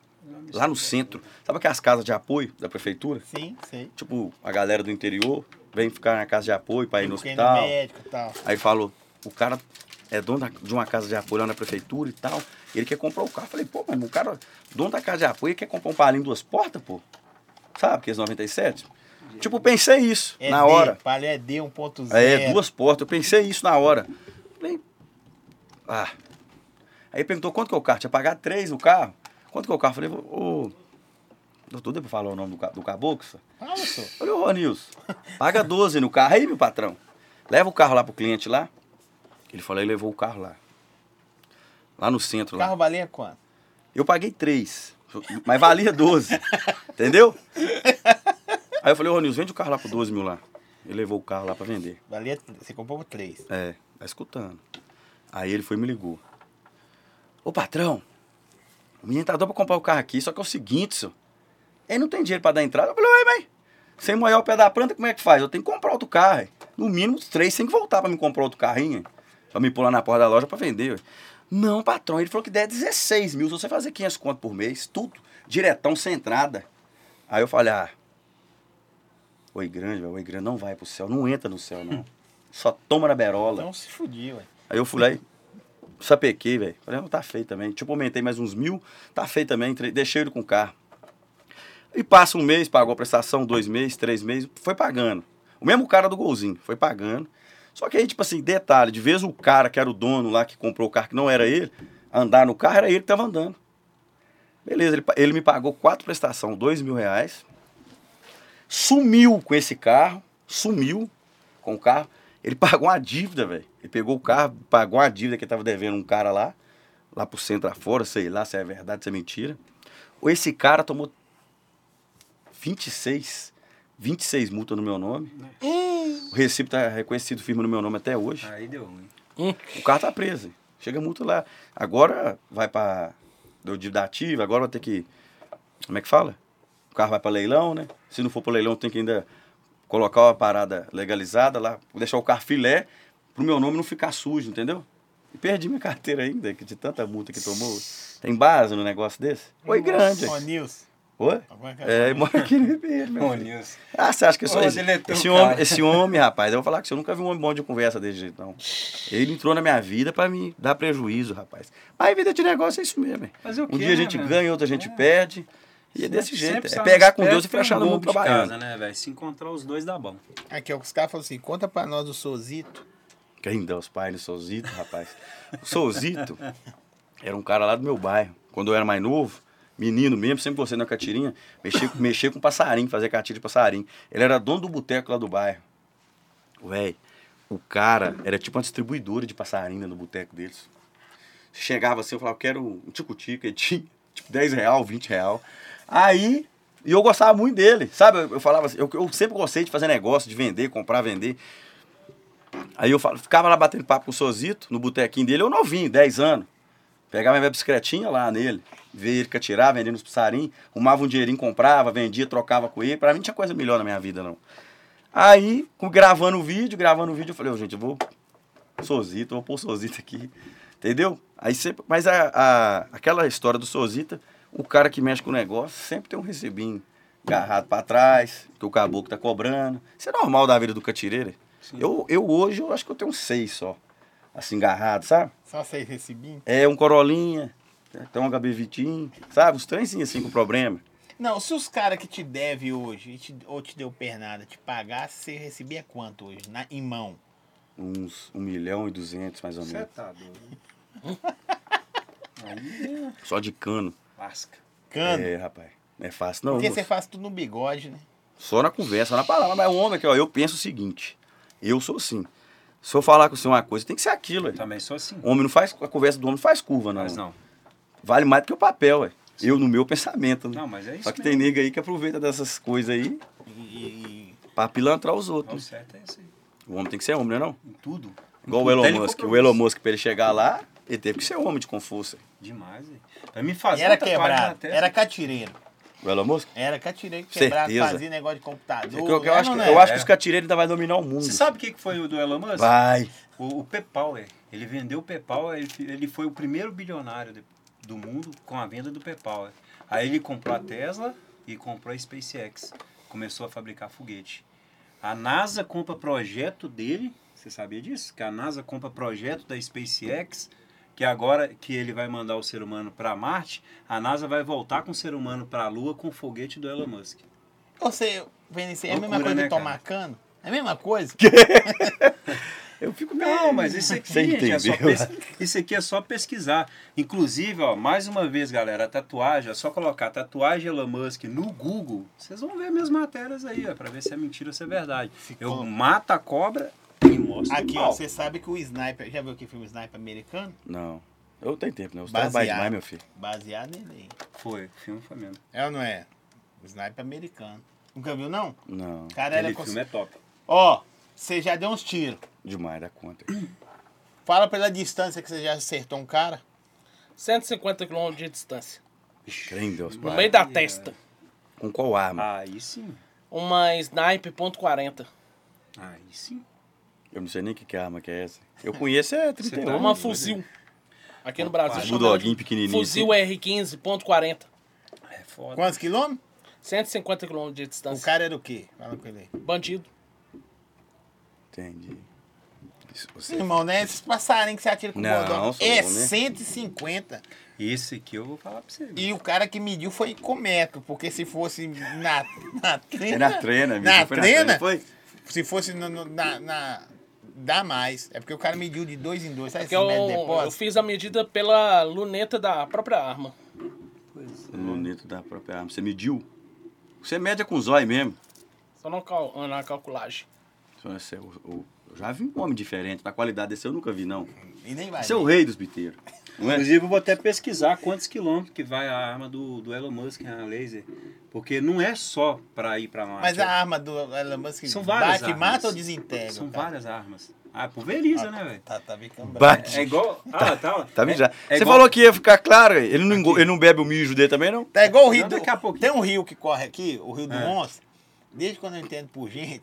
[SPEAKER 4] lá no centro. Sabe aquelas casas de apoio da prefeitura?
[SPEAKER 2] Sim, sei.
[SPEAKER 4] Tipo, a galera do interior vem ficar na casa de apoio pra ir no
[SPEAKER 2] Fiquei
[SPEAKER 4] hospital.
[SPEAKER 2] é médico e tal.
[SPEAKER 4] Aí falou, o cara é dono da- de uma casa de apoio lá na prefeitura e tal. Ele quer comprar o carro. Eu Falei, pô, mas o cara, dono da casa de apoio, ele quer comprar um palinho duas portas, pô. Sabe, que é 97? Tipo, pensei isso
[SPEAKER 2] É
[SPEAKER 4] na
[SPEAKER 2] D,
[SPEAKER 4] hora.
[SPEAKER 2] Palha é D 1.0.
[SPEAKER 4] É, duas portas. Eu pensei isso na hora. Falei, ah. Aí perguntou quanto que é o carro? Tinha pagado três no carro. Quanto que é o carro? Falei, ô. Doutor, deu pra falar o nome do, ca- do caboclo? senhor?
[SPEAKER 2] Fala, senhor.
[SPEAKER 4] Olha o Ronilson. Paga 12 no carro aí, meu patrão. Leva o carro lá pro cliente lá. Ele falou, ele levou o carro lá. Lá no centro
[SPEAKER 2] O
[SPEAKER 4] lá.
[SPEAKER 2] carro valia quanto?
[SPEAKER 4] Eu paguei 3, mas valia 12. entendeu? Aí eu falei, ô Ronilson, vende o carro lá pro 12 mil lá. Ele levou o carro lá pra vender.
[SPEAKER 2] Valia. Você comprou por 3.
[SPEAKER 4] É, tá escutando. Aí ele foi e me ligou. Ô patrão, o menino tá doido pra comprar o carro aqui, só que é o seguinte, senhor. Ele não tem dinheiro pra dar entrada. Eu falei, ué, mas sem molhar o pé da planta, como é que faz? Eu tenho que comprar outro carro. hein? No mínimo, os três tem que voltar pra me comprar outro carrinho. hein? Pra me pôr lá na porta da loja pra vender. ué. Não, patrão, ele falou que der 16 mil. Se você fazer 500 conto por mês, tudo, diretão, sem entrada. Aí eu falei, ah, Oi Grande, velho, Oi Grande não vai pro céu, não entra no céu, não. Só toma na berola.
[SPEAKER 2] Então se fudiu, ué.
[SPEAKER 4] Aí eu fui lá e sapequei, velho. Falei, não, tá feio também. Tipo, aumentei mais uns mil, tá feio também. Entrei- Deixei ele com o carro. E passa um mês, pagou a prestação, dois meses, três meses, foi pagando. O mesmo cara do golzinho, foi pagando. Só que aí, tipo assim, detalhe, de vez o cara que era o dono lá, que comprou o carro, que não era ele, andar no carro, era ele que tava andando. Beleza, ele, pa- ele me pagou quatro prestações, dois mil reais. Sumiu com esse carro, sumiu com o carro. Ele pagou uma dívida, velho. Ele pegou o carro, pagou uma dívida que ele tava devendo um cara lá, lá pro centro afora, sei lá se é verdade, se é mentira. Ou esse cara tomou 26, 26 multas no meu nome. O recibo tá reconhecido firme no meu nome até hoje.
[SPEAKER 1] Aí deu ruim.
[SPEAKER 4] O carro tá preso. hein? Chega multa lá. Agora vai pra. Deu dívida ativa, agora vai ter que. Como é que fala? O carro vai para leilão, né? Se não for para leilão, tem que ainda colocar uma parada legalizada lá, deixar o carro filé, pro meu nome não ficar sujo, entendeu? E perdi minha carteira ainda, que de tanta multa que tomou. Tem base no negócio desse? Oi, grande.
[SPEAKER 2] Ô, Nilson.
[SPEAKER 4] Oi?
[SPEAKER 2] Agora que
[SPEAKER 4] É, mora aqui no Ribeiro, meu
[SPEAKER 1] Ô,
[SPEAKER 4] filho.
[SPEAKER 1] Nilson.
[SPEAKER 4] Ah, você acha que eu sou
[SPEAKER 1] Ô,
[SPEAKER 4] esse,
[SPEAKER 1] deletou,
[SPEAKER 4] esse
[SPEAKER 1] cara.
[SPEAKER 4] homem, esse homem, rapaz? Eu vou falar que você eu nunca vi um homem bom de conversa desse jeito, não. Ele entrou na minha vida pra me dar prejuízo, rapaz. Mas vida de negócio é isso mesmo. hein?
[SPEAKER 1] Fazer o
[SPEAKER 4] Um
[SPEAKER 1] quê,
[SPEAKER 4] dia
[SPEAKER 1] né,
[SPEAKER 4] a gente
[SPEAKER 1] velho?
[SPEAKER 4] ganha, outro a gente
[SPEAKER 1] É.
[SPEAKER 4] perde. E é
[SPEAKER 1] Sempre-
[SPEAKER 4] desse jeito.
[SPEAKER 1] sempre
[SPEAKER 4] É
[SPEAKER 1] tá
[SPEAKER 4] pegar
[SPEAKER 1] nos
[SPEAKER 4] com
[SPEAKER 1] pés
[SPEAKER 4] Deus e
[SPEAKER 1] que tem um
[SPEAKER 4] fechar no mundo
[SPEAKER 1] grupo de
[SPEAKER 4] trabalhando.
[SPEAKER 1] casa, né, velho? Se encontrar os dois dá bom.
[SPEAKER 2] Aqui, ó, os caras falam assim, conta pra nós o Sozito.
[SPEAKER 4] Quem dá os pais no Souzito, rapaz? O Souzito era um cara lá do meu bairro. Quando eu era mais novo, menino mesmo, sempre gostei da catirinha, mexia, mexia com passarinho, fazia catira de passarinho. Ele era dono do boteco lá do bairro. Véi, o cara era tipo uma distribuidora de passarinho né, no boteco deles. Chegava assim, eu falava, eu quero um tico-tico, ele tinha tipo 10 real, 20 real. Aí, e eu gostava muito dele, sabe? Eu, eu falava assim, eu, eu sempre gostei de fazer negócio, de vender, comprar, vender. Aí eu falo- ficava lá batendo papo com o Sozito, no botequinho dele, eu novinho, 10 anos. Pegava minha bicicletinha lá nele, via ele catirar, vendendo os passarinhos, arrumava um dinheirinho, comprava, vendia, trocava com ele. Pra mim não tinha coisa melhor na minha vida, não. Aí, com- gravando o vídeo, gravando o vídeo, eu falei, ô gente, eu vou. Sozito, eu vou pôr o Sozito aqui. Entendeu? Aí sempre. Mas a, a- aquela história do Sozita, o cara que mexe com o negócio sempre tem um recibinho agarrado pra trás, que o caboclo tá cobrando. Isso é normal da vida do catireiro. Eu, eu hoje, eu acho que eu tenho seis só. Assim, agarrado, sabe?
[SPEAKER 2] Só vocês recebinho.
[SPEAKER 4] É um Corolinha, tem um HB Vitinho, sabe? Os trenzinhos assim com problema.
[SPEAKER 2] Não, se os caras que te devem hoje, e te- ou te deu pernada, te pagar, você recebia quanto hoje? Na, em mão.
[SPEAKER 4] Uns um milhão e duzentos, mais ou
[SPEAKER 8] Você
[SPEAKER 4] menos.
[SPEAKER 8] tá doido.
[SPEAKER 4] Só de cano.
[SPEAKER 1] Lasca.
[SPEAKER 2] Cano.
[SPEAKER 4] É, rapaz. Não é fácil, não.
[SPEAKER 2] Porque
[SPEAKER 4] moço.
[SPEAKER 2] você faz tudo no bigode, né?
[SPEAKER 4] Só na conversa, só na palavra. Mas o homem aqui, ó, eu penso o seguinte. Eu sou assim. Se eu falar com você uma coisa, tem que ser aquilo,
[SPEAKER 1] Eu
[SPEAKER 4] ué.
[SPEAKER 1] também sou assim.
[SPEAKER 4] Homem não faz, a conversa do homem não faz curva, não.
[SPEAKER 1] Mas não.
[SPEAKER 4] Vale mais do que o papel, ué. Eu no meu pensamento, né?
[SPEAKER 1] Não, mas é isso
[SPEAKER 4] Só que
[SPEAKER 1] mesmo.
[SPEAKER 4] tem nega aí que aproveita dessas coisas aí
[SPEAKER 2] E, e-
[SPEAKER 4] pra pilantrar os outros.
[SPEAKER 1] Não, o certo é esse. aí.
[SPEAKER 4] O homem tem que ser homem, não é não?
[SPEAKER 1] Em tudo.
[SPEAKER 4] Igual
[SPEAKER 1] Em
[SPEAKER 4] o Elon
[SPEAKER 1] tudo.
[SPEAKER 4] Musk.
[SPEAKER 1] Tem
[SPEAKER 4] O Elon
[SPEAKER 1] compromisso.
[SPEAKER 4] Musk, pra ele chegar lá, ele teve que ser homem de Confúcio.
[SPEAKER 1] Demais, velho. Pra me
[SPEAKER 2] e
[SPEAKER 1] fazer
[SPEAKER 2] era
[SPEAKER 1] um tatuagem na
[SPEAKER 2] quebrado.
[SPEAKER 1] testa-
[SPEAKER 2] Era catireiro.
[SPEAKER 4] O Elon Musk?
[SPEAKER 2] Era catireiro quebrado,
[SPEAKER 4] Certeza.
[SPEAKER 2] fazia negócio de computador.
[SPEAKER 4] É que eu, que eu
[SPEAKER 2] né?
[SPEAKER 4] acho,
[SPEAKER 2] Não,
[SPEAKER 4] que,
[SPEAKER 2] né?
[SPEAKER 4] eu acho
[SPEAKER 1] É.
[SPEAKER 4] que os catireiros ainda vai dominar o mundo.
[SPEAKER 1] Você sabe o que que foi o do Elon Musk?
[SPEAKER 4] Vai.
[SPEAKER 1] O, o PayPal, é. Ele vendeu o PayPal, ele, fi- ele foi o primeiro bilionário de- do mundo com a venda do PayPal. é. Aí ele comprou a Tesla e comprou a SpaceX. Começou a fabricar foguete. A NASA compra projeto dele. Você sabia disso? Que a NASA compra projeto da SpaceX. Que agora que ele vai mandar o ser humano para Marte, a NASA vai voltar com o ser humano para a Lua com o foguete do Elon Musk.
[SPEAKER 2] Você, Venice, é a mesma
[SPEAKER 1] Loucura,
[SPEAKER 2] coisa
[SPEAKER 1] né,
[SPEAKER 2] de
[SPEAKER 1] cara?
[SPEAKER 2] tomar cano? É a mesma coisa?
[SPEAKER 4] Eu fico
[SPEAKER 3] É.
[SPEAKER 1] Não, mas isso aqui,
[SPEAKER 4] Você
[SPEAKER 1] gente, é só
[SPEAKER 4] entendeu?
[SPEAKER 1] pes- isso aqui é só pesquisar. Inclusive, ó, mais uma vez, galera, a tatuagem, é só colocar tatuagem Elon Musk no Google, vocês vão ver minhas matérias aí, ó, pra ver se é mentira ou se é verdade. Eu
[SPEAKER 2] coloca-
[SPEAKER 1] mato a cobra e mostro
[SPEAKER 2] Aqui,
[SPEAKER 1] o
[SPEAKER 2] ó,
[SPEAKER 1] pau.
[SPEAKER 2] você sabe que o Sniper... Já viu que filme Sniper americano?
[SPEAKER 4] Não. Eu tenho tempo, não. Você
[SPEAKER 2] Baseado.
[SPEAKER 4] trabalha demais, meu filho.
[SPEAKER 2] Baseado nele aí.
[SPEAKER 1] Foi, o filme foi mesmo.
[SPEAKER 2] É ou não é? Sniper americano. Nunca viu, não?
[SPEAKER 4] Não.
[SPEAKER 2] O cara
[SPEAKER 1] Aquele
[SPEAKER 2] era...
[SPEAKER 1] filme
[SPEAKER 2] cons-
[SPEAKER 1] é top.
[SPEAKER 2] Ó, você já deu uns tiros.
[SPEAKER 4] Demais da conta.
[SPEAKER 2] Fala pela distância que você já acertou um cara.
[SPEAKER 3] 150 km de distância.
[SPEAKER 4] Crê em Deus,
[SPEAKER 3] No
[SPEAKER 4] pai.
[SPEAKER 3] meio da testa.
[SPEAKER 4] Com qual arma?
[SPEAKER 1] Aí sim,
[SPEAKER 3] Uma snipe ponto .40.
[SPEAKER 1] aí sim.
[SPEAKER 4] Eu não sei nem que, que arma que é essa. Eu conheço é
[SPEAKER 1] Você
[SPEAKER 4] 31.
[SPEAKER 1] tá
[SPEAKER 3] Uma
[SPEAKER 1] Olha.
[SPEAKER 3] fuzil. Aqui no Brasil
[SPEAKER 4] Um
[SPEAKER 3] chama
[SPEAKER 4] budoguinho
[SPEAKER 3] de
[SPEAKER 4] pequenininho.
[SPEAKER 3] Fuzil
[SPEAKER 4] assim.
[SPEAKER 3] R15.40.
[SPEAKER 1] É foda.
[SPEAKER 2] Quantos quilômetros?
[SPEAKER 3] 150 km de
[SPEAKER 2] O
[SPEAKER 3] distância.
[SPEAKER 2] cara era o quê? Fala com ele aí.
[SPEAKER 3] Bandido.
[SPEAKER 4] Entendi. Isso, você...
[SPEAKER 2] Irmão, né? Esses passarinhos que você atira com o
[SPEAKER 4] Não,
[SPEAKER 2] bodó.
[SPEAKER 4] são
[SPEAKER 2] É
[SPEAKER 4] bons, né?
[SPEAKER 2] 150.
[SPEAKER 1] Esse aqui eu vou falar pra você. viu?
[SPEAKER 2] E o cara que mediu foi com metro, porque se fosse na, na trena.
[SPEAKER 4] É na trena, amigo.
[SPEAKER 2] Na
[SPEAKER 4] Foi
[SPEAKER 2] trena?
[SPEAKER 4] Foi?
[SPEAKER 2] Se fosse no- no- na, na- Dá mais. É porque o cara mediu de dois em dois. Sabe
[SPEAKER 1] É
[SPEAKER 3] Porque
[SPEAKER 2] esse
[SPEAKER 3] eu,
[SPEAKER 2] metro de
[SPEAKER 3] eu
[SPEAKER 2] depósito?
[SPEAKER 3] fiz a medida pela luneta da própria arma.
[SPEAKER 4] O luneto é da própria arma. Você mediu? Você mede é com o zóio mesmo.
[SPEAKER 3] Só na, cal, na calculagem.
[SPEAKER 4] Então, esse é o- o- eu já vi um homem diferente. Na qualidade desse eu nunca vi, não.
[SPEAKER 2] E nem vai.
[SPEAKER 4] Esse é o
[SPEAKER 2] ver.
[SPEAKER 4] rei dos biteiros. Não é?
[SPEAKER 1] Inclusive, eu vou até pesquisar quantos quilômetros que vai a arma do, do Elon Musk a laser. Porque não é só pra ir pra Marte.
[SPEAKER 2] Mas a arma do Elon Musk
[SPEAKER 1] São várias
[SPEAKER 2] bate,
[SPEAKER 1] armas.
[SPEAKER 2] mata ou desintegra?
[SPEAKER 1] né? São
[SPEAKER 2] cara?
[SPEAKER 1] várias armas. Ah, pulveriza, né, velho?
[SPEAKER 5] Tá, tá bem cambado.
[SPEAKER 4] Bate.
[SPEAKER 1] É igual. Ah, tá.
[SPEAKER 4] Tá mijado.
[SPEAKER 1] é
[SPEAKER 4] Você
[SPEAKER 1] igual-
[SPEAKER 4] falou que ia ficar claro, ele não, engo- ele não bebe o mijo dele também, não?
[SPEAKER 5] Tá igual o rio
[SPEAKER 1] Não,
[SPEAKER 5] do...
[SPEAKER 1] daqui a pouquinho. É.
[SPEAKER 5] Tem um rio que corre aqui, o rio do Monstro. Desde quando eu entendo por gente,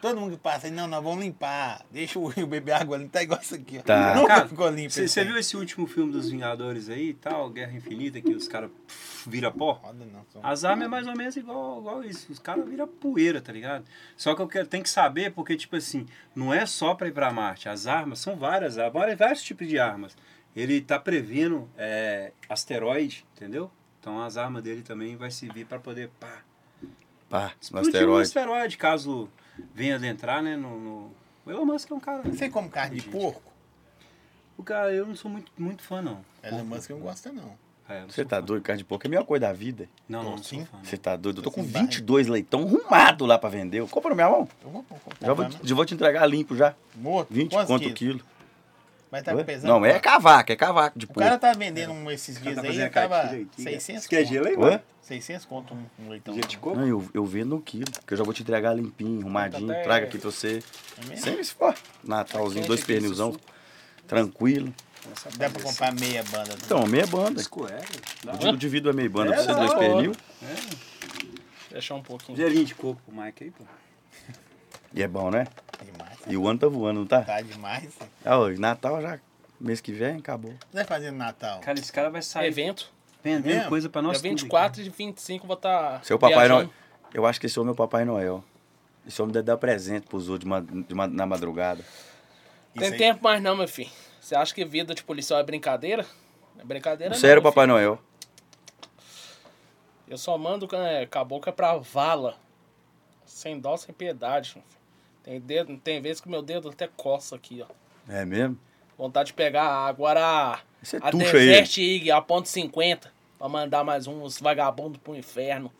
[SPEAKER 5] todo mundo que passa aí, não, nós vamos limpar. Deixa o rio beber água limpa. Tá igual isso aqui, ó.
[SPEAKER 4] Tá.
[SPEAKER 5] Nunca
[SPEAKER 1] Cara,
[SPEAKER 5] ficou limpo.
[SPEAKER 1] Você
[SPEAKER 5] isso
[SPEAKER 1] você
[SPEAKER 5] aí.
[SPEAKER 1] viu esse último filme dos Vingadores aí e tal, Guerra Infinita, que os caras pff, vira pó?
[SPEAKER 5] Foda não, só-
[SPEAKER 1] As armas é mais ou menos igual, igual isso. Os caras viram poeira, tá ligado? Só que eu quero, tem que saber, porque, tipo assim, não é só pra ir pra Marte. As armas são várias armas, vários- vários tipos de armas. Ele tá prevendo é, asteroide, entendeu? Então as armas dele também vai servir pra poder pá,
[SPEAKER 4] Pá, no
[SPEAKER 1] explodir um
[SPEAKER 4] asteroide.
[SPEAKER 1] asteroide, caso venha adentrar, né? No, no... O Elon Musk é um cara.
[SPEAKER 5] Você come carne de
[SPEAKER 1] Gente.
[SPEAKER 5] porco?
[SPEAKER 1] O cara, eu não sou muito, muito fã, não.
[SPEAKER 2] Elon Musk não gosta, não.
[SPEAKER 1] É, eu não
[SPEAKER 4] Você
[SPEAKER 1] sou
[SPEAKER 4] tá
[SPEAKER 1] fã.
[SPEAKER 4] doido, carne de porco é a melhor coisa da vida.
[SPEAKER 1] Não, não, não
[SPEAKER 2] Sim.
[SPEAKER 1] sou fã. não.
[SPEAKER 4] Você tá doido? Eu tô com
[SPEAKER 2] Sem barriga.
[SPEAKER 4] 22 leitão arrumado lá pra vender. Compra na minha mão.
[SPEAKER 2] Eu vou comprar.
[SPEAKER 4] Já vou,
[SPEAKER 5] né?
[SPEAKER 4] te- já vou te entregar limpo já.
[SPEAKER 2] Morto?
[SPEAKER 4] 20
[SPEAKER 2] Quantos
[SPEAKER 4] quanto o
[SPEAKER 2] quilos?
[SPEAKER 4] quilo.
[SPEAKER 2] Mas tá
[SPEAKER 4] Ué?
[SPEAKER 2] pesando.
[SPEAKER 4] Não, é né? cavaco, é cavaco de
[SPEAKER 2] O
[SPEAKER 4] porco.
[SPEAKER 2] cara tá vendendo um esses dias
[SPEAKER 1] tá
[SPEAKER 2] aí,
[SPEAKER 1] fazendo a
[SPEAKER 2] tava
[SPEAKER 1] cartilha aqui, né?
[SPEAKER 2] 600
[SPEAKER 1] Isso que é gelo aí,
[SPEAKER 4] Ué?
[SPEAKER 2] 600 conto um, um leitão.
[SPEAKER 1] Então, Gente, coco?
[SPEAKER 4] Não, eu, eu vendo um quilo, que eu já vou te entregar limpinho, arrumadinho.
[SPEAKER 5] Tá até-
[SPEAKER 4] Traga aqui pra você.
[SPEAKER 2] É mesmo?
[SPEAKER 4] Sem isso, pô. Natalzinho,
[SPEAKER 5] Tá
[SPEAKER 4] dois
[SPEAKER 5] quente aqui,
[SPEAKER 4] pernilzão. Tranquilo.
[SPEAKER 2] Dá pra comprar meia banda. né?
[SPEAKER 4] Então, meia banda.
[SPEAKER 1] Escoé,
[SPEAKER 4] Eu digo, divido a meia banda pra
[SPEAKER 1] É,
[SPEAKER 4] vocês
[SPEAKER 1] da
[SPEAKER 4] dois
[SPEAKER 1] hora.
[SPEAKER 4] pernil.
[SPEAKER 3] Deixar um pouquinho.
[SPEAKER 1] Gelinho de coco pro Mike aí, pô.
[SPEAKER 4] E é bom, né?
[SPEAKER 2] Demais,
[SPEAKER 4] E o ano tá voando, não tá?
[SPEAKER 2] tá demais. né?
[SPEAKER 4] Ah, ó, Natal já, mês que vem, acabou.
[SPEAKER 2] O que
[SPEAKER 5] é
[SPEAKER 2] vai fazer no Natal?
[SPEAKER 1] Cara, esse cara vai sair
[SPEAKER 3] Tá Evento.
[SPEAKER 1] vendendo
[SPEAKER 2] mesmo?
[SPEAKER 1] coisa pra
[SPEAKER 3] Dia
[SPEAKER 1] nós tudo,
[SPEAKER 3] 24 e 25 vou tá estar.
[SPEAKER 4] Seu Papai Noel. Eu acho que esse homem é o Papai Noel. Esse homem deve dar presente pros outros de ma- de ma- na madrugada.
[SPEAKER 3] Tem
[SPEAKER 2] aí.
[SPEAKER 3] tempo mais não, meu filho. Você acha que vida de policial é brincadeira? É brincadeira não.
[SPEAKER 4] Sério,
[SPEAKER 3] meu
[SPEAKER 4] Papai Noel.
[SPEAKER 3] filho. Eu só mando é, cabocla pra vala. Sem dó, sem piedade. meu filho. Tem, dedo, tem vezes que meu dedo até coça aqui, ó.
[SPEAKER 4] É mesmo?
[SPEAKER 3] Vontade de pegar agora
[SPEAKER 4] Você
[SPEAKER 3] a
[SPEAKER 4] tucha ele.
[SPEAKER 3] Desert Eagle, a ponto 50. Pra mandar mais uns vagabundos pro inferno.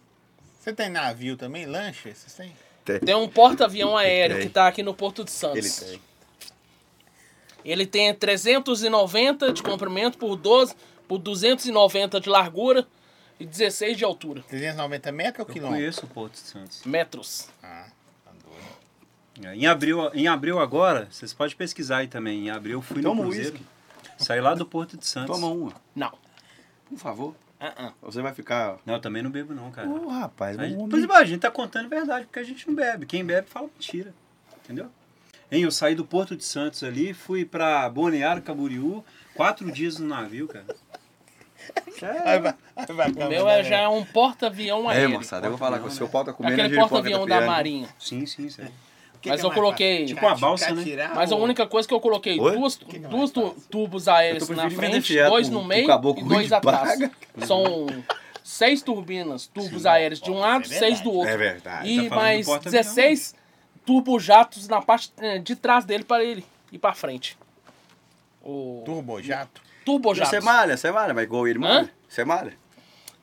[SPEAKER 2] Você tem navio também? Lancha? Vocês têm?
[SPEAKER 3] Tem um porta-avião aéreo
[SPEAKER 4] Tem.
[SPEAKER 3] que tá aqui no Porto de Santos.
[SPEAKER 4] Ele tem.
[SPEAKER 3] Ele tem 390 de comprimento por 12, por 290 de largura e 16 de altura.
[SPEAKER 2] 390 metros ou
[SPEAKER 1] Eu
[SPEAKER 2] quilômetro?
[SPEAKER 1] conheço o Porto Santos. É,
[SPEAKER 3] Metros.
[SPEAKER 2] Ah, tá doido.
[SPEAKER 1] Em abril, em abril agora, vocês podem pesquisar aí também. Em abril eu fui
[SPEAKER 4] Toma um
[SPEAKER 1] no Cruzeiro. Saí lá do Porto de Santos.
[SPEAKER 4] Toma uma,
[SPEAKER 3] Não.
[SPEAKER 4] por favor.
[SPEAKER 3] Ah, ah.
[SPEAKER 4] Você vai ficar.
[SPEAKER 1] Não, eu também não bebo não, cara.
[SPEAKER 4] Ô, rapaz,
[SPEAKER 1] Aí,
[SPEAKER 4] um
[SPEAKER 1] por
[SPEAKER 4] homem...
[SPEAKER 1] exemplo, a gente tá contando verdade, porque a gente não bebe. Quem bebe fala mentira. Entendeu? Hein, eu saí do Porto de Santos ali, fui pra Balneário Camboriú, quatro dias no navio, cara.
[SPEAKER 2] Aí vai, aí vai
[SPEAKER 3] O
[SPEAKER 2] pra
[SPEAKER 3] meu
[SPEAKER 2] mandar,
[SPEAKER 3] é, já é um porta-avião
[SPEAKER 4] É,
[SPEAKER 3] aéreo.
[SPEAKER 4] moçada, eu vou falar que o seu pau tá comendo
[SPEAKER 3] né? Aquele
[SPEAKER 4] giripoca tá
[SPEAKER 3] porta-avião da
[SPEAKER 4] piando.
[SPEAKER 3] Marinha.
[SPEAKER 1] Sim, sim, sério.
[SPEAKER 2] O que
[SPEAKER 3] mas
[SPEAKER 2] que é
[SPEAKER 3] eu
[SPEAKER 2] mais
[SPEAKER 3] coloquei-
[SPEAKER 2] fácil?
[SPEAKER 1] Tipo uma
[SPEAKER 2] Catirar-
[SPEAKER 1] balsa, né?
[SPEAKER 2] catirar
[SPEAKER 3] Mas a
[SPEAKER 2] ou-
[SPEAKER 3] única coisa que eu coloquei,
[SPEAKER 4] Oi?
[SPEAKER 3] duas,
[SPEAKER 2] Ah, que que é
[SPEAKER 3] duas
[SPEAKER 2] mais
[SPEAKER 3] tu-
[SPEAKER 2] fácil?
[SPEAKER 3] tubos aéreos
[SPEAKER 4] Eu tô
[SPEAKER 3] na
[SPEAKER 4] preferindo me
[SPEAKER 3] frente,
[SPEAKER 4] enfiar
[SPEAKER 3] dois
[SPEAKER 4] com-
[SPEAKER 3] no
[SPEAKER 4] com
[SPEAKER 3] meio
[SPEAKER 4] caboclo
[SPEAKER 3] e dois
[SPEAKER 4] de
[SPEAKER 3] atrás.
[SPEAKER 4] praga.
[SPEAKER 3] São seis turbinas, tubos aéreos de um
[SPEAKER 2] Isso
[SPEAKER 3] lado,
[SPEAKER 2] é
[SPEAKER 3] seis do outro.
[SPEAKER 4] É verdade.
[SPEAKER 3] e
[SPEAKER 1] tá falando do
[SPEAKER 3] mais
[SPEAKER 1] porta-avião,
[SPEAKER 3] 16 turbojatos na parte eh, de trás dele para ele ir para frente. O
[SPEAKER 2] Turbojato?
[SPEAKER 3] turbojatos.
[SPEAKER 4] Você malha, você malha, mas igual ele malha. Você malha.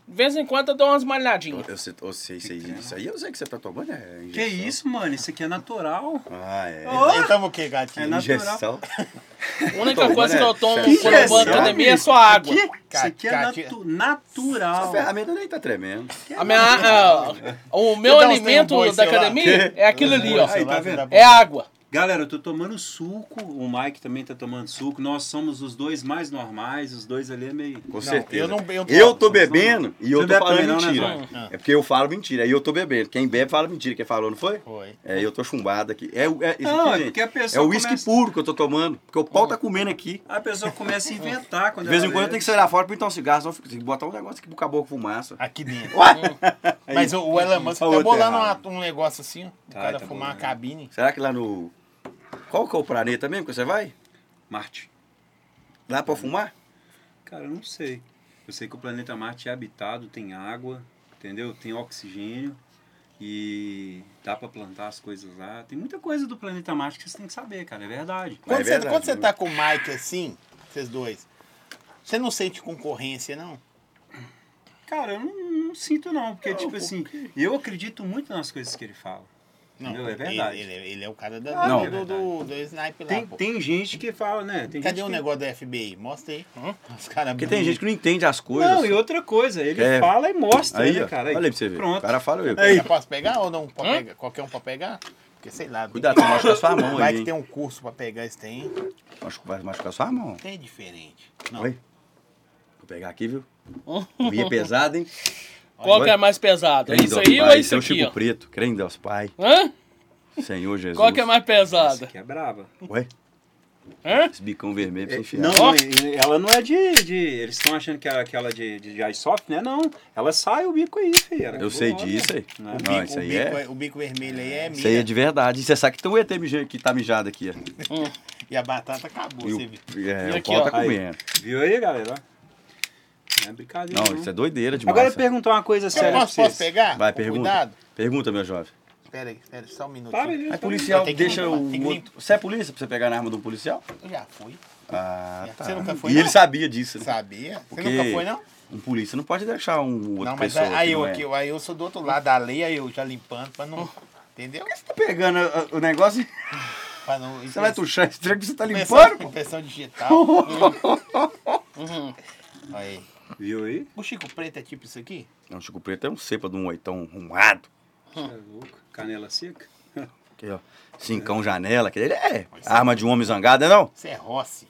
[SPEAKER 3] De vez em quando eu dou umas malhadinhas.
[SPEAKER 4] Eu sei, eu sei, sei disso. isso aí eu sei que você tá tomando. É
[SPEAKER 1] né? Que
[SPEAKER 4] injeção.
[SPEAKER 1] isso, mano? Isso aqui é natural.
[SPEAKER 4] Ah, é.
[SPEAKER 2] Estamos o que, gatinho?
[SPEAKER 1] É na-
[SPEAKER 4] injeção.
[SPEAKER 3] A única
[SPEAKER 4] Tomando,
[SPEAKER 3] coisa que eu
[SPEAKER 4] né?
[SPEAKER 3] tomo
[SPEAKER 4] Que
[SPEAKER 3] quando eu vou à
[SPEAKER 4] injeção,
[SPEAKER 3] academia é só água.
[SPEAKER 1] Isso aqui, isso aqui é
[SPEAKER 2] Cati-
[SPEAKER 1] natu-
[SPEAKER 4] A
[SPEAKER 1] natural.
[SPEAKER 4] ferramenta nem tá tremendo.
[SPEAKER 3] A minha, a- o meu
[SPEAKER 2] Você dá uns
[SPEAKER 3] alimento
[SPEAKER 2] trem boi,
[SPEAKER 3] da
[SPEAKER 2] sei lá.
[SPEAKER 3] academia é aquilo ali, ó.
[SPEAKER 2] Sei lá,
[SPEAKER 1] tá vendo?
[SPEAKER 2] filha da
[SPEAKER 3] É água.
[SPEAKER 1] Galera, eu tô tomando suco, o Mike também tá tomando suco. Nós somos os dois mais normais, os dois ali é meio.
[SPEAKER 4] Com certeza.
[SPEAKER 2] eu não- eu não-
[SPEAKER 4] Eu tô
[SPEAKER 1] Você não-
[SPEAKER 4] bebendo e eu tô
[SPEAKER 1] Você bebe
[SPEAKER 4] falando
[SPEAKER 1] também não, né,
[SPEAKER 4] mentira.
[SPEAKER 2] Zóio?
[SPEAKER 4] É porque eu falo mentira, aí eu tô bebendo. Quem bebe fala mentira. Quem falou, não foi?
[SPEAKER 2] Foi.
[SPEAKER 4] É, eu tô chumbado aqui. É, o- é, isso
[SPEAKER 1] Não,
[SPEAKER 4] aqui,
[SPEAKER 1] é
[SPEAKER 4] gente,
[SPEAKER 1] porque a pessoa
[SPEAKER 4] é o uísque
[SPEAKER 1] começa- Hum.
[SPEAKER 4] puro que eu tô tomando. Porque o pau tá comendo aqui.
[SPEAKER 1] A pessoa começa a inventar quando
[SPEAKER 4] De vez em
[SPEAKER 1] ela
[SPEAKER 4] quando eu
[SPEAKER 1] bebe.
[SPEAKER 4] tenho que sair lá fora pra pintar um cigarro, senão eu fico- tem que botar um negócio aqui pro caboclo fumaça.
[SPEAKER 2] Aqui
[SPEAKER 1] Hum.
[SPEAKER 2] dentro.
[SPEAKER 4] Ué?
[SPEAKER 2] Mas o, o Elon Musk
[SPEAKER 4] Tá
[SPEAKER 2] tá
[SPEAKER 4] outro
[SPEAKER 2] bolando
[SPEAKER 4] errado.
[SPEAKER 2] uma- um negócio assim, ó. O
[SPEAKER 4] Tá,
[SPEAKER 2] cara
[SPEAKER 4] tá
[SPEAKER 2] fumar uma
[SPEAKER 4] bolando.
[SPEAKER 2] cabine.
[SPEAKER 4] Será que lá no. Qual que é o planeta mesmo que você vai?
[SPEAKER 1] Marte.
[SPEAKER 4] Lá pra fumar?
[SPEAKER 1] Cara, eu não sei. Eu sei que o planeta Marte é habitado, tem água, entendeu? Tem oxigênio e dá pra plantar as coisas lá. Tem muita coisa do planeta Marte que vocês têm que saber, cara, é verdade.
[SPEAKER 4] Mas é
[SPEAKER 2] Quando, você,
[SPEAKER 4] verdade,
[SPEAKER 2] quando você
[SPEAKER 4] né?
[SPEAKER 2] tá com o Mike assim, vocês dois, você não sente concorrência, não?
[SPEAKER 1] Cara, eu não, não sinto não, porque tipo assim, eu acredito muito nas coisas que ele fala.
[SPEAKER 2] Não,
[SPEAKER 1] Não, é verdade.
[SPEAKER 2] Ele, ele- ele é o cara da,
[SPEAKER 4] Não.
[SPEAKER 2] do, do, do snipe lá,
[SPEAKER 1] Tem,
[SPEAKER 2] pô.
[SPEAKER 1] tem gente que fala, né? Tem
[SPEAKER 2] Cadê
[SPEAKER 1] gente
[SPEAKER 2] o
[SPEAKER 1] que-
[SPEAKER 2] um negócio da FBI? Mostra aí. Os caras
[SPEAKER 4] Porque tem gente que não entende as coisas.
[SPEAKER 1] Não, e outra coisa, ele
[SPEAKER 4] É.
[SPEAKER 1] fala e mostra,
[SPEAKER 4] Aí,
[SPEAKER 1] né,
[SPEAKER 4] ó,
[SPEAKER 1] cara?
[SPEAKER 4] olha aí pra você ver.
[SPEAKER 1] Pronto.
[SPEAKER 4] O cara fala eu.
[SPEAKER 2] Eu posso pegar ou não? Pode pegar? Qualquer um pra pegar?
[SPEAKER 4] Quer
[SPEAKER 2] Porque sei lá.
[SPEAKER 4] Cuidado, você machuca sua mão
[SPEAKER 2] Vai
[SPEAKER 4] aí,
[SPEAKER 2] que
[SPEAKER 4] hein?
[SPEAKER 2] tem um curso pra pegar isso tem.
[SPEAKER 4] Machu- Vai machucar sua mão.
[SPEAKER 2] Tem diferente. Não.
[SPEAKER 4] Oi? Vou pegar aqui, viu? Minha é pesada, hein?
[SPEAKER 3] Qual que é mais pesado?
[SPEAKER 4] Crendo
[SPEAKER 3] Isso
[SPEAKER 4] ao
[SPEAKER 3] aí ou
[SPEAKER 4] Pai,
[SPEAKER 3] é isso
[SPEAKER 4] Seu
[SPEAKER 3] aqui,
[SPEAKER 4] Chico
[SPEAKER 3] ó?
[SPEAKER 4] Preto, crendo em Deus Pai,
[SPEAKER 3] Hã?
[SPEAKER 4] Senhor Jesus.
[SPEAKER 3] Qual que é mais pesada?
[SPEAKER 1] Que é brava.
[SPEAKER 4] Ué?
[SPEAKER 3] Hã?
[SPEAKER 4] Esse bicão vermelho pra você enfiar.
[SPEAKER 1] É, Não,
[SPEAKER 3] Ó.
[SPEAKER 1] e- e- ela não é de. de- eles estão achando que é aquela de, de, de iSoft, né? Não. Ela sai o bico aí, né? filha.
[SPEAKER 4] Eu sei disso aí.
[SPEAKER 1] Não.
[SPEAKER 4] Não,
[SPEAKER 2] Bico-
[SPEAKER 4] isso aí
[SPEAKER 2] o, bico,
[SPEAKER 4] é...
[SPEAKER 2] o bico vermelho aí é
[SPEAKER 4] Isso aí
[SPEAKER 2] minha.
[SPEAKER 4] é de verdade. Você sabe que tem um ET mijando aqui, tá mijado aqui, ó.
[SPEAKER 2] E a batata acabou,
[SPEAKER 4] E
[SPEAKER 2] você viu.
[SPEAKER 4] o, é,
[SPEAKER 3] E
[SPEAKER 4] o
[SPEAKER 3] aqui,
[SPEAKER 4] pau
[SPEAKER 3] ó.
[SPEAKER 4] tá
[SPEAKER 1] Aí.
[SPEAKER 4] comendo.
[SPEAKER 1] Viu aí, galera? Não é brincadeira. Não,
[SPEAKER 4] Não, isso é doideira demais.
[SPEAKER 1] Agora
[SPEAKER 4] sabe?
[SPEAKER 1] perguntar uma coisa
[SPEAKER 2] Eu
[SPEAKER 1] séria pra
[SPEAKER 2] posso, posso
[SPEAKER 1] vocês.
[SPEAKER 2] pegar?
[SPEAKER 4] Vai,
[SPEAKER 2] Com
[SPEAKER 4] pergunta.
[SPEAKER 2] Cuidado.
[SPEAKER 4] Pergunta, meu jovem.
[SPEAKER 2] Pera aí, pera aí, só um minutinho.
[SPEAKER 1] Para, tá ele-
[SPEAKER 4] Aí É policial
[SPEAKER 2] Tem que
[SPEAKER 4] deixa
[SPEAKER 2] limpar, tem que
[SPEAKER 4] o outro... Você é polícia pra você pegar na arma de um policial?
[SPEAKER 2] Eu já fui.
[SPEAKER 4] Ah, tá.
[SPEAKER 2] Você nunca foi,
[SPEAKER 4] e
[SPEAKER 2] não?
[SPEAKER 4] ele sabia disso, né?
[SPEAKER 2] Sabia?
[SPEAKER 4] Porque
[SPEAKER 2] Você nunca foi, não?
[SPEAKER 4] Um polícia não pode deixar um outro
[SPEAKER 2] não, mas
[SPEAKER 4] pessoa
[SPEAKER 2] aí
[SPEAKER 4] que
[SPEAKER 2] eu
[SPEAKER 4] não é.
[SPEAKER 2] aqui, aí eu sou do outro lado da lei, aí eu já limpando pra não. Entendeu?
[SPEAKER 4] Tá pegando ah, o negócio e
[SPEAKER 2] Pra não.
[SPEAKER 4] você vai tuchar esse trem que você tá limpando,
[SPEAKER 2] impressão,
[SPEAKER 4] pô.
[SPEAKER 2] impressão digital.
[SPEAKER 3] Uhum.
[SPEAKER 2] aí.
[SPEAKER 1] Viu aí?
[SPEAKER 2] O Chico Preto é tipo isso aqui?
[SPEAKER 4] Não, o Chico Preto é um cepa de um oitão rumado.
[SPEAKER 1] Cê é louco. Canela seca.
[SPEAKER 4] Aqui, ó. Cincão janela, que ele é arma de um homem zangado, é não?
[SPEAKER 2] Isso é Rossi.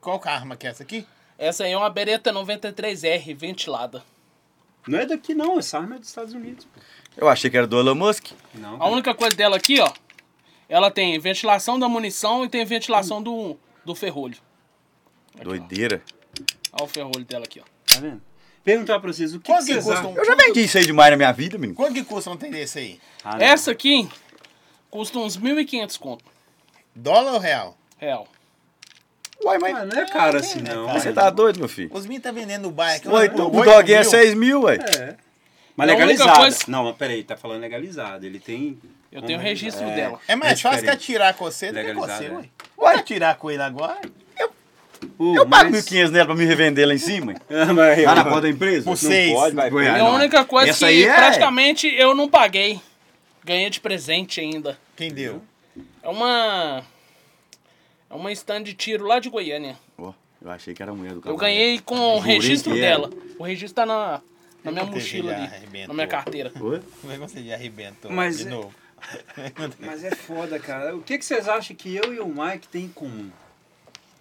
[SPEAKER 2] Qual que é a arma que é essa aqui?
[SPEAKER 3] Essa aí é uma Beretta 93R ventilada.
[SPEAKER 1] Não é daqui, não. Essa arma é dos Estados Unidos. pô.
[SPEAKER 4] Eu achei que era do Elon Musk.
[SPEAKER 1] Não.
[SPEAKER 3] A única coisa dela aqui, ó, ela tem ventilação da munição e tem ventilação do, do ferrolho.
[SPEAKER 4] Doideira.
[SPEAKER 3] Olha o ferrolho dela aqui, ó.
[SPEAKER 1] Tá vendo? Perguntar pra vocês o que, que
[SPEAKER 2] Quanto que
[SPEAKER 1] vocês
[SPEAKER 2] custa
[SPEAKER 1] acham.
[SPEAKER 2] um.
[SPEAKER 4] Eu já vendi isso aí demais na minha vida, menino.
[SPEAKER 2] Quanto que custa um tênis desse aí?
[SPEAKER 1] Ah, não.
[SPEAKER 3] Essa aqui custa uns 1.500 conto,
[SPEAKER 2] Dólar ou real?
[SPEAKER 3] real.
[SPEAKER 4] Uai,
[SPEAKER 1] Ah,
[SPEAKER 4] mas
[SPEAKER 1] não é caro assim, não.
[SPEAKER 4] você tá doido, meu filho?
[SPEAKER 2] Os meninos tá vendendo no bairro aqui.
[SPEAKER 4] O,
[SPEAKER 1] então,
[SPEAKER 4] oitão- o doguinho é 6 mil, ué.
[SPEAKER 1] É. Mas
[SPEAKER 3] A única
[SPEAKER 1] legalizada.
[SPEAKER 3] coisa-
[SPEAKER 1] Não, mas peraí, tá falando legalizado. Ele tem.
[SPEAKER 3] Eu tenho o registro dela.
[SPEAKER 2] É mais
[SPEAKER 1] É
[SPEAKER 2] fácil que
[SPEAKER 1] diferente.
[SPEAKER 2] atirar com você do que com
[SPEAKER 1] Legalizado,
[SPEAKER 2] você,
[SPEAKER 1] é.
[SPEAKER 2] ué. Vai atirar com ele agora?
[SPEAKER 1] Uh,
[SPEAKER 4] Eu pago
[SPEAKER 1] mas-
[SPEAKER 4] 1.500 nela pra me revender lá em cima. ué.
[SPEAKER 1] Ah, mas eu-
[SPEAKER 4] Lá na porta da empresa.
[SPEAKER 2] Por
[SPEAKER 4] Não
[SPEAKER 2] seis.
[SPEAKER 4] pode, vai
[SPEAKER 1] Goiás,
[SPEAKER 4] pagar,
[SPEAKER 3] E
[SPEAKER 1] Ah,
[SPEAKER 3] É
[SPEAKER 1] não.
[SPEAKER 3] a única coisa
[SPEAKER 4] Essa
[SPEAKER 3] que
[SPEAKER 4] aí é-
[SPEAKER 3] praticamente eu não paguei. Ganhei de presente ainda.
[SPEAKER 2] Quem deu?
[SPEAKER 3] É uma. É uma stand de tiro lá de Goiânia.
[SPEAKER 4] Ó, eu achei que era a mulher do
[SPEAKER 3] Eu
[SPEAKER 4] camarada.
[SPEAKER 3] ganhei com o
[SPEAKER 4] Jurei
[SPEAKER 3] registro
[SPEAKER 4] que era.
[SPEAKER 3] dela. O registro tá na, na minha
[SPEAKER 2] Não teve,
[SPEAKER 3] mochila
[SPEAKER 2] já
[SPEAKER 3] ali.
[SPEAKER 2] arrebentou.
[SPEAKER 3] Na minha carteira.
[SPEAKER 4] Oi?
[SPEAKER 2] Como é que você já arrebentou
[SPEAKER 1] Mas
[SPEAKER 2] de
[SPEAKER 1] é-
[SPEAKER 2] novo?
[SPEAKER 1] Mas é foda, cara. O que, que vocês acham que eu e o Mike tem em comum?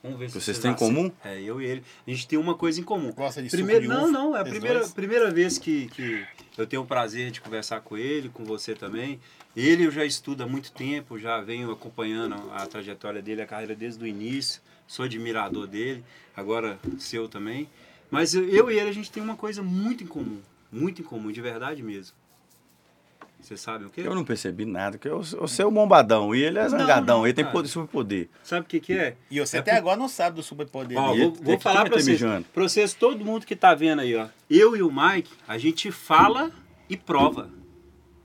[SPEAKER 1] Vamos ver se
[SPEAKER 4] Vocês têm em
[SPEAKER 1] acham.
[SPEAKER 4] comum?
[SPEAKER 1] É, eu e ele. A gente tem uma coisa em comum.
[SPEAKER 2] Gosta de suco
[SPEAKER 1] Primeiro,
[SPEAKER 2] de
[SPEAKER 1] não,
[SPEAKER 2] uva,
[SPEAKER 1] não. É a
[SPEAKER 2] vocês
[SPEAKER 1] primeira,
[SPEAKER 2] dois?
[SPEAKER 1] primeira vez que, que eu tenho o prazer de conversar com ele, com você também. Ele eu já estudo há muito tempo, já venho acompanhando a trajetória dele, a carreira desde o início. Sou admirador dele, agora seu também. Mas eu, eu e ele, a gente tem uma coisa muito em comum. Muito em comum, de verdade mesmo. Vocês sabem o quê?
[SPEAKER 4] Eu não percebi nada, que eu, eu sei o bombadão e ele é zangadão,
[SPEAKER 1] não,
[SPEAKER 4] ele tem
[SPEAKER 1] cara.
[SPEAKER 4] poder superpoder.
[SPEAKER 1] Sabe o que, que é?
[SPEAKER 2] E você até agora não sabe do superpoder
[SPEAKER 1] Ó,
[SPEAKER 2] dele.
[SPEAKER 1] vou,
[SPEAKER 4] Tem
[SPEAKER 1] vou
[SPEAKER 4] que
[SPEAKER 1] falar
[SPEAKER 4] ter
[SPEAKER 1] pra vocês,
[SPEAKER 4] mijando.
[SPEAKER 1] pra vocês, todo mundo que tá vendo aí, ó. Eu e o Mike, a gente fala e prova.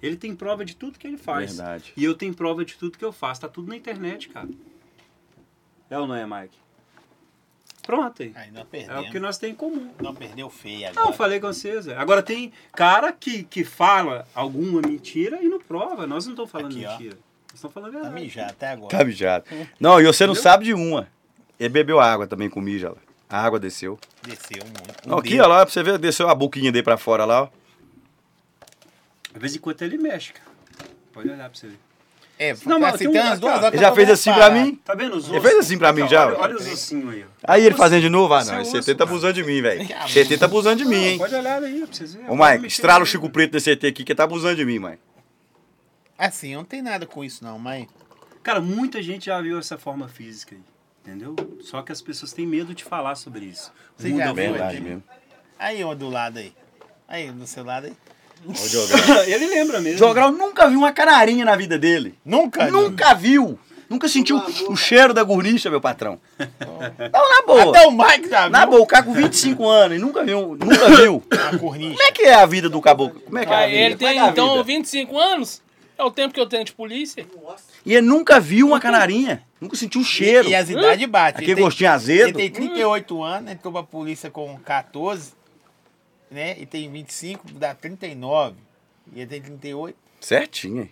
[SPEAKER 1] Ele tem prova de tudo que ele faz.
[SPEAKER 4] Verdade.
[SPEAKER 1] E eu tenho prova de tudo que eu faço. Tá tudo na internet, cara. É ou não é, Mike? Pronto aí.
[SPEAKER 2] Aí tá nós
[SPEAKER 1] É o
[SPEAKER 2] perdemos.
[SPEAKER 1] que nós temos em comum.
[SPEAKER 2] Não perdeu feio agora.
[SPEAKER 1] Não, eu falei com vocês. velho. Agora tem cara que, que fala alguma mentira e não prova. Nós não estamos falando
[SPEAKER 2] Aqui, ó.
[SPEAKER 1] mentira. Nós estamos falando
[SPEAKER 2] Tá
[SPEAKER 1] verdade.
[SPEAKER 2] mijando até agora.
[SPEAKER 4] Tá mijado. Não, e você não sabe de uma. Ele bebeu água também com mija lá. A água desceu.
[SPEAKER 2] Desceu muito.
[SPEAKER 1] Um
[SPEAKER 4] Não, aqui, ó lá, pra você ver, desceu a boquinha dele pra fora lá, ó.
[SPEAKER 1] De vez em quando ele mexe, cara. Pode olhar pra você ver.
[SPEAKER 2] É,
[SPEAKER 1] Não, mas
[SPEAKER 2] assim,
[SPEAKER 1] tem um-
[SPEAKER 2] tem umas
[SPEAKER 1] aqui,
[SPEAKER 2] duas
[SPEAKER 1] ó.
[SPEAKER 2] horas que
[SPEAKER 4] Ele já
[SPEAKER 2] eu né?
[SPEAKER 4] fez
[SPEAKER 2] vou
[SPEAKER 4] assim pra
[SPEAKER 2] parar.
[SPEAKER 4] mim.
[SPEAKER 1] Tá vendo os
[SPEAKER 4] Ele fez assim pra mim já,
[SPEAKER 1] Olha,
[SPEAKER 4] ó.
[SPEAKER 1] olha os ossinhos aí, ó.
[SPEAKER 4] Aí ele fazendo de novo, ah
[SPEAKER 1] Isso é
[SPEAKER 4] não, esse
[SPEAKER 1] osso,
[SPEAKER 4] ET tá
[SPEAKER 1] cara.
[SPEAKER 4] abusando de mim, velho.
[SPEAKER 2] Que abuso.
[SPEAKER 4] Esse ET tá abusando de mim, hein.
[SPEAKER 1] Pode olhar aí, pra vocês verem.
[SPEAKER 4] Ô,
[SPEAKER 1] Pode
[SPEAKER 4] Mike,
[SPEAKER 1] mexer
[SPEAKER 4] estrala o
[SPEAKER 1] aí.
[SPEAKER 4] Chico Preto desse ET aqui que tá abusando de mim, Mike.
[SPEAKER 2] Assim, eu não tem nada com isso não, mas...
[SPEAKER 1] Cara, muita gente já viu essa forma física aí, entendeu? Só que as pessoas têm medo de falar sobre isso.
[SPEAKER 2] Você já
[SPEAKER 1] Muda
[SPEAKER 2] viu
[SPEAKER 1] muito.
[SPEAKER 2] é Verdade mesmo. Aí, ó, do lado aí. Aí, do seu lado aí.
[SPEAKER 4] Ó o Jogral.
[SPEAKER 1] Ele lembra mesmo.
[SPEAKER 4] Jogral nunca viu uma canarinha na vida dele.
[SPEAKER 2] Nunca?
[SPEAKER 4] Nunca viu. Nunca sentiu o cheiro da gornicha, meu patrão. Não, na boa.
[SPEAKER 2] Até o Mike já viu.
[SPEAKER 4] Na boa, o cara com 25 anos e nunca viu. Nunca viu.
[SPEAKER 2] A cornicha.
[SPEAKER 4] Como é que é a vida do caboclo? Como é que é a
[SPEAKER 3] Ah,
[SPEAKER 4] vida?
[SPEAKER 3] ele
[SPEAKER 4] Como é
[SPEAKER 3] tem
[SPEAKER 4] que é a
[SPEAKER 3] então
[SPEAKER 4] vida?
[SPEAKER 3] 25 anos? É o tempo que eu tenho de polícia?
[SPEAKER 4] E ele nunca viu uma canarinha. Nunca sentiu o cheiro.
[SPEAKER 2] E as idades batem.
[SPEAKER 4] Aquele
[SPEAKER 2] Ele tem-
[SPEAKER 4] gostinho
[SPEAKER 2] Ele
[SPEAKER 4] azedo.
[SPEAKER 2] tem 38 anos, entrou pra polícia com 14, né? E tem 25, dá 39. E ele tem 38.
[SPEAKER 4] Certinho. hein?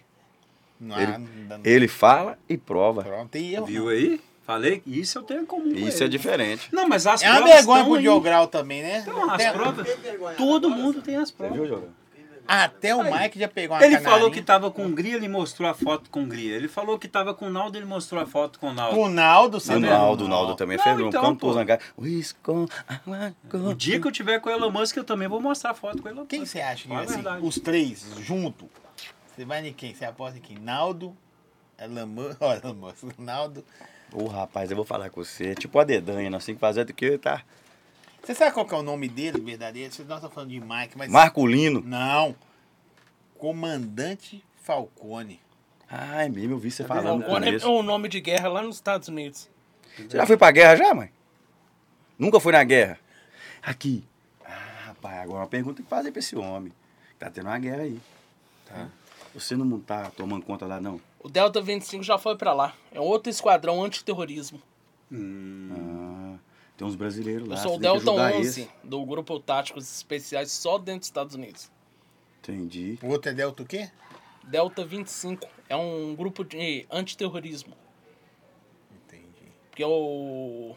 [SPEAKER 2] Não,
[SPEAKER 4] Ele-
[SPEAKER 2] não dá- não
[SPEAKER 4] Ele fala e prova.
[SPEAKER 2] Pronto, tem erro.
[SPEAKER 1] Viu aí? Falei que isso eu tenho em comum. com
[SPEAKER 4] Isso
[SPEAKER 1] ele.
[SPEAKER 4] é diferente.
[SPEAKER 1] Não, mas as
[SPEAKER 2] É uma
[SPEAKER 1] provas.
[SPEAKER 2] vergonha
[SPEAKER 1] estão
[SPEAKER 2] pro
[SPEAKER 1] aí.
[SPEAKER 2] Diogral também, né?
[SPEAKER 1] Então, as
[SPEAKER 2] Tem-
[SPEAKER 1] provas. Todo mundo tem as provas.
[SPEAKER 4] Jogão?
[SPEAKER 2] Até o Mike já pegou uma
[SPEAKER 1] Ele falou que
[SPEAKER 2] canarinha.
[SPEAKER 1] tava com Hungria, ele mostrou a foto com Hungria. Ele falou que tava com Naldo, ele mostrou a foto com Naldo.
[SPEAKER 2] O Naldo,
[SPEAKER 4] O
[SPEAKER 2] sabe?
[SPEAKER 4] Naldo, o Naldo também
[SPEAKER 1] Não,
[SPEAKER 4] fez um
[SPEAKER 1] então,
[SPEAKER 4] cantor
[SPEAKER 1] pô.
[SPEAKER 4] na cara. ah, Wisco,
[SPEAKER 1] O dia que eu tiver com o Elon Musk, eu também vou mostrar a foto com o Elon Musk.
[SPEAKER 2] Quem você acha que
[SPEAKER 1] Fala
[SPEAKER 2] vai
[SPEAKER 1] a
[SPEAKER 2] assim,
[SPEAKER 1] É verdade.
[SPEAKER 2] os três junto? Você vai em quem? Você aposta em quem? Naldo, Alamu... Olha, moço, Naldo.
[SPEAKER 4] Ô, rapaz, eu vou falar com você. É tipo a dedanha, nós temos que fazer do que tá.
[SPEAKER 2] Você sabe qual que é o nome dele verdadeiro? Vocês não estão falando de Mike, mas.
[SPEAKER 4] Marculino.
[SPEAKER 2] Não. Comandante Falcone.
[SPEAKER 4] Ai, mesmo, eu vi você falando Tá no
[SPEAKER 3] Falcone é
[SPEAKER 4] começo.
[SPEAKER 3] um nome de guerra lá nos Estados Unidos.
[SPEAKER 4] Você já foi pra guerra já, mãe? Nunca foi na guerra? Aqui. Ah, rapaz, agora uma pergunta que fazer pra esse homem. Tá tendo uma guerra aí.
[SPEAKER 3] Hum.
[SPEAKER 4] Tá? Você não tá tomando conta lá, não?
[SPEAKER 3] O Delta 25 já foi pra lá. É outro esquadrão antiterrorismo.
[SPEAKER 4] Ah, tem uns brasileiros lá.
[SPEAKER 3] Hum. Eu
[SPEAKER 4] você
[SPEAKER 3] sou o
[SPEAKER 4] tem que
[SPEAKER 3] Delta
[SPEAKER 4] ajudar
[SPEAKER 3] 11
[SPEAKER 4] eles.
[SPEAKER 3] do Grupo Táticos Especiais só dentro dos Estados Unidos.
[SPEAKER 4] Entendi.
[SPEAKER 2] O outro é Delta o quê?
[SPEAKER 3] Delta 25 é um grupo de antiterrorismo.
[SPEAKER 2] Entendi.
[SPEAKER 3] Porque o,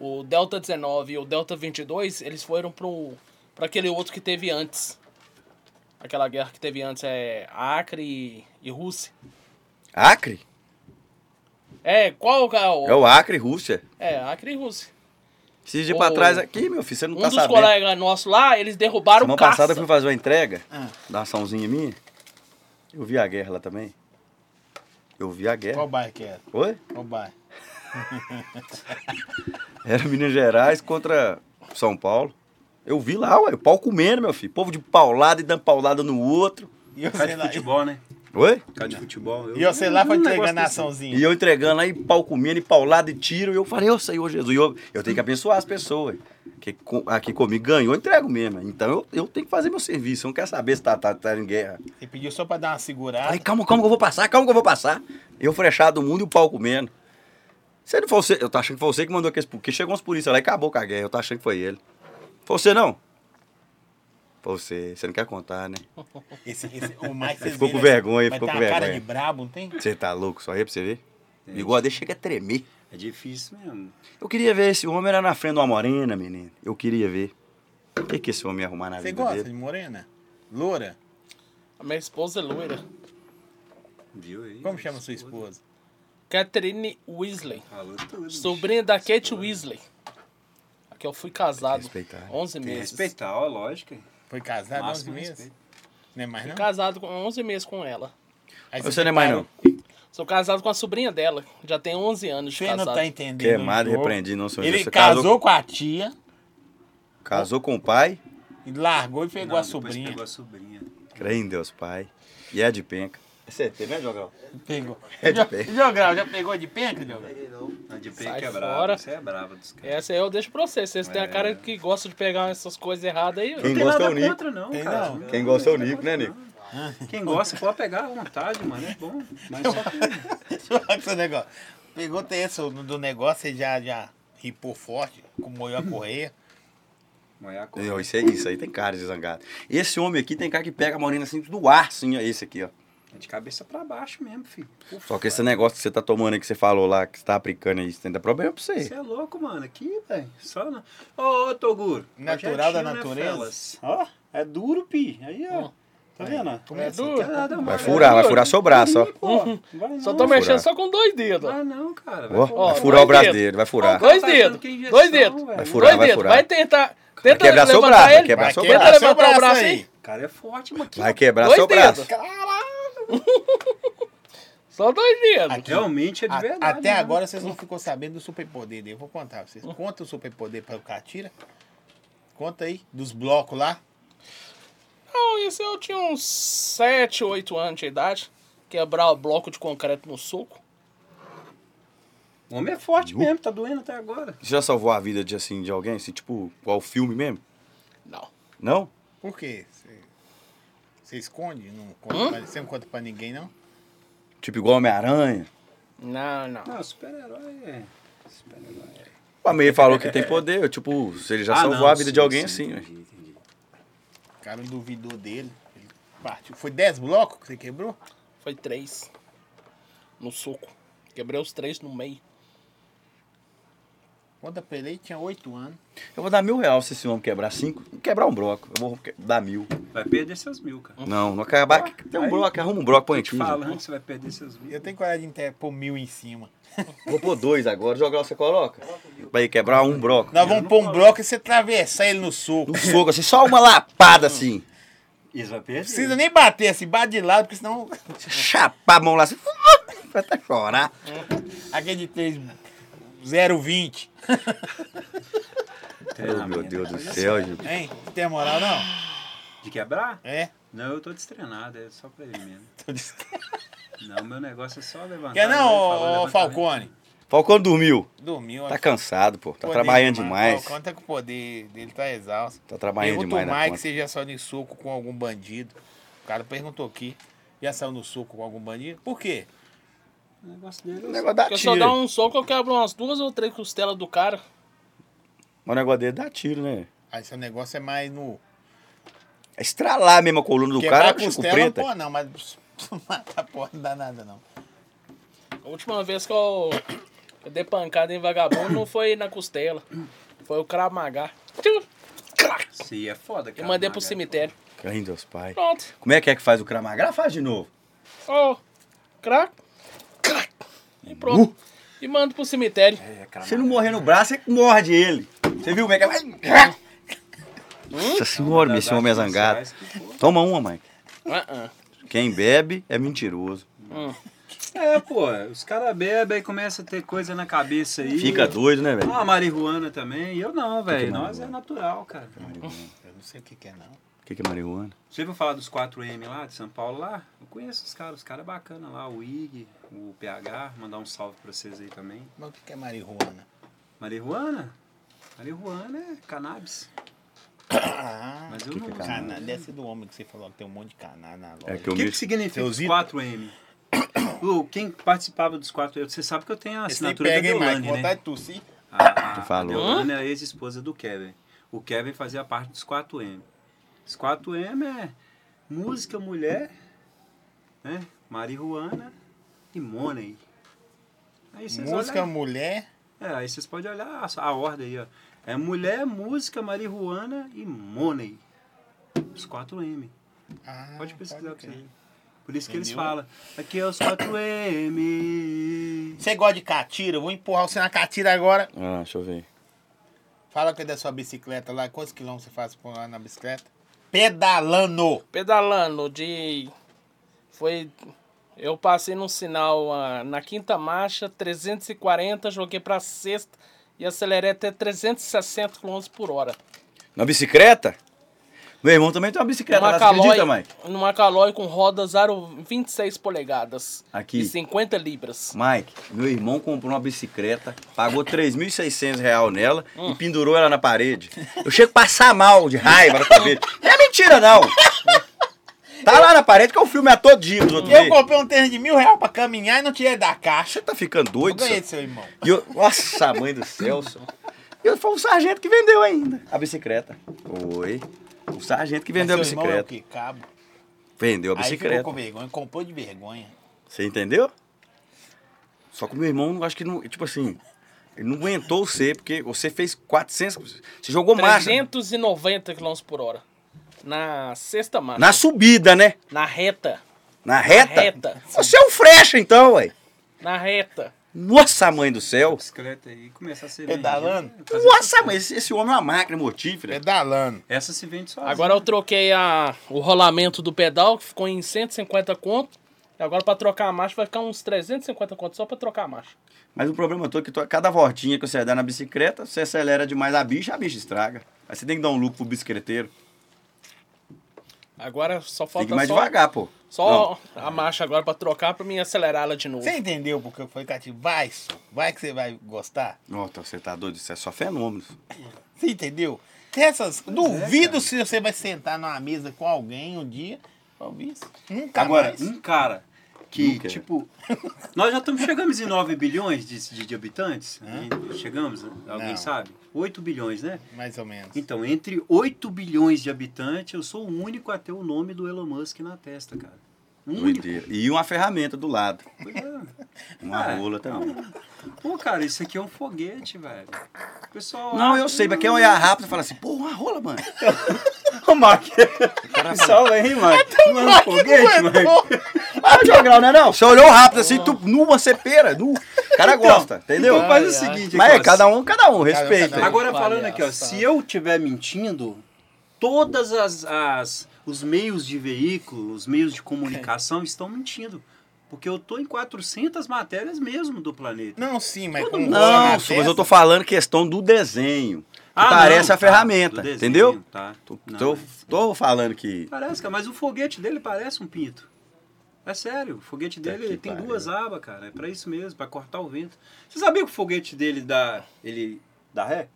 [SPEAKER 3] o Delta 19 e o Delta 22, eles foram pro para aquele outro que teve antes. Aquela guerra que teve antes é Acre e, e Rússia.
[SPEAKER 4] Acre?
[SPEAKER 3] É, qual que é o...
[SPEAKER 4] É o Acre, Rússia.
[SPEAKER 3] É, Acre e Rússia.
[SPEAKER 4] Esses dias
[SPEAKER 3] Ô,
[SPEAKER 4] pra trás aqui, meu filho, você não
[SPEAKER 3] Um
[SPEAKER 4] tá
[SPEAKER 3] dos
[SPEAKER 4] sabendo.
[SPEAKER 3] colegas nossos lá, eles derrubaram
[SPEAKER 4] Semana
[SPEAKER 3] o caça.
[SPEAKER 4] passada eu fui fazer uma entrega
[SPEAKER 2] Ah.
[SPEAKER 4] da açãozinha minha. Eu vi a guerra lá também. Eu vi a guerra.
[SPEAKER 2] Qual bairro que era?
[SPEAKER 4] Oi?
[SPEAKER 2] Qual bairro?
[SPEAKER 4] Era Minas Gerais contra São Paulo. Eu vi lá, ué, o pau comendo, meu filho. Povo de paulada e dando paulada no outro.
[SPEAKER 2] E eu
[SPEAKER 1] Cara
[SPEAKER 2] sei
[SPEAKER 1] de
[SPEAKER 2] lá.
[SPEAKER 1] futebol, né?
[SPEAKER 4] Oi?
[SPEAKER 1] Cara de futebol.
[SPEAKER 2] E eu sei lá foi
[SPEAKER 1] um
[SPEAKER 2] entregar
[SPEAKER 1] negócio
[SPEAKER 2] na
[SPEAKER 1] desse.
[SPEAKER 2] açãozinha.
[SPEAKER 4] E eu entregando lá e pau comendo, e paulada e tiro. E eu falei, ô Senhor Jesus, e eu, eu tenho que abençoar as pessoas. Que co- aqui comigo ganhou, eu entrego mesmo. Então eu, eu tenho que fazer meu serviço. Eu não quero saber se tá, tá, tá em guerra.
[SPEAKER 2] Você pediu só pra dar uma segurada.
[SPEAKER 4] Aí, calma, calma que eu vou passar, calma que eu vou passar. Eu frechado do mundo e o pau comendo. Se não foi você, eu tô achando que foi você que mandou aqueles. Porque chegou uns polícia lá e acabou com a guerra. Eu tô achando que foi ele. Foi você não? Foi você. Você não quer contar, né?
[SPEAKER 2] Esse, esse, o Mike vocês
[SPEAKER 4] ficou com
[SPEAKER 2] viram,
[SPEAKER 4] vergonha,
[SPEAKER 2] mas
[SPEAKER 4] ficou
[SPEAKER 2] tem
[SPEAKER 4] com
[SPEAKER 2] uma cara
[SPEAKER 4] vergonha.
[SPEAKER 2] de brabo, não tem?
[SPEAKER 4] Você tá louco, só aí pra você ver. O Igual dele chega a tremer.
[SPEAKER 1] É difícil mesmo.
[SPEAKER 4] Eu queria ver esse homem era na frente de uma morena, menino. Eu queria ver. O que, que esse homem ia arrumar na
[SPEAKER 2] Você
[SPEAKER 4] vida
[SPEAKER 2] gosta de
[SPEAKER 4] dele?
[SPEAKER 2] morena? Loura?
[SPEAKER 3] A minha esposa é loira.
[SPEAKER 1] Viu aí?
[SPEAKER 2] Como chama sua esposa?
[SPEAKER 3] Catherine Weasley.
[SPEAKER 1] Falou tudo. bicho.
[SPEAKER 3] Sobrinha da Kate Weasley. A que eu fui casado.
[SPEAKER 4] respeitar.
[SPEAKER 3] 11
[SPEAKER 1] Tem que
[SPEAKER 3] meses.
[SPEAKER 1] respeitar, ó, lógico.
[SPEAKER 2] Foi casada há 11
[SPEAKER 1] Máximo
[SPEAKER 2] meses?
[SPEAKER 1] respeito.
[SPEAKER 2] Não é mais
[SPEAKER 3] Fui
[SPEAKER 2] não?
[SPEAKER 3] casado com 11 meses com ela.
[SPEAKER 2] Aí
[SPEAKER 4] Você não é mais, não.
[SPEAKER 3] Sou casado com a sobrinha dela. Já tem 11 anos de
[SPEAKER 2] Você não
[SPEAKER 3] casado.
[SPEAKER 2] tá entendendo.
[SPEAKER 4] Queimado
[SPEAKER 2] o
[SPEAKER 4] e
[SPEAKER 2] jogo.
[SPEAKER 4] repreendido, não, senhor
[SPEAKER 2] Ele
[SPEAKER 4] Jesus. Você
[SPEAKER 2] casou, com a tia,
[SPEAKER 4] casou com o pai.
[SPEAKER 2] e largou e pegou
[SPEAKER 1] Não,
[SPEAKER 2] a
[SPEAKER 1] depois
[SPEAKER 2] sobrinha.
[SPEAKER 1] Pegou a sobrinha.
[SPEAKER 4] Crê em Deus, pai. E é de penca. Você teve, né, Jogão?
[SPEAKER 2] Pegou.
[SPEAKER 4] É de penca.
[SPEAKER 2] Jogral, já pegou de penca, Jogral?
[SPEAKER 7] Peguei não.
[SPEAKER 1] A de
[SPEAKER 3] Sai
[SPEAKER 1] Peque é
[SPEAKER 3] fora.
[SPEAKER 1] brava. Você é brava dos caras.
[SPEAKER 3] Essa aí eu deixo pra vocês. Vocês têm a cara que gosta de pegar essas coisas erradas aí.
[SPEAKER 4] Quem
[SPEAKER 1] Não tem
[SPEAKER 4] gosta é o
[SPEAKER 1] nada
[SPEAKER 4] Nico.
[SPEAKER 1] contra, não,
[SPEAKER 2] Tem
[SPEAKER 1] cara.
[SPEAKER 2] não.
[SPEAKER 4] Quem gosta é o Nico, né, Nico?
[SPEAKER 1] Quem gosta pode pegar à vontade, mano. É bom. Mas só que...
[SPEAKER 2] Seu negócio. Pegou tenso do negócio, você já, já ripou forte, com moeu a correia.
[SPEAKER 1] Mas é a coisa.
[SPEAKER 4] Não, isso, é, isso aí tem cara de zangado. Esse homem aqui tem cara que pega a morena assim do ar, assim, ó, esse aqui, ó.
[SPEAKER 1] É de cabeça pra baixo mesmo, filho. Ufa,
[SPEAKER 4] Só que esse negócio que você tá tomando aí, que você falou lá, que você tá aplicando aí, isso tem dá problema pra você.
[SPEAKER 1] Você é louco, mano. Aqui, velho. Só na... Ô, ô, Toguro.
[SPEAKER 2] Natural da
[SPEAKER 1] projetinho, né,
[SPEAKER 2] natureza.
[SPEAKER 1] fellas? Ó, é duro, pi. Aí, ó. Tá vendo? ó?
[SPEAKER 3] É
[SPEAKER 2] assim
[SPEAKER 3] duro.
[SPEAKER 1] Quer nada
[SPEAKER 4] Vai
[SPEAKER 1] mais.
[SPEAKER 4] furar, vai
[SPEAKER 1] Vai,
[SPEAKER 4] furar seu braço, ó.
[SPEAKER 1] pô. Vai
[SPEAKER 3] Só
[SPEAKER 1] não.
[SPEAKER 3] tô mexendo
[SPEAKER 4] Hum. furar.
[SPEAKER 3] só com dois dedos. ó.
[SPEAKER 1] Vai Ah, não, cara. Vai
[SPEAKER 4] Ó,
[SPEAKER 1] furar.
[SPEAKER 4] vai furar o braço dele, vai furar.
[SPEAKER 3] Dois
[SPEAKER 1] Tá achando
[SPEAKER 3] dedos.
[SPEAKER 1] que é injeção,
[SPEAKER 3] dois dedos.
[SPEAKER 1] velho.
[SPEAKER 4] Vai furar,
[SPEAKER 3] dois
[SPEAKER 4] vai
[SPEAKER 3] dedos.
[SPEAKER 4] furar.
[SPEAKER 3] Vai tentar. Tenta
[SPEAKER 4] Vai quebrar seu
[SPEAKER 3] levantar
[SPEAKER 4] braço, vai
[SPEAKER 3] ele.
[SPEAKER 4] quebrar
[SPEAKER 2] Vai
[SPEAKER 4] seu
[SPEAKER 3] tenta
[SPEAKER 4] braço.
[SPEAKER 2] Seu
[SPEAKER 3] levantar o
[SPEAKER 2] braço
[SPEAKER 3] braço
[SPEAKER 2] aí.
[SPEAKER 3] aí.
[SPEAKER 1] O cara é forte, mano. Aqui,
[SPEAKER 4] Vai
[SPEAKER 1] ó.
[SPEAKER 4] quebrar
[SPEAKER 3] Dois
[SPEAKER 4] seu braço.
[SPEAKER 3] dedos. Só dois dedos.
[SPEAKER 2] Aqui,
[SPEAKER 1] Realmente é de
[SPEAKER 2] A-
[SPEAKER 1] verdade. Hum?
[SPEAKER 2] até
[SPEAKER 1] né?
[SPEAKER 2] agora vocês não ficou sabendo do superpoder dele. Eu vou contar pra vocês. Conta o superpoder pra o Catira. Conta aí, dos blocos lá.
[SPEAKER 3] Não, Então, isso eu tinha uns 7, 8 anos de idade. Quebrar o bloco de concreto no soco.
[SPEAKER 1] O homem é forte mesmo, tá doendo até agora.
[SPEAKER 4] Você já salvou a vida de assim de alguém? Assim, tipo, qual filme mesmo?
[SPEAKER 3] Não.
[SPEAKER 4] Não?
[SPEAKER 2] Por quê? Você- Você esconde? Não conta pra, você não conta pra ninguém, não?
[SPEAKER 4] Tipo igual Homem-Aranha.
[SPEAKER 3] Não, não.
[SPEAKER 1] Não, super-herói é. Super-herói é.
[SPEAKER 4] O Amei falou que tem poder. eu, Tipo, se ele já
[SPEAKER 1] Ah,
[SPEAKER 4] salvou
[SPEAKER 1] não,
[SPEAKER 4] a vida
[SPEAKER 1] sim,
[SPEAKER 4] de alguém,
[SPEAKER 1] sim,
[SPEAKER 4] assim, né?
[SPEAKER 1] entendi, entendi.
[SPEAKER 2] O cara duvidou dele. Ele partiu. Foi 10 blocos que você quebrou?
[SPEAKER 3] Foi três. No soco. Quebrei os três no meio.
[SPEAKER 2] Quando apelei, tinha 8 anos.
[SPEAKER 4] Eu vou dar mil reais se esse homem quebrar cinco. Quebrar um broco. Eu vou que- dar mil.
[SPEAKER 1] Vai perder seus mil, cara.
[SPEAKER 4] Não, não acabar. Tem um
[SPEAKER 1] aí.
[SPEAKER 4] broco, arruma um broco, põe aqui.
[SPEAKER 1] Fala né? antes, você vai perder seus mil.
[SPEAKER 2] Eu tenho coragem de ter- pôr mil em cima.
[SPEAKER 4] Vou pôr dois agora. Jogar você coloca. Pra ir quebrar um broco.
[SPEAKER 2] Nós vamos pôr um bloco e você atravessar ele no soco.
[SPEAKER 4] Um soco assim, só uma lapada assim.
[SPEAKER 1] Isso vai perder.
[SPEAKER 2] Não precisa nem bater assim, bate de lado, porque senão
[SPEAKER 4] Chapar a mão lá assim. Vai até chorar.
[SPEAKER 2] aquele de 3, 0,20.
[SPEAKER 4] Oh, meu Deus do céu, gente.
[SPEAKER 2] Hein? Não tem moral, não?
[SPEAKER 1] De quebrar?
[SPEAKER 2] É?
[SPEAKER 1] Não, eu tô destrenado, é só pra ele mesmo. Não, meu negócio é só levantar.
[SPEAKER 2] Quer não,
[SPEAKER 1] ele falou,
[SPEAKER 2] ô, ô,
[SPEAKER 1] levanta
[SPEAKER 2] Falcone?
[SPEAKER 4] Falcão dormiu.
[SPEAKER 2] Dormiu.
[SPEAKER 4] Tá
[SPEAKER 2] acho.
[SPEAKER 4] cansado, pô. Tá
[SPEAKER 2] Poder
[SPEAKER 4] trabalhando demais.
[SPEAKER 2] Falcone tá com o poder dele, tá exausto.
[SPEAKER 4] Tá trabalhando
[SPEAKER 2] Pergunta
[SPEAKER 4] demais
[SPEAKER 2] o
[SPEAKER 4] na
[SPEAKER 2] Mike
[SPEAKER 4] conta.
[SPEAKER 2] se já saiu de soco com algum bandido. O cara perguntou aqui. Já saiu no soco com algum bandido? Por quê?
[SPEAKER 1] O negócio dele
[SPEAKER 4] O
[SPEAKER 1] é
[SPEAKER 4] negócio dá
[SPEAKER 3] Porque se eu dar
[SPEAKER 4] tiro.
[SPEAKER 3] um soco, eu quebro umas duas ou três costelas do cara.
[SPEAKER 4] Mas o negócio dele dá tiro, né?
[SPEAKER 2] Aí seu negócio é mais no.
[SPEAKER 4] É estralar mesmo a coluna do
[SPEAKER 2] Quebrar
[SPEAKER 4] cara, é Chico
[SPEAKER 2] costela, não,
[SPEAKER 4] Preta.
[SPEAKER 2] pô, não, mas matar porra não dá nada, não.
[SPEAKER 3] A última vez que eu, eu dei pancada em vagabundo não foi na costela. Foi o Krav Maga. Tchum! Crac!
[SPEAKER 1] Se é foda, cara.
[SPEAKER 3] Eu mandei pro
[SPEAKER 1] magra.
[SPEAKER 3] cemitério.
[SPEAKER 4] Ai, Deus, pai.
[SPEAKER 3] Pronto.
[SPEAKER 4] Como é que é que faz o Cramagra? Faz de novo.
[SPEAKER 3] Ó. Crac. Crac. E pronto. E mando pro cemitério.
[SPEAKER 4] Se não morrer no braço, você morde ele. Você viu como é que é? Nossa senhora, esse homem é zangado. Toma uma, Mike.
[SPEAKER 3] Ah, ah.
[SPEAKER 4] Quem bebe é mentiroso.
[SPEAKER 1] É, pô, os caras bebem e começam a ter coisa na cabeça aí.
[SPEAKER 4] Fica doido, né, velho?
[SPEAKER 1] Ah, a marihuana também. E eu não, velho. Nós é natural, cara.
[SPEAKER 2] Eu não sei o que, que é, não.
[SPEAKER 4] O que, que é marihuana?
[SPEAKER 1] Você ouviu falar dos 4M lá de São Paulo lá? Eu conheço os caras, os caras bacanas lá, o IG, o PH, mandar um salve pra vocês aí também.
[SPEAKER 2] Mas o que, que é marihuana?
[SPEAKER 1] Marihuana? Marihuana é cannabis. Mas eu não
[SPEAKER 4] que é
[SPEAKER 1] uso.
[SPEAKER 4] cannabis?
[SPEAKER 2] Cana, deve ser do homem que você falou que tem um monte de caná na loja.
[SPEAKER 4] É que eu
[SPEAKER 1] O que,
[SPEAKER 4] me...
[SPEAKER 1] que significa os
[SPEAKER 2] Teus
[SPEAKER 1] 4M? Lu, quem participava dos 4M, você sabe que eu tenho a
[SPEAKER 2] Esse nem
[SPEAKER 1] assinatura
[SPEAKER 2] pega,
[SPEAKER 1] da
[SPEAKER 2] hein, Mike?
[SPEAKER 1] Deolane, né?
[SPEAKER 2] Vontade de tossir.
[SPEAKER 1] A, a
[SPEAKER 4] falou.
[SPEAKER 1] Deolane é a ex-esposa do Kevin. O Kevin fazia parte dos 4M. Os 4M é música, mulher, né? marihuana e money. Aí vocês
[SPEAKER 2] Música,
[SPEAKER 1] olham-
[SPEAKER 2] mulher.
[SPEAKER 1] é, aí vocês podem olhar a, a ordem aí, ó. É mulher, música, marihuana e money. Os 4M.
[SPEAKER 2] Ah,
[SPEAKER 1] Pode pesquisar pra você.
[SPEAKER 2] crer.
[SPEAKER 1] ver. Por isso que eles
[SPEAKER 2] Entendeu?
[SPEAKER 1] falam, aqui é os 4M.
[SPEAKER 2] Você gosta de catira? Eu vou empurrar você na catira agora.
[SPEAKER 4] Ah, deixa eu ver.
[SPEAKER 2] Fala que é da sua bicicleta lá. Quantos quilômetros você faz por lá na bicicleta? Pedalando.
[SPEAKER 3] Pedalando de. Foi. Eu passei num sinal ah, na quinta marcha, 340, joguei pra sexta e acelerei até 360 km por hora.
[SPEAKER 4] Na bicicleta? Meu irmão também tem uma bicicleta.
[SPEAKER 3] Numa
[SPEAKER 4] Lá, você acredita,
[SPEAKER 3] calói,
[SPEAKER 4] Mike?
[SPEAKER 3] numa calói com rodas aro 26 polegadas
[SPEAKER 4] Aqui.
[SPEAKER 3] e 50 libras.
[SPEAKER 4] Mike, meu irmão comprou uma bicicleta, pagou 3.600 real nela e pendurou ela na parede. Eu chego a passar mal de raiva na parede. Não é mentira, não. Tá lá na parede que eu filme a todo dia. os outros
[SPEAKER 2] Eu
[SPEAKER 4] veem.
[SPEAKER 2] comprei um tênis de mil reais pra caminhar e não tirei da caixa.
[SPEAKER 4] Você tá ficando
[SPEAKER 2] Eu
[SPEAKER 4] doido, senhor?
[SPEAKER 2] ganhei do seu irmão.
[SPEAKER 4] E eu, nossa, mãe do Celso. E foi o sargento que vendeu ainda a bicicleta. Foi. O sargento que vendeu a
[SPEAKER 2] Mas seu irmão é o
[SPEAKER 4] bicicleta.
[SPEAKER 2] quê? Cabo.
[SPEAKER 4] Vendeu a
[SPEAKER 2] Aí ficou
[SPEAKER 4] bicicleta.
[SPEAKER 2] com vergonha. Comprou de vergonha.
[SPEAKER 4] Você entendeu? Só que o meu irmão, eu acho que não. Tipo assim, ele não aguentou você, porque você fez 400. Você jogou marcha.
[SPEAKER 3] 390 km por hora. Na sexta marcha.
[SPEAKER 4] Na subida, né?
[SPEAKER 3] Na reta.
[SPEAKER 4] Na reta?
[SPEAKER 3] reta.
[SPEAKER 4] Você é um frecha, então, ué.
[SPEAKER 3] Na reta.
[SPEAKER 4] Nossa, mãe do céu.
[SPEAKER 1] Bicicleta aí, começar a ser
[SPEAKER 2] Pedalando?
[SPEAKER 1] vendida, fazer-
[SPEAKER 4] Nossa, mãe, esse, esse homem é uma máquina mortífera.
[SPEAKER 2] Pedalando.
[SPEAKER 1] Essa se vende sozinha.
[SPEAKER 3] Agora
[SPEAKER 2] é
[SPEAKER 3] eu troquei a, o rolamento do pedal, que ficou em 150 conto. E agora pra trocar a marcha vai ficar uns 350 conto só pra trocar a marcha.
[SPEAKER 4] Mas o problema todo é que to- cada voltinha que você dá na bicicleta, você acelera demais a bicha, a bicha estraga. Aí você tem que dar um lucro pro bicicleteiro.
[SPEAKER 3] Agora só
[SPEAKER 4] Tem que
[SPEAKER 3] falta
[SPEAKER 4] ir mais
[SPEAKER 3] só,
[SPEAKER 4] devagar, pô.
[SPEAKER 3] só a marcha agora pra trocar pra mim acelerar ela de novo.
[SPEAKER 2] Você entendeu porque eu falei, Cati? Vai, só. vai que você vai gostar.
[SPEAKER 4] Nossa, você tá doido, isso é só fenômeno.
[SPEAKER 2] Você entendeu? Tem Essas,
[SPEAKER 4] é,
[SPEAKER 2] duvido se você vai sentar numa mesa com alguém um dia. Talvez. Nunca
[SPEAKER 1] Agora,
[SPEAKER 2] mais.
[SPEAKER 4] hum?
[SPEAKER 1] um cara que,
[SPEAKER 4] Nunca.
[SPEAKER 1] tipo. nós já estamos. Chegamos em 9 bilhões de, de, de habitantes? Hein? Chegamos? né? Alguém
[SPEAKER 2] Não.
[SPEAKER 1] sabe? 8 bilhões, né?
[SPEAKER 2] Mais ou menos.
[SPEAKER 1] Então, entre 8 bilhões de habitantes, eu sou o único a ter o nome do Elon Musk na testa, cara. O
[SPEAKER 4] Hum.
[SPEAKER 1] Único.
[SPEAKER 4] Doideira. E uma ferramenta do lado.
[SPEAKER 1] Pois é.
[SPEAKER 4] Uma
[SPEAKER 1] Ah,
[SPEAKER 4] rola também.
[SPEAKER 1] Pô, cara, isso aqui é um foguete, velho. pessoal
[SPEAKER 4] Não, eu sei, mas quem é olhar rápido fala assim, pô, uma rola, mano. Ô, Mark.
[SPEAKER 1] é. Pessoal, hein,
[SPEAKER 4] É
[SPEAKER 1] Mike? Mano, é um foguete, Mike.
[SPEAKER 4] Ah, jogral, não é não? Você olhou rápido assim, tu, numa cepeira, nu. O cara gosta, entendeu?
[SPEAKER 1] Então faz o seguinte,
[SPEAKER 4] Mas é,
[SPEAKER 1] Ecosse.
[SPEAKER 4] cada um, cada um, respeita.
[SPEAKER 3] cada um.
[SPEAKER 1] Tá Agora falando aqui, ó,
[SPEAKER 3] Palhaçada.
[SPEAKER 1] se eu estiver mentindo, todas as, as- os meios de veículo, os meios de comunicação estão mentindo, porque eu tô em 400 matérias mesmo do planeta.
[SPEAKER 2] Não, sim, mas com bola na
[SPEAKER 4] um. Não, Su, mas eu
[SPEAKER 2] testa-
[SPEAKER 4] tô falando questão do desenho.
[SPEAKER 1] Ah,
[SPEAKER 4] parece
[SPEAKER 1] não,
[SPEAKER 4] a ferramenta,
[SPEAKER 1] do desenho,
[SPEAKER 4] entendeu?
[SPEAKER 1] Tá.
[SPEAKER 4] Tô,
[SPEAKER 1] Não,
[SPEAKER 4] tô- tô falando que.
[SPEAKER 1] Parece, cara, mas o foguete dele parece um pinto. É sério, o foguete
[SPEAKER 4] Puta
[SPEAKER 1] dele
[SPEAKER 4] que
[SPEAKER 1] tem
[SPEAKER 4] pariu.
[SPEAKER 1] duas abas, cara. É pra isso mesmo, pra cortar o vento. Você sabia que o foguete dele dá. Ele dá ré?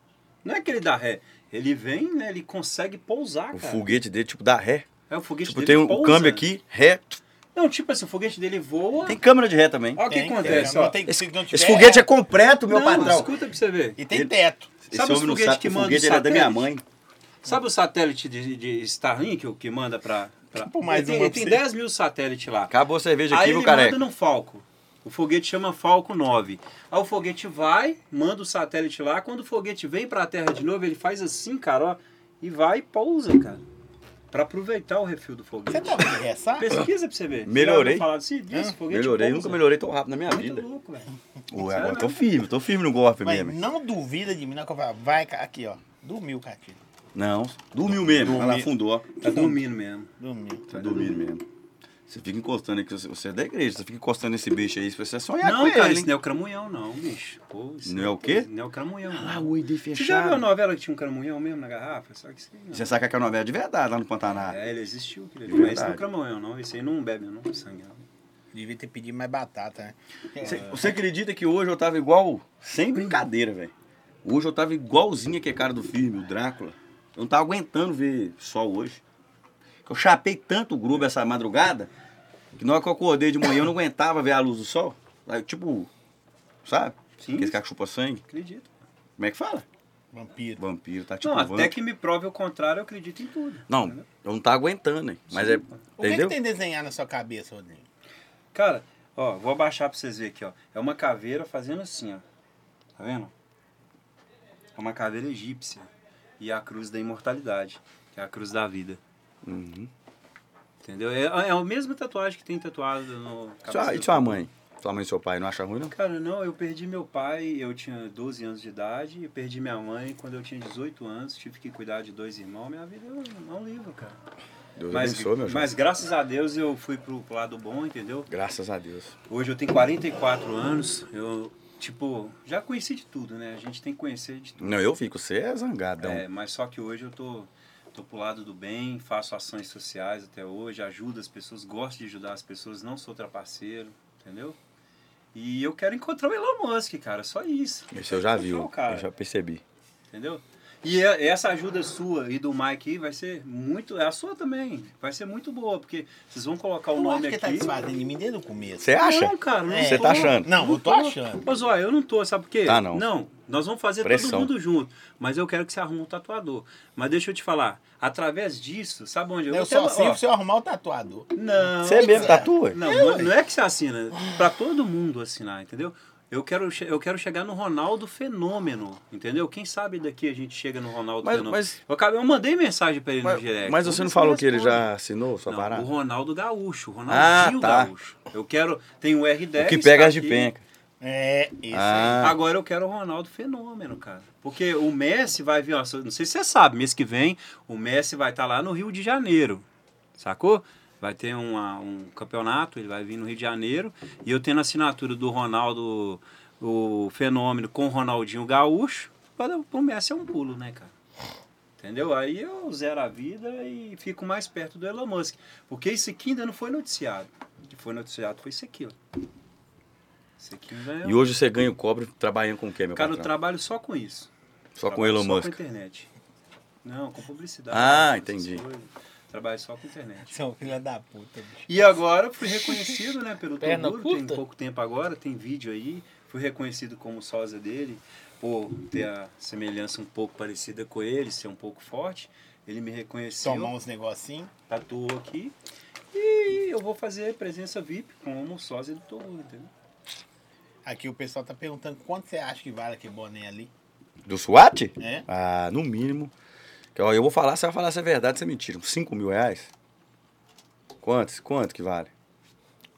[SPEAKER 1] Não é que ele dá ré. Ele vem, né? Ele consegue pousar,
[SPEAKER 4] O
[SPEAKER 1] cara.
[SPEAKER 4] foguete dele, tipo, dá ré.
[SPEAKER 1] É o foguete
[SPEAKER 4] Tipo,
[SPEAKER 1] dele
[SPEAKER 4] tem o
[SPEAKER 1] pousa.
[SPEAKER 4] câmbio aqui, ré.
[SPEAKER 1] Não, tipo assim, o foguete dele voa.
[SPEAKER 4] Tem câmera de ré também.
[SPEAKER 1] Olha o que
[SPEAKER 2] Tem,
[SPEAKER 1] acontece,
[SPEAKER 2] tem.
[SPEAKER 1] ó.
[SPEAKER 2] Não tem- se não
[SPEAKER 4] Esse
[SPEAKER 2] tiver-
[SPEAKER 4] foguete é completo, meu
[SPEAKER 1] não,
[SPEAKER 4] patrão.
[SPEAKER 1] escuta pra você ver.
[SPEAKER 2] E tem teto.
[SPEAKER 1] Sabe os foguetes que mandam
[SPEAKER 4] foguete era da minha mãe.
[SPEAKER 1] satélite? Sabe o satélite de, de Starlink, o que manda pra. pra...
[SPEAKER 2] Pô, Tipo mais
[SPEAKER 1] ele tem,
[SPEAKER 2] uma
[SPEAKER 1] ele
[SPEAKER 2] pra
[SPEAKER 1] tem
[SPEAKER 2] você.
[SPEAKER 1] 10 mil satélites lá.
[SPEAKER 4] Acabou a cerveja
[SPEAKER 1] Aí
[SPEAKER 4] aqui,
[SPEAKER 1] ele
[SPEAKER 4] meu careca.
[SPEAKER 1] manda no Falco. O foguete chama Falco 9. Aí o foguete vai, manda o satélite lá. Quando o foguete vem pra Terra de novo, ele faz assim, cara, ó, e vai e pousa, cara. Pra aproveitar o refil do
[SPEAKER 2] Você
[SPEAKER 1] foguete.
[SPEAKER 2] tá vendo essa?
[SPEAKER 1] Pesquisa pra você ver.
[SPEAKER 4] Melhorei.
[SPEAKER 1] Você já ouviu falar disso? Disso, foguete
[SPEAKER 4] Melhorei,
[SPEAKER 1] pousa.
[SPEAKER 4] nunca melhorei tão rápido na minha
[SPEAKER 1] Tá Muito
[SPEAKER 4] vida.
[SPEAKER 1] louco, velho.
[SPEAKER 4] Ué,
[SPEAKER 1] Sério
[SPEAKER 4] agora tô
[SPEAKER 1] mesmo?
[SPEAKER 4] firme, tô firme no golpe
[SPEAKER 2] Mas
[SPEAKER 4] mesmo.
[SPEAKER 2] não duvida de mim, não que eu falo, vai, ca- aqui, ó. Dormiu, Catinho.
[SPEAKER 4] Não, dormiu mesmo. Ela afundou, ó.
[SPEAKER 1] Tá dormindo mesmo.
[SPEAKER 2] Dormiu.
[SPEAKER 4] Tá dormindo mesmo. Você fica encostando aqui, você- você é da igreja, você fica encostando nesse bicho aí, você é sonhar
[SPEAKER 1] não,
[SPEAKER 4] com
[SPEAKER 1] cara,
[SPEAKER 4] ele.
[SPEAKER 1] isso não é o cramunhão, não, bicho. Pô, isso
[SPEAKER 4] Não é o quê?
[SPEAKER 1] Não é o cramunhão. não.
[SPEAKER 4] Ah, o ID
[SPEAKER 1] Você já viu a
[SPEAKER 4] fechado.
[SPEAKER 1] novela que tinha um cramunhão mesmo na garrafa? Só que isso aí não.
[SPEAKER 4] Você saca que é a novela de verdade lá no Pantanal.
[SPEAKER 1] É, ele existiu, aquele
[SPEAKER 4] De
[SPEAKER 1] ali. Mas esse não é
[SPEAKER 4] verdade.
[SPEAKER 1] o cramunhão, não. Esse aí não bebe, não, sangue, não.
[SPEAKER 2] Devia ter pedido mais batata, né?
[SPEAKER 4] Você, você acredita que hoje eu tava igual. Sem brincadeira, velho. Hoje eu tava igualzinho que cara do filme, o Drácula. Eu não tava aguentando ver sol hoje. Eu chapei tanto o grupo essa madrugada que na hora que eu acordei de manhã eu não aguentava ver a luz do sol. Aí, tipo, sabe?
[SPEAKER 1] Sim.
[SPEAKER 4] Aqueles caras que chupa sangue.
[SPEAKER 1] Acredito.
[SPEAKER 4] Como é que fala?
[SPEAKER 2] Vampiro.
[SPEAKER 4] Vampiro, tá tipo.
[SPEAKER 1] não,
[SPEAKER 4] vamp.
[SPEAKER 1] até que me prove o contrário, eu acredito em tudo.
[SPEAKER 4] Não,
[SPEAKER 1] entendeu?
[SPEAKER 4] eu não tava aguentando, hein? Mas é.
[SPEAKER 2] O que,
[SPEAKER 4] Entendeu?
[SPEAKER 2] que tem desenhado na sua cabeça, Rodrigo?
[SPEAKER 1] Cara, ó, vou abaixar pra vocês verem aqui, ó. É uma caveira fazendo assim, ó. Tá vendo? É uma caveira egípcia. E é a cruz da imortalidade, que é a cruz da vida.
[SPEAKER 4] Uhum.
[SPEAKER 1] Entendeu? É, é a mesma tatuagem que tem tatuado no
[SPEAKER 4] Sua- e
[SPEAKER 1] do-
[SPEAKER 4] sua mãe? Sua mãe e seu pai não acham ruim, não?
[SPEAKER 1] Cara, não, eu perdi meu pai, eu tinha 12 anos de idade, e perdi minha mãe quando eu tinha 18 anos, tive que cuidar de dois irmãos, minha vida é um- é um livro, cara.
[SPEAKER 4] Deus
[SPEAKER 1] mas,
[SPEAKER 4] abençoe, meu jovem.
[SPEAKER 1] mas graças a Deus eu fui pro, pro lado bom, entendeu?
[SPEAKER 4] Graças a Deus.
[SPEAKER 1] Hoje eu tenho 44 anos, eu, tipo, já conheci de tudo, né? A gente tem que conhecer de tudo.
[SPEAKER 4] Não, eu fico, você é zangadão.
[SPEAKER 1] É, mas só que hoje eu tô, tô pro lado do bem, faço ações sociais até hoje, ajudo as pessoas, gosto de ajudar as pessoas, não sou trapaceiro, entendeu? E eu quero encontrar o Elon Musk, cara, só isso.
[SPEAKER 4] Esse eu já vi,
[SPEAKER 1] Não, cara.
[SPEAKER 4] eu já percebi.
[SPEAKER 1] Entendeu? E a- essa ajuda sua e do Mike aí vai ser muito. é A sua também. Vai ser muito boa, porque vocês vão colocar o
[SPEAKER 2] Eu acho
[SPEAKER 1] um nome
[SPEAKER 2] que
[SPEAKER 1] aqui.
[SPEAKER 2] tá desfazendo de mim desde o começo.
[SPEAKER 4] Você acha?
[SPEAKER 1] Não, cara, não
[SPEAKER 2] É.
[SPEAKER 1] tô.
[SPEAKER 4] Você tá achando?
[SPEAKER 2] Não, eu tô achando.
[SPEAKER 1] Ô, Zóia, eu não tô, sabe por quê?
[SPEAKER 4] Tá, não.
[SPEAKER 1] Não, nós vamos fazer
[SPEAKER 4] Pressão.
[SPEAKER 1] todo mundo junto. Mas eu quero que você arrume um tatuador. Mas deixa eu te falar, através disso, sabe onde eu
[SPEAKER 2] Eu assim,
[SPEAKER 1] até-
[SPEAKER 2] só sei
[SPEAKER 1] é ó,
[SPEAKER 2] se eu arrumar o tatuador.
[SPEAKER 1] Não.
[SPEAKER 4] Você é mesmo tatua?
[SPEAKER 1] Não, não, não é que você assina. Pra todo mundo assinar, entendeu? Eu quero, che- eu quero chegar no Ronaldo Fenômeno, entendeu? Quem sabe daqui a gente chega no Ronaldo
[SPEAKER 4] Mas-
[SPEAKER 1] Fenômeno.
[SPEAKER 4] mas-
[SPEAKER 1] eu, acabei, eu mandei mensagem pra ele no
[SPEAKER 4] Mas,
[SPEAKER 1] direct.
[SPEAKER 4] mas você não
[SPEAKER 1] Vamos
[SPEAKER 4] falou
[SPEAKER 1] ver se
[SPEAKER 4] que ele
[SPEAKER 1] responde.
[SPEAKER 4] já assinou sua
[SPEAKER 1] Não, o
[SPEAKER 4] parada?
[SPEAKER 1] Ronaldo Gaúcho, o Ronaldinho
[SPEAKER 4] Ah, tá.
[SPEAKER 1] Gaúcho. Eu quero. Tem o R10.
[SPEAKER 4] O que pega
[SPEAKER 1] tá
[SPEAKER 4] as de
[SPEAKER 1] aqui.
[SPEAKER 4] penca.
[SPEAKER 2] É, isso
[SPEAKER 4] Ah,
[SPEAKER 1] Agora eu quero o Ronaldo Fenômeno, cara. Porque o Messi vai vir, ó, não sei se você sabe, mês que vem o Messi vai estar lá no Rio de Janeiro, sacou? Vai ter uma- um campeonato, ele vai vir no Rio de Janeiro. E eu tendo a assinatura do Ronaldo, o Fenômeno, com o Ronaldinho Gaúcho, pra dar- pro Messi é um pulo, né, cara? Entendeu? Aí eu zero a vida e fico mais perto do Elon Musk. Porque isso aqui ainda não foi noticiado. O que foi noticiado foi isso aqui, ó. Isso aqui ainda é
[SPEAKER 4] e hoje você ganha o cobre trabalhando com o quê, meu
[SPEAKER 1] Cara, eu
[SPEAKER 4] patrão?
[SPEAKER 1] trabalho só com isso.
[SPEAKER 4] Só com
[SPEAKER 1] Trabalho
[SPEAKER 4] Elon
[SPEAKER 1] Só
[SPEAKER 4] Musk.
[SPEAKER 1] com internet. Não, com publicidade.
[SPEAKER 4] Ah,
[SPEAKER 1] com essas
[SPEAKER 4] entendi.
[SPEAKER 1] coisas. Trabalho só com internet.
[SPEAKER 2] São filha da puta, bicho.
[SPEAKER 1] E agora fui reconhecido, né, pelo
[SPEAKER 3] Perna
[SPEAKER 1] Toguro, tem
[SPEAKER 3] curta.
[SPEAKER 1] pouco tempo agora, tem vídeo aí. Fui reconhecido como sósia dele, por ter a semelhança um pouco parecida com ele, ser um pouco forte. Ele me reconheceu,
[SPEAKER 3] um
[SPEAKER 2] Tomar uns negocinhos.
[SPEAKER 1] tatuou aqui. E eu vou fazer presença VIP como sósia do Toguro, entendeu?
[SPEAKER 2] Aqui o pessoal tá perguntando quanto você acha que vale aquele boné ali.
[SPEAKER 4] Do SWAT?
[SPEAKER 2] É.
[SPEAKER 4] Ah, no mínimo. Que, ó, eu vou falar, você vai falar se é verdade, se é mentira. Uns 5 mil reais? Quantos? Quanto que vale?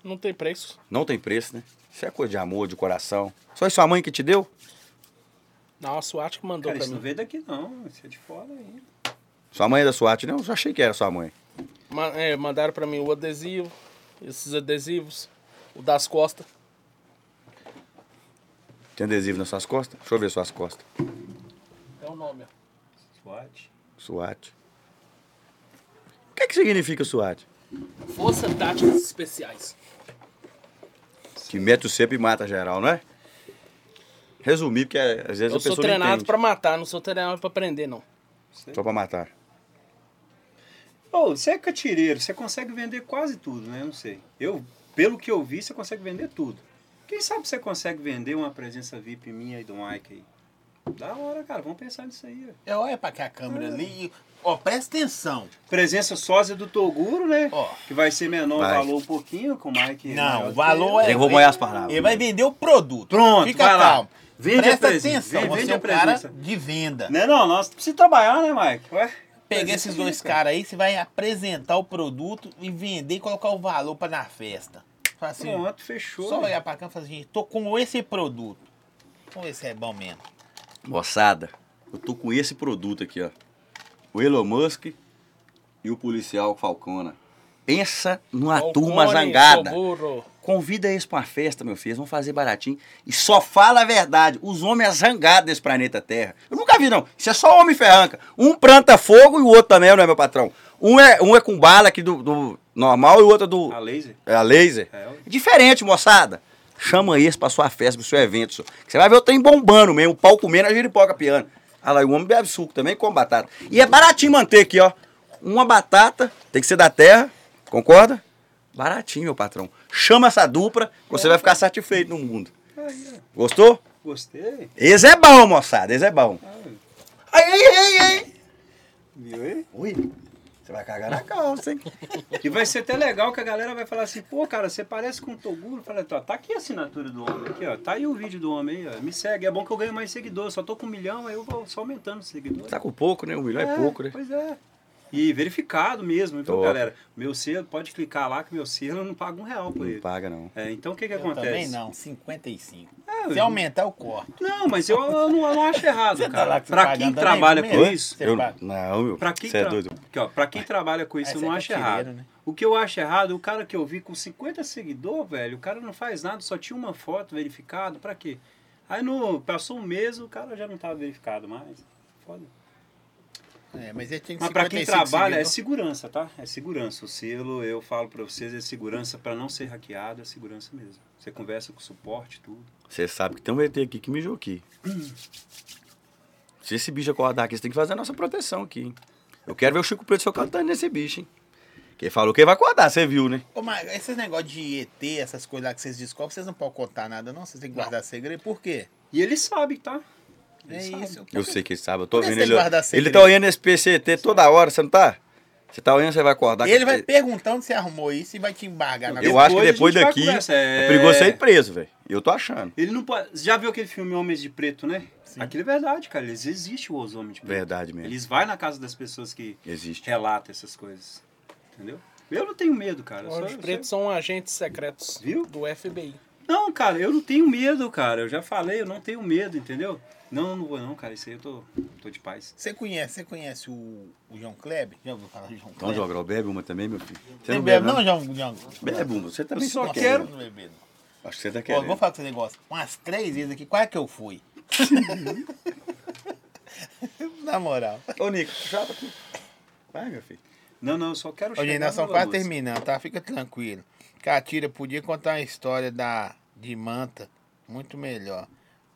[SPEAKER 3] Não tem preço.
[SPEAKER 4] Não tem preço, né? Isso é coisa de amor, de coração. Só é sua mãe que te deu?
[SPEAKER 3] Não, a SWAT que mandou
[SPEAKER 1] Cara,
[SPEAKER 3] pra
[SPEAKER 1] isso não
[SPEAKER 3] mim.
[SPEAKER 1] veio daqui não, isso é de fora ainda.
[SPEAKER 4] Sua mãe é da SWAT, né? Eu já achei que era sua mãe.
[SPEAKER 3] Ma- é, mandaram pra mim o adesivo, esses adesivos, o das costas.
[SPEAKER 4] Tem adesivo nas suas costas? Deixa eu ver suas costas.
[SPEAKER 3] É o nome, ó.
[SPEAKER 1] SWAT.
[SPEAKER 4] SWAT. O que, é que significa SWAT?
[SPEAKER 3] Força Táticas Especiais.
[SPEAKER 4] Que mete o cepo e mata geral, não é? Resumir, porque é, às vezes
[SPEAKER 3] Eu
[SPEAKER 4] a pessoa
[SPEAKER 3] sou
[SPEAKER 4] não
[SPEAKER 3] treinado
[SPEAKER 4] entende.
[SPEAKER 3] pra matar, não sou treinado pra prender, não.
[SPEAKER 4] Só pra matar.
[SPEAKER 1] Ô, você é catireiro, você consegue vender quase tudo, né? Eu não sei. Eu, pelo que eu vi, você consegue vender tudo. Quem sabe você consegue vender uma presença VIP minha e do Mike aí? Da hora, cara. Vamos pensar nisso aí. ó.
[SPEAKER 2] É, olha pra cá a câmera
[SPEAKER 1] Ah.
[SPEAKER 2] ali. e- Ó, presta atenção.
[SPEAKER 1] Presença sósia do Toguro, né?
[SPEAKER 2] Ó.
[SPEAKER 1] Que vai ser menor o
[SPEAKER 4] Vai.
[SPEAKER 1] valor um pouquinho, com o Mike.
[SPEAKER 2] Não,
[SPEAKER 1] maior
[SPEAKER 2] o valor é.
[SPEAKER 1] que
[SPEAKER 4] Tem que vou molhar as palavras.
[SPEAKER 2] Ele vai vender o produto.
[SPEAKER 1] Pronto,
[SPEAKER 2] Fica
[SPEAKER 1] vai lá.
[SPEAKER 2] calmo.
[SPEAKER 1] Vende
[SPEAKER 2] Presta
[SPEAKER 1] a presença,
[SPEAKER 2] atenção,
[SPEAKER 1] vende-
[SPEAKER 2] você
[SPEAKER 1] vende
[SPEAKER 2] é
[SPEAKER 1] a
[SPEAKER 2] um cara
[SPEAKER 1] presença.
[SPEAKER 2] de venda.
[SPEAKER 1] eu. Né, não, nós precisamos trabalhar, né, Mike? Ué?
[SPEAKER 2] Pegar
[SPEAKER 1] Presença
[SPEAKER 2] esses
[SPEAKER 1] VIP,
[SPEAKER 2] dois caras aí, você vai apresentar o produto e vender e colocar o valor pra na festa. Fala assim,
[SPEAKER 1] Pronto, fechou.
[SPEAKER 2] só olhar pra cá e falar assim, gente, tô com esse produto. Vamos ver se é bom mesmo.
[SPEAKER 6] Moçada, eu tô com esse produto aqui, ó. O Elon Musk e o policial Falcona. Pensa numa turma
[SPEAKER 3] Falcone,
[SPEAKER 6] zangada.
[SPEAKER 3] seu burro.
[SPEAKER 6] Convida eles pra uma festa, meu filho. Eles vão fazer baratinho. E só fala a verdade. Os homens é zangado nesse planeta Terra. Eu nunca vi, não. Isso é só homem ferranca. Um planta fogo e o outro também, não é, meu patrão? Um é, um é com bala aqui do, do normal e o outro é do.
[SPEAKER 1] A laser?
[SPEAKER 6] É a laser?
[SPEAKER 1] É, ué.
[SPEAKER 6] Diferente, moçada. Chama esse pra sua festa, pro seu evento. senhor. Que Você vai ver o trem bombando mesmo, o pau comendo, a giripoca piano. Ah lá, e o homem bebe suco também com batata. E é baratinho manter aqui, ó. Uma batata, tem que ser da terra, concorda? Baratinho, meu patrão. Chama essa dupla, que você vai ficar satisfeito no mundo.
[SPEAKER 1] Aí, ó.
[SPEAKER 6] Gostou?
[SPEAKER 1] Gostei.
[SPEAKER 6] Esse é bom, moçada, esse é bom. Ai, ai, ai, ai.
[SPEAKER 1] Viu aí?
[SPEAKER 6] Ui, você vai cagar na calça, hein?
[SPEAKER 1] E vai ser até legal que a galera vai falar assim, pô, cara, você parece com o Toguro. Fala, ó, tá aqui a assinatura do homem aqui, ó. Tá aí o vídeo do homem aí, ó. Me segue. É bom que eu ganho mais seguidores. Só tô com um milhão, aí eu vou só aumentando os seguidores.
[SPEAKER 4] Tá com pouco, né? Um milhão é, pouco, né?
[SPEAKER 1] Pois é. E verificado mesmo, viu,
[SPEAKER 4] Top.
[SPEAKER 1] galera? Meu selo, pode clicar lá que meu selo eu não paga um real por
[SPEAKER 4] Não
[SPEAKER 1] ele.
[SPEAKER 4] paga, não.
[SPEAKER 1] É, então o que que
[SPEAKER 2] Eu também
[SPEAKER 1] acontece?
[SPEAKER 2] não, 55.
[SPEAKER 1] É, eu-
[SPEAKER 2] Se aumentar, eu corto.
[SPEAKER 1] Não, mas eu, eu não, eu não acho errado,
[SPEAKER 2] Você tá
[SPEAKER 1] cara.
[SPEAKER 2] lá que você
[SPEAKER 1] pra
[SPEAKER 2] paga
[SPEAKER 1] quem
[SPEAKER 2] também,
[SPEAKER 1] trabalha
[SPEAKER 2] também?
[SPEAKER 1] com
[SPEAKER 2] Hã?
[SPEAKER 1] isso,
[SPEAKER 2] Você
[SPEAKER 4] Eu,
[SPEAKER 2] paga.
[SPEAKER 4] não, meu.
[SPEAKER 1] Pra quem,
[SPEAKER 4] Você é
[SPEAKER 1] tra-
[SPEAKER 2] então?
[SPEAKER 4] doido.
[SPEAKER 1] Aqui, ó, pra quem trabalha com isso,
[SPEAKER 2] Ah,
[SPEAKER 1] eu
[SPEAKER 2] você
[SPEAKER 1] não
[SPEAKER 2] é
[SPEAKER 1] acho
[SPEAKER 2] cativeiro,
[SPEAKER 1] errado.
[SPEAKER 2] né?
[SPEAKER 1] O que eu acho errado, o cara que eu vi com 50 seguidores, velho, o cara não faz nada, só tinha uma foto verificado, pra quê? Aí no, passou um mês, o cara já não tava verificado mais. Foda.
[SPEAKER 2] É, mas ele tem
[SPEAKER 1] Mas pra quem
[SPEAKER 2] 55
[SPEAKER 1] trabalha é
[SPEAKER 2] seguidores.
[SPEAKER 1] segurança, tá? É segurança. O selo, eu falo pra vocês, é segurança pra não ser hackeado, é segurança mesmo. Você conversa com o suporte, tudo.
[SPEAKER 4] Você sabe que tem um ET aqui que mijou aqui.
[SPEAKER 2] Hum.
[SPEAKER 4] Se esse bicho acordar aqui, você tem que fazer a nossa proteção aqui, hein? Eu quero ver o Chico Preto cantando nesse bicho, hein? Quem falou que ele vai acordar, você viu, né?
[SPEAKER 2] Ô, mas esses negócios de ET, essas coisas lá que vocês descobrem, vocês não podem contar nada, não? Vocês têm que guardar segredo. Por quê?
[SPEAKER 1] E ele sabe, tá? Ele
[SPEAKER 2] É
[SPEAKER 1] sabe.
[SPEAKER 2] isso.
[SPEAKER 4] Eu sei que ele sabe, eu tô
[SPEAKER 2] Por é que
[SPEAKER 4] vendo
[SPEAKER 2] você
[SPEAKER 4] ele.
[SPEAKER 2] guarda segredo?
[SPEAKER 4] Ele tá olhando esse PCT toda hora, você não tá? Você tá olhando, você vai acordar.
[SPEAKER 2] Ele vai perguntar onde você arrumou isso e vai te embargar na
[SPEAKER 4] Eu
[SPEAKER 2] cabeça.
[SPEAKER 4] acho que depois
[SPEAKER 1] a gente vai
[SPEAKER 4] daqui
[SPEAKER 1] conversar.
[SPEAKER 4] É
[SPEAKER 1] É.
[SPEAKER 4] perigoso sair preso, velho. Eu tô achando.
[SPEAKER 1] Ele não pode. Já viu aquele filme Homens de Preto, né? Aquilo é verdade, cara. Eles existem os homens de preto.
[SPEAKER 4] Verdade mesmo.
[SPEAKER 1] Eles vão na casa das pessoas que
[SPEAKER 4] Existe.
[SPEAKER 1] relatam essas coisas. Entendeu? Eu não tenho medo, cara. Eu sou-
[SPEAKER 3] Os
[SPEAKER 1] eu
[SPEAKER 3] pretos são agentes secretos
[SPEAKER 1] Viu?
[SPEAKER 3] do FBI.
[SPEAKER 1] sou- Não, cara, eu não tenho medo, cara. Eu já falei, eu não tenho medo, entendeu? Não, não vou não, cara. Isso aí eu tô, tô de paz.
[SPEAKER 2] Você conhece, você conhece o, o João Kleber? Já ouviu falar de João
[SPEAKER 4] Então,
[SPEAKER 2] Kleber?
[SPEAKER 4] João Grau, bebe uma também, meu filho. Você
[SPEAKER 2] Você
[SPEAKER 4] não
[SPEAKER 2] bebe, não,
[SPEAKER 4] não?
[SPEAKER 2] João? João?
[SPEAKER 4] Bebe uma, você também
[SPEAKER 1] Eu só
[SPEAKER 4] tá
[SPEAKER 1] quero-
[SPEAKER 4] querendo.
[SPEAKER 2] Não bebe, não.
[SPEAKER 4] Acho que você tá
[SPEAKER 2] Ó, vou
[SPEAKER 4] querendo.
[SPEAKER 2] falar com esse negócio. Umas três vezes aqui, quase que eu fui. Na moral.
[SPEAKER 4] Ô, Nico, chapa aqui. Vai, meu filho.
[SPEAKER 1] Não, não, eu só quero
[SPEAKER 2] Ô, gente,
[SPEAKER 1] chegar
[SPEAKER 2] nós estamos
[SPEAKER 1] no
[SPEAKER 2] quase
[SPEAKER 1] almoço.
[SPEAKER 2] terminando, tá? Fica tranquilo. Catira, podia contar uma história da, de manta muito melhor.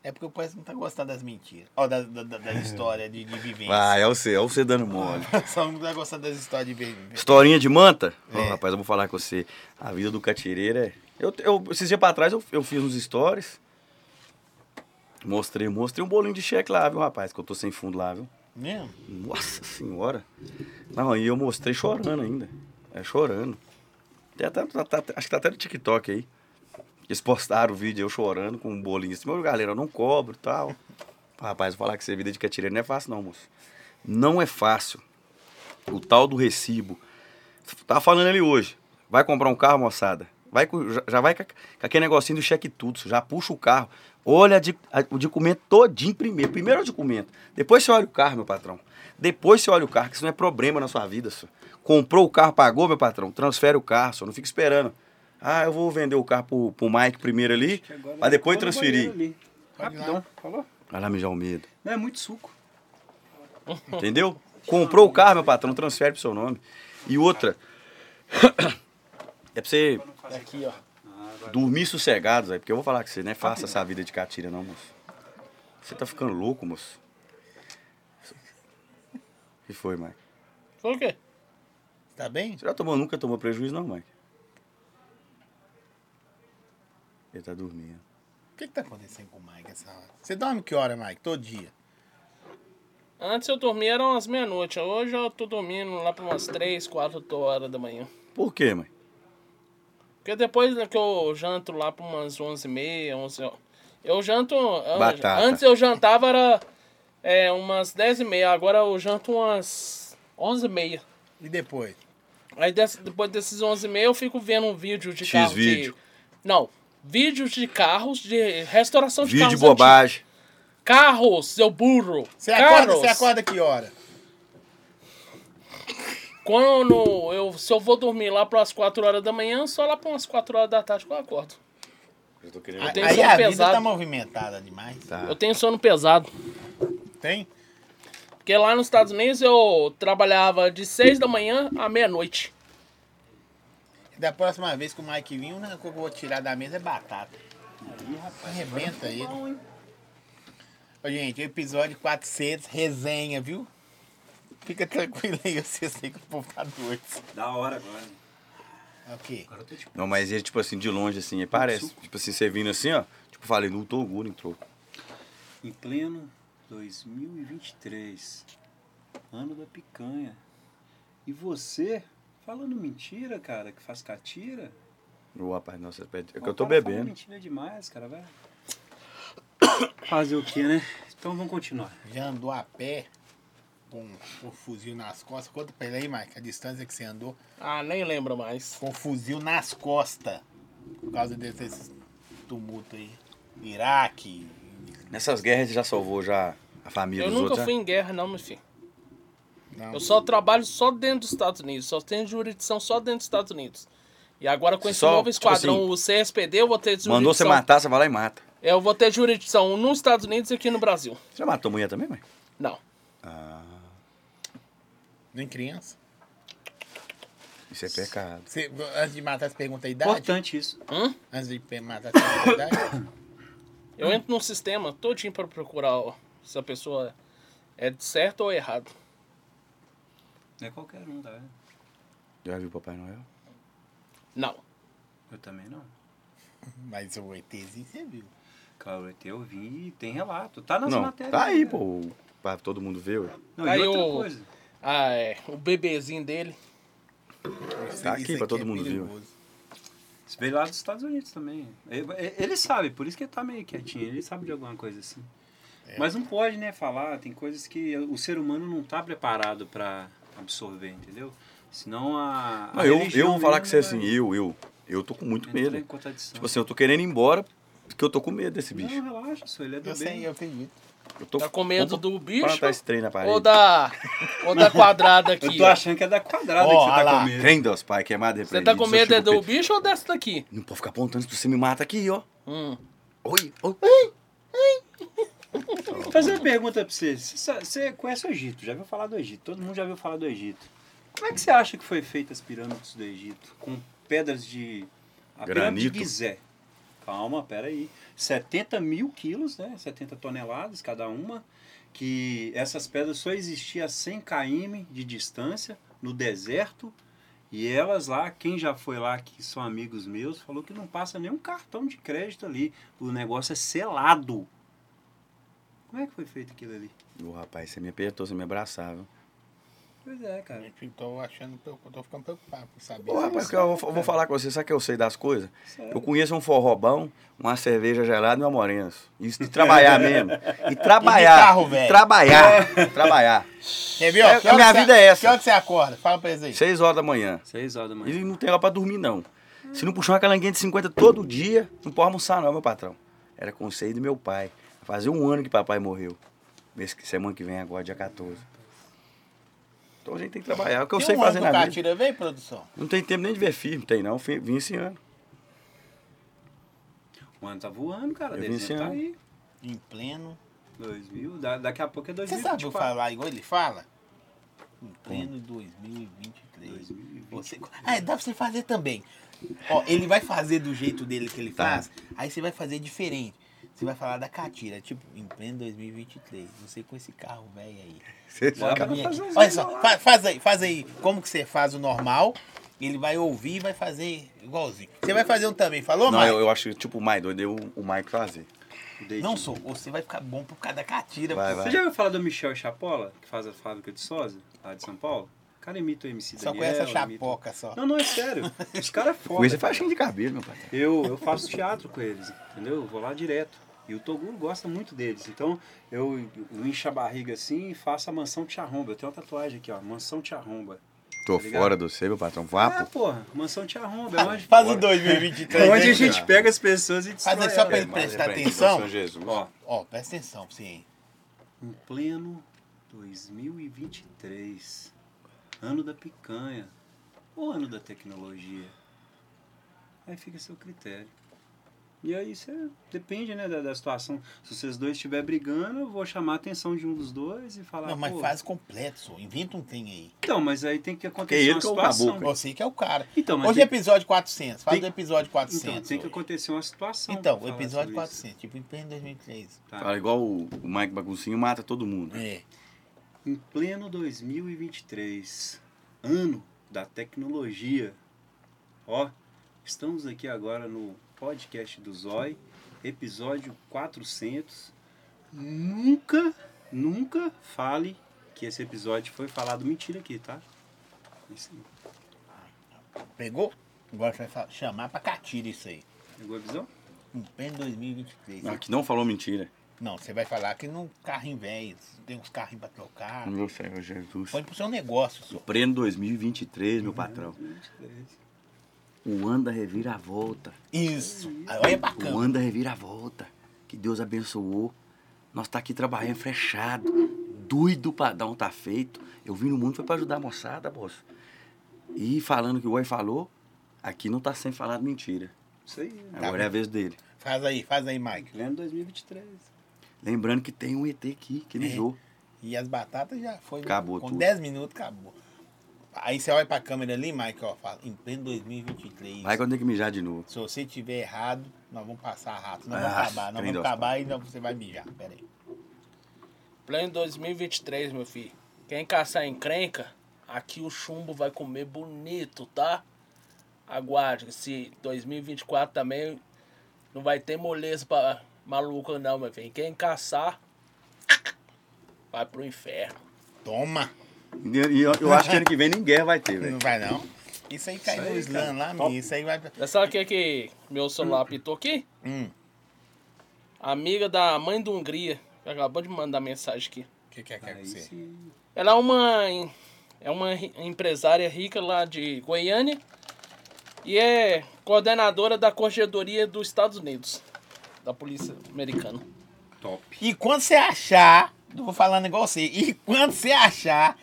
[SPEAKER 2] É porque o pai não tá gostando das mentiras. Ó, da, da, da- da história de, de vivência.
[SPEAKER 4] Vai, é você, é você dando mole.
[SPEAKER 2] Só não tá gostando das histórias de vivência.
[SPEAKER 4] Historinha de manta? Ô,
[SPEAKER 2] É.
[SPEAKER 4] rapaz, eu vou falar com você. A vida do catireiro é. Eu, eu, esses dias pra trás eu, eu fiz uns stories. Mostrei, mostrei um bolinho de cheque lá, viu, rapaz? Que eu tô sem fundo lá, viu?
[SPEAKER 2] Mesmo?
[SPEAKER 4] Nossa senhora! Não, e eu mostrei chorando ainda. É chorando. Tem até, tá- tá- acho que tá até no TikTok aí. Eles postaram o vídeo eu chorando com um bolinho assim. Meu galera, eu não cobro e tal. Pô, Rapaz, vou falar que você vida de catireiro não é fácil, não, moço. Não é fácil. O tal do recibo. Tava falando ele hoje. Vai comprar um carro, moçada. Vai, com- já- já vai com com aquele negocinho do cheque tudo. Já puxa o carro. Olha a di- a- o documento todinho primeiro. Primeiro é o documento. Depois você olha o carro, meu patrão. Depois você olha o carro, que isso não é problema na sua vida, senhor. Comprou o carro, pagou, meu patrão. Transfere o carro, senhor. Não fica esperando. Ah, eu vou vender o carro pro, pro Mike primeiro ali, pra depois transferir.
[SPEAKER 1] Rapidão, falou?
[SPEAKER 4] Vai lá mijar o medo.
[SPEAKER 1] Não é muito suco.
[SPEAKER 4] Entendeu? Comprou o carro, meu patrão, transfere pro seu nome. E outra, é pra você
[SPEAKER 5] Aqui, ó.
[SPEAKER 4] dormir sossegado, velho. Porque eu vou falar com você, não é fácil essa vida de catira, não, moço. Você tá ficando louco, moço. O que foi, Mike?
[SPEAKER 3] Foi o quê?
[SPEAKER 2] Tá bem?
[SPEAKER 4] Você já tomou, nunca tomou prejuízo, não, Mike? Ele tá dormindo.
[SPEAKER 2] O que, que tá acontecendo com o Mike essa hora? Você dorme que hora, Mike? Todo dia.
[SPEAKER 3] Antes eu dormia eram umas meia-noite. Hoje eu tô dormindo lá pra umas 3, 4 horas da manhã.
[SPEAKER 4] Por quê, mãe?
[SPEAKER 3] Porque depois que eu janto lá pra umas 11 e meia, 11 horas. Eu janto. eu-
[SPEAKER 4] Batata.
[SPEAKER 3] Antes eu jantava era é, umas 10 e meia. Agora eu janto umas 11 e meia.
[SPEAKER 2] E depois?
[SPEAKER 3] Aí des- depois desses 11 e meia eu fico vendo um vídeo de
[SPEAKER 4] X
[SPEAKER 3] carro.
[SPEAKER 4] vídeo.
[SPEAKER 3] De, não, vídeos de carros, de restauração de
[SPEAKER 4] Vídeo de
[SPEAKER 3] carros.
[SPEAKER 4] bobagem.
[SPEAKER 3] antigos. Carros, seu burro.
[SPEAKER 2] Você acorda,
[SPEAKER 3] carros.
[SPEAKER 2] você acorda que hora?
[SPEAKER 3] Quando eu, se eu vou dormir lá para as 4 horas da manhã, só lá para umas 4 horas da tarde que eu acordo.
[SPEAKER 4] Eu tô querendo.
[SPEAKER 3] Eu tenho
[SPEAKER 2] Aí
[SPEAKER 3] sono
[SPEAKER 2] a vida
[SPEAKER 3] pesado.
[SPEAKER 2] tá movimentada demais.
[SPEAKER 4] Tá.
[SPEAKER 3] Eu tenho sono pesado.
[SPEAKER 2] Tem?
[SPEAKER 3] Porque lá nos Estados Unidos eu trabalhava de 6 da manhã à meia-noite.
[SPEAKER 2] Da próxima vez que o Mike vir, a única coisa que eu vou tirar da mesa é batata. Arrebenta ele. Ô, gente, episódio 400, resenha, viu? Fica tranquilo aí, eu sei sei que o povo tá doido.
[SPEAKER 1] Da hora agora.
[SPEAKER 2] Ok.
[SPEAKER 4] Não, mas ele, tipo assim, de longe, assim, ele parece. Tipo assim, você vindo assim, ó. Tipo, falei, não tô gordo, entrou.
[SPEAKER 1] Em pleno 2023, ano da picanha. E você falando mentira, cara, que faz catira?
[SPEAKER 4] Ô, rapaz, nossa, é que
[SPEAKER 1] Pô,
[SPEAKER 4] eu tô
[SPEAKER 1] o cara fala
[SPEAKER 4] bebendo.
[SPEAKER 1] mentira demais, cara, velho. Fazer o quê, né? Então vamos continuar.
[SPEAKER 2] Já andou a pé com com o fuzil nas costas? Conta pra ele aí, Mike, a distância que você andou
[SPEAKER 3] Ah, nem lembro mais.
[SPEAKER 2] com o fuzil nas costas. Por causa desses tumulto aí. Iraque.
[SPEAKER 4] Nessas guerras você já salvou já a família
[SPEAKER 3] Eu
[SPEAKER 4] dos
[SPEAKER 3] nunca
[SPEAKER 4] outros,
[SPEAKER 3] fui
[SPEAKER 4] né?
[SPEAKER 3] em guerra, não, meu filho.
[SPEAKER 2] Não.
[SPEAKER 3] Eu só trabalho só dentro dos Estados Unidos. Só tenho jurisdição só dentro dos Estados Unidos. E agora com esse
[SPEAKER 4] Só, tipo
[SPEAKER 3] novo esquadrão,
[SPEAKER 4] assim,
[SPEAKER 3] o CSPD, eu vou ter jurisdição. É,
[SPEAKER 4] Mandou você matar, você vai lá e mata.
[SPEAKER 3] Eu vou ter jurisdição nos Estados Unidos e aqui no Brasil.
[SPEAKER 4] Você já matou mulher também, mãe?
[SPEAKER 3] Não.
[SPEAKER 2] Nem criança.
[SPEAKER 4] Isso é pecado.
[SPEAKER 2] Você, antes de matar, você pergunta a idade?
[SPEAKER 1] Importante isso.
[SPEAKER 2] Antes de pe- matar, você pergunta a idade?
[SPEAKER 3] Eu entro num sistema todinho pra procurar ó, se a pessoa é de certo ou errado.
[SPEAKER 1] Não é qualquer um, tá vendo?
[SPEAKER 4] Já viu o Papai Noel?
[SPEAKER 3] Não.
[SPEAKER 1] Eu também não.
[SPEAKER 2] Mas o ETzinho você viu.
[SPEAKER 1] Cara, o ET eu vi, tem relato. Tá nas
[SPEAKER 4] não,
[SPEAKER 1] matérias.
[SPEAKER 4] tá aí,
[SPEAKER 1] né?
[SPEAKER 4] pô. Pra todo mundo ver, ué.
[SPEAKER 1] Não,
[SPEAKER 3] Tá Aí
[SPEAKER 1] e outra
[SPEAKER 3] o-
[SPEAKER 1] coisa.
[SPEAKER 3] Ah, é. O bebezinho dele.
[SPEAKER 2] Isso-
[SPEAKER 4] Tá aqui
[SPEAKER 2] isso
[SPEAKER 4] pra todo
[SPEAKER 2] é
[SPEAKER 4] mundo ver,
[SPEAKER 2] perigoso.
[SPEAKER 1] Isso veio lá dos Estados Unidos também. Ele, ele sabe, por isso que ele tá meio quietinho. Ele sabe de alguma coisa assim. Mas não pode, né, falar. Tem coisas que o ser humano não tá preparado pra absorver, entendeu? Senão a. a
[SPEAKER 4] Não, eu,
[SPEAKER 1] religião
[SPEAKER 4] eu vou falar
[SPEAKER 1] mesmo
[SPEAKER 4] com
[SPEAKER 1] né?
[SPEAKER 4] você assim,
[SPEAKER 1] vai-
[SPEAKER 4] eu, eu, eu tô com muito
[SPEAKER 1] entra
[SPEAKER 4] medo.
[SPEAKER 1] em
[SPEAKER 4] hein?
[SPEAKER 1] contradição.
[SPEAKER 4] Tipo assim, eu tô querendo ir embora porque eu tô com medo desse bicho.
[SPEAKER 1] Não, relaxa, senhor, ele é do
[SPEAKER 2] Eu
[SPEAKER 1] bem.
[SPEAKER 2] sei, assim, eu acredito.
[SPEAKER 4] Eu tô
[SPEAKER 3] Tá com medo do bicho
[SPEAKER 4] Pra esse trem na
[SPEAKER 3] ou
[SPEAKER 4] parede.
[SPEAKER 3] da, ou da quadrada
[SPEAKER 1] Eu
[SPEAKER 3] aqui?
[SPEAKER 1] tô achando que é da quadrada
[SPEAKER 2] Ó,
[SPEAKER 1] que você
[SPEAKER 2] olha
[SPEAKER 1] tá
[SPEAKER 2] lá.
[SPEAKER 1] com medo.
[SPEAKER 4] Ah, Trem, Deus, pai, queimado
[SPEAKER 3] Você tá com medo é do bicho ou dessa daqui?
[SPEAKER 4] Não pode ficar apontando, se você me mata aqui, ó.
[SPEAKER 3] Hum.
[SPEAKER 4] Oi, oi.
[SPEAKER 1] Vou fazer uma pergunta pra você. Você sa- Você conhece o Egito, já viu falar do Egito, todo mundo já viu falar do Egito. Como é que você acha que foi feita as pirâmides do Egito? Com pedras de. A pirâmide
[SPEAKER 4] Granito.
[SPEAKER 1] de Gizé. Calma, peraí. 70 mil quilos, né? 70 toneladas cada uma. Que essas pedras só existiam a 100 km de distância, no deserto. E elas lá, quem já foi lá, que são amigos meus, falou que não passa nenhum cartão de crédito ali. O negócio é selado. Como é que foi feito aquilo ali?
[SPEAKER 4] Ô, rapaz, você me apertou, você me abraçava.
[SPEAKER 1] Pois é, cara.
[SPEAKER 2] Eu tô achando, preocu- tô ficando preocupado por saber.
[SPEAKER 4] Ô, rapaz, que eu vou, eu vou falar com você, sabe que eu sei das coisas?
[SPEAKER 1] é-
[SPEAKER 4] Eu conheço um forrobão, uma cerveja gelada e uma morenço. Isso de trabalhar mesmo. E trabalhar.
[SPEAKER 2] E de carro, velho.
[SPEAKER 4] trabalhar. Trabalhar.
[SPEAKER 2] Quer ver, ó,
[SPEAKER 4] É,
[SPEAKER 2] que
[SPEAKER 4] a
[SPEAKER 2] hora
[SPEAKER 4] minha
[SPEAKER 2] que você-
[SPEAKER 4] vida é essa.
[SPEAKER 2] Que hora que você acorda? Fala pra eles aí.
[SPEAKER 4] Seis horas da manhã.
[SPEAKER 1] Seis horas da manhã.
[SPEAKER 4] E não tem hora pra dormir, não. Se não puxar uma calanguinha de 50 todo dia, não pode almoçar, não, meu patrão. Era conselho do meu pai. Fazia um ano que papai morreu. Mês que- semana que vem, agora, dia 14. Então a gente tem que trabalhar. É o que eu
[SPEAKER 2] Tem
[SPEAKER 4] sei
[SPEAKER 2] um
[SPEAKER 4] fazer
[SPEAKER 2] ano
[SPEAKER 4] na
[SPEAKER 2] do
[SPEAKER 4] vida.
[SPEAKER 2] Catira, vem, produção.
[SPEAKER 4] Não tem tempo nem de ver filme, tem não. Fi- Vim esse ano.
[SPEAKER 1] O ano tá voando, cara.
[SPEAKER 4] Eu vim esse
[SPEAKER 1] Dezembro tá
[SPEAKER 4] ano.
[SPEAKER 1] aí.
[SPEAKER 2] Em pleno.
[SPEAKER 1] 2000, da- daqui a pouco é
[SPEAKER 2] Você sabe
[SPEAKER 1] 2024.
[SPEAKER 2] falar igual ele fala? Em pleno 2023. Você... Ah, dá pra você fazer também. Ó, ele vai fazer do jeito dele que ele
[SPEAKER 4] Tá.
[SPEAKER 2] faz, aí você vai fazer diferente. Você vai falar da Catira, tipo, em pleno 2023. Você com esse carro velho aí. Bora pra mim aqui. Olha só, fa- faz aí, faz aí. Como que você faz o normal? Ele vai ouvir e vai fazer igualzinho. Você vai fazer um também, falou,
[SPEAKER 4] não,
[SPEAKER 2] Mike?
[SPEAKER 4] eu, eu acho que, tipo, o mais doido é o, o Mike fazer.
[SPEAKER 2] Não sou. Você vai ficar bom por causa da Catira.
[SPEAKER 4] Vai,
[SPEAKER 2] pô.
[SPEAKER 4] vai.
[SPEAKER 1] Você já ouviu falar do Michel Chapola, que faz a fábrica de sosa, lá de São Paulo? O cara imita o MC
[SPEAKER 2] Só
[SPEAKER 1] Daniel.
[SPEAKER 2] conhece a
[SPEAKER 1] imita-
[SPEAKER 2] chapoca só.
[SPEAKER 1] Não, não, é sério. Os caras é foda.
[SPEAKER 4] Com isso é
[SPEAKER 1] cara.
[SPEAKER 4] faixinha de cabelo, meu pai.
[SPEAKER 1] Eu, eu faço teatro com eles, entendeu? Eu vou lá direto. E o Toguro gosta muito deles. Então eu, eu encho a barriga assim e faço a mansão te arromba. Eu tenho uma tatuagem aqui, ó. Mansão te arromba.
[SPEAKER 4] Tô
[SPEAKER 1] Tá ligado?
[SPEAKER 4] fora do seu, meu patrão.
[SPEAKER 1] É,
[SPEAKER 2] Ah,
[SPEAKER 4] Vapo.
[SPEAKER 1] porra, mansão te arromba. É onde,
[SPEAKER 2] Faz o 2023.
[SPEAKER 1] é onde a
[SPEAKER 2] hein?
[SPEAKER 1] gente pega as pessoas e destrói.
[SPEAKER 2] Fazer só
[SPEAKER 4] É,
[SPEAKER 2] pra
[SPEAKER 1] elas.
[SPEAKER 2] ele prestar atenção.
[SPEAKER 4] Jesus.
[SPEAKER 1] Ó,
[SPEAKER 2] Ó, tá. presta atenção, sim.
[SPEAKER 1] em pleno 2023. Ano da picanha. Ou ano da tecnologia. Aí fica a seu critério. E aí você depende, né, da, da situação. Se vocês dois estiverem brigando, eu vou chamar a atenção de um dos dois e falar.
[SPEAKER 2] Não, mas
[SPEAKER 1] "Pô,
[SPEAKER 2] faz completo, só. Inventa um trem aí.
[SPEAKER 1] Então, mas aí tem que
[SPEAKER 4] Que
[SPEAKER 1] acontecer
[SPEAKER 4] ele
[SPEAKER 1] uma
[SPEAKER 4] que é o
[SPEAKER 1] situação.
[SPEAKER 4] caboclo.
[SPEAKER 2] Você que é o cara.
[SPEAKER 1] Então, mas
[SPEAKER 2] Hoje é
[SPEAKER 1] tem,
[SPEAKER 2] episódio 400. Faz
[SPEAKER 1] Tem-
[SPEAKER 2] o episódio
[SPEAKER 1] então,
[SPEAKER 2] 400.
[SPEAKER 1] tem que
[SPEAKER 2] hoje.
[SPEAKER 1] acontecer uma situação.
[SPEAKER 2] Então,
[SPEAKER 1] pra
[SPEAKER 2] o
[SPEAKER 1] falar
[SPEAKER 2] episódio
[SPEAKER 1] sobre isso.
[SPEAKER 2] 400. Tipo, em pleno 2003.
[SPEAKER 4] Fala igual o, o Mike Baguncinho mata todo mundo.
[SPEAKER 2] É.
[SPEAKER 1] Em pleno 2023, ano da tecnologia. Ó, estamos aqui agora no podcast do Zói, episódio 400. Nunca, nunca fale que esse episódio foi falado mentira aqui, tá? Isso aí.
[SPEAKER 2] Pegou? Agora você vai fa- chamar pra Catira isso aí.
[SPEAKER 1] Pegou a visão?
[SPEAKER 2] Em pleno 2023.
[SPEAKER 4] Não, que não falou mentira.
[SPEAKER 2] Não, você vai falar que não carrinho velho. Tem uns carrinhos pra trocar.
[SPEAKER 1] Hum.
[SPEAKER 4] Meu Senhor Jesus.
[SPEAKER 2] Põe pro seu negócio, só.
[SPEAKER 4] Pleno 2023, meu patrão. O ano da reviravolta.
[SPEAKER 2] Isso. Aí olha é pra
[SPEAKER 4] O
[SPEAKER 2] câmera.
[SPEAKER 4] ano da reviravolta. Que Deus abençoou. Nós tá aqui trabalhando frechado. Doido pra dar um tá feito. Eu vim no mundo foi pra ajudar a moçada, moço. E falando o que o Oi falou, aqui não tá sem falar de mentira.
[SPEAKER 1] Isso aí. né?
[SPEAKER 2] Tá
[SPEAKER 4] Agora é a vez dele.
[SPEAKER 2] Faz aí, faz aí, Mike.
[SPEAKER 1] Pleno 2023.
[SPEAKER 4] Lembrando que tem um ET aqui
[SPEAKER 2] É,
[SPEAKER 4] que mijou.
[SPEAKER 2] E as batatas já foi.
[SPEAKER 4] Acabou
[SPEAKER 2] com
[SPEAKER 4] tudo.
[SPEAKER 2] 10 minutos, acabou. Aí você olha pra câmera ali, Mike, ó, fala, em pleno 2023.
[SPEAKER 4] Vai quando tem que mijar de novo.
[SPEAKER 2] Se você tiver errado, nós vamos passar rápido. Nós
[SPEAKER 4] Ah,
[SPEAKER 2] vamos acabar, nós
[SPEAKER 4] trem
[SPEAKER 2] vamos
[SPEAKER 4] das
[SPEAKER 2] acabar e nós- você vai mijar. Pera aí.
[SPEAKER 3] Plano 2023, meu filho. Quem caçar encrenca, aqui o chumbo vai comer bonito, tá? Aguarde, se 2024 também não vai ter moleza pra maluca não, meu filho. Quem caçar, vai pro inferno.
[SPEAKER 2] Toma!
[SPEAKER 4] E eu, e eu- eu acho que ano que vem ninguém vai ter, velho.
[SPEAKER 2] Não vai não. Isso aí cai no slam lá, menino. Isso aí vai. pra-
[SPEAKER 3] Já sabe o que que meu celular apitou aqui?
[SPEAKER 2] Hum,
[SPEAKER 3] A amiga da mãe da Hungria, que acabou de mandar mensagem aqui.
[SPEAKER 2] o que que é que é com
[SPEAKER 1] Aí
[SPEAKER 2] você?
[SPEAKER 1] sim.
[SPEAKER 3] Ela é uma, é uma ri- empresária rica lá de Goiânia e é coordenadora da Corregedoria dos Estados Unidos, da Polícia Americana.
[SPEAKER 1] Top.
[SPEAKER 2] E quando você achar, eu vou falando igual você, e quando você achar,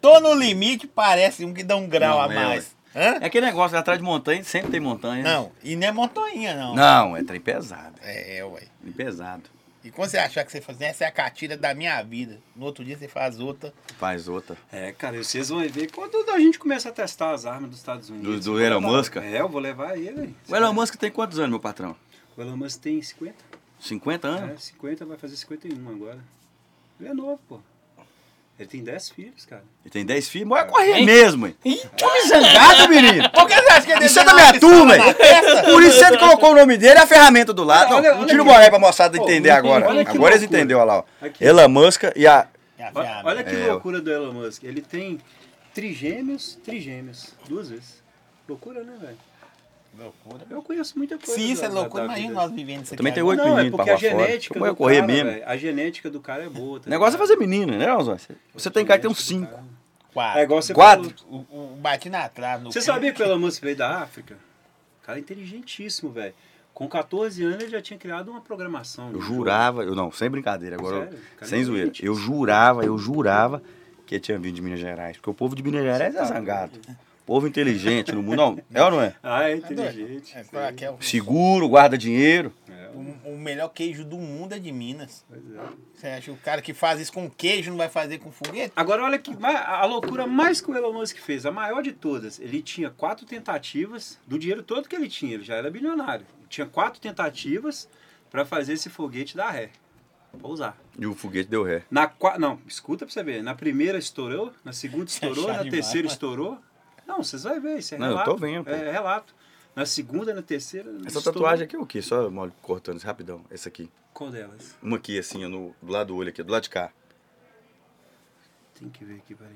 [SPEAKER 2] tô no limite, parece um que dá um grau
[SPEAKER 4] Não,
[SPEAKER 2] a
[SPEAKER 4] é,
[SPEAKER 2] mais. Hã?
[SPEAKER 4] É aquele negócio, atrás de montanha, sempre tem montanha. né?
[SPEAKER 2] Não, e não é montanha, não.
[SPEAKER 4] Não, é trem pesado.
[SPEAKER 2] É, ué.
[SPEAKER 4] Trem pesado.
[SPEAKER 2] E quando você achar que você faz, essa é a catira da minha vida. No outro dia você faz outra.
[SPEAKER 4] Faz outra.
[SPEAKER 1] É, cara, vocês vão ver quando a gente começa a testar as armas dos Estados
[SPEAKER 4] Do,
[SPEAKER 1] Unidos.
[SPEAKER 4] do Elon Musk?
[SPEAKER 1] É, eu vou levar ele. hein?
[SPEAKER 4] O Elon Musk tem quantos anos, meu patrão?
[SPEAKER 1] O Elon Musk tem 50?
[SPEAKER 4] 50 anos?
[SPEAKER 1] É, 50 vai fazer 51 agora. Ele é novo, pô. Ele tem 10 filhos, cara.
[SPEAKER 4] Ele tem 10 filhos? Mas é correr mesmo, hein? Tá me zangado, menino!
[SPEAKER 2] Por que você acha que ele
[SPEAKER 4] Isso é da minha turma, hein? Por isso você colocou o nome dele e a ferramenta do lado.
[SPEAKER 1] Olha,
[SPEAKER 4] Não,
[SPEAKER 1] olha
[SPEAKER 4] tira o
[SPEAKER 1] aqui.
[SPEAKER 4] boné pra moçada entender
[SPEAKER 1] Ô,
[SPEAKER 4] agora.
[SPEAKER 1] olha que
[SPEAKER 4] Agora eles
[SPEAKER 1] loucura.
[SPEAKER 4] entenderam, olha lá. ó.
[SPEAKER 1] Aqui.
[SPEAKER 4] Elon Musk e a
[SPEAKER 2] É a
[SPEAKER 1] Olha,
[SPEAKER 2] fiada.
[SPEAKER 1] olha que
[SPEAKER 4] É.
[SPEAKER 1] loucura do Elon Musk. Ele tem trigêmeos, trigêmeos. Duas vezes. Loucura, né, velho?
[SPEAKER 2] Loucura.
[SPEAKER 1] Eu conheço muita coisa.
[SPEAKER 2] Se isso é
[SPEAKER 1] da- da-
[SPEAKER 2] loucura,
[SPEAKER 1] da
[SPEAKER 2] imagina
[SPEAKER 1] vida.
[SPEAKER 2] nós vivendo isso aqui. né?
[SPEAKER 4] Também tem
[SPEAKER 2] agora.
[SPEAKER 4] oito
[SPEAKER 1] Não, é
[SPEAKER 4] meninos
[SPEAKER 1] porque
[SPEAKER 4] pra
[SPEAKER 1] a
[SPEAKER 4] fora.
[SPEAKER 1] genética.
[SPEAKER 4] Como é
[SPEAKER 1] do
[SPEAKER 4] correr
[SPEAKER 1] cara,
[SPEAKER 4] mesmo?
[SPEAKER 1] velho, a genética do cara é boa. tá
[SPEAKER 4] O negócio é
[SPEAKER 1] ligado?
[SPEAKER 4] fazer menino, né, Alzão? Você tem cara que tem uns cinco.
[SPEAKER 2] Quatro.
[SPEAKER 1] É igual você
[SPEAKER 4] Quatro?
[SPEAKER 1] falou.
[SPEAKER 2] O, o, o bati na trave. no
[SPEAKER 1] Você
[SPEAKER 2] cu.
[SPEAKER 1] sabia que o Elon Musk veio da África? O cara é inteligentíssimo, velho. Com 14 anos ele já tinha criado uma programação. de
[SPEAKER 4] Eu
[SPEAKER 1] um
[SPEAKER 4] jurava, eu não, sem brincadeira, agora, eu-
[SPEAKER 1] Sério? Cara,
[SPEAKER 4] sem
[SPEAKER 1] não
[SPEAKER 4] zoeira.
[SPEAKER 1] acredito.
[SPEAKER 4] Eu jurava, eu jurava que ele tinha vindo de Minas Gerais, porque o povo de Minas Gerais é zangado. Povo inteligente no mundo, não, é ou não é?
[SPEAKER 1] jogo. Ah, é inteligente. É,
[SPEAKER 2] É, claro que é o,
[SPEAKER 4] Seguro, guarda dinheiro.
[SPEAKER 2] o, o melhor queijo do mundo é de Minas.
[SPEAKER 1] Pois é.
[SPEAKER 2] Você acha que o cara que faz isso com queijo não vai fazer com foguete?
[SPEAKER 1] Agora, olha que ma- a loucura mais que o Elon Musk fez, a maior de todas. Ele tinha quatro tentativas, do dinheiro todo que ele tinha, ele já era bilionário. Tinha quatro tentativas para fazer esse foguete dar ré. Pousar.
[SPEAKER 4] E o foguete deu ré.
[SPEAKER 1] Na qua- Não, escuta pra você ver. Na primeira estourou, na segunda estourou,
[SPEAKER 2] chato
[SPEAKER 1] na
[SPEAKER 2] demais,
[SPEAKER 1] terceira
[SPEAKER 2] né?
[SPEAKER 1] estourou. Não, vocês vão ver, isso é
[SPEAKER 4] Não, eu
[SPEAKER 1] relato.
[SPEAKER 4] tô vendo, pô.
[SPEAKER 1] É relato. Na segunda, na terceira.
[SPEAKER 4] Essa
[SPEAKER 1] estourou.
[SPEAKER 4] tatuagem aqui é o quê? Só mole, cortando isso rapidão. Essa aqui.
[SPEAKER 1] Qual delas?
[SPEAKER 4] Uma aqui, assim, ó, no, do lado do olho aqui, do lado de cá.
[SPEAKER 1] Tem que ver aqui, peraí.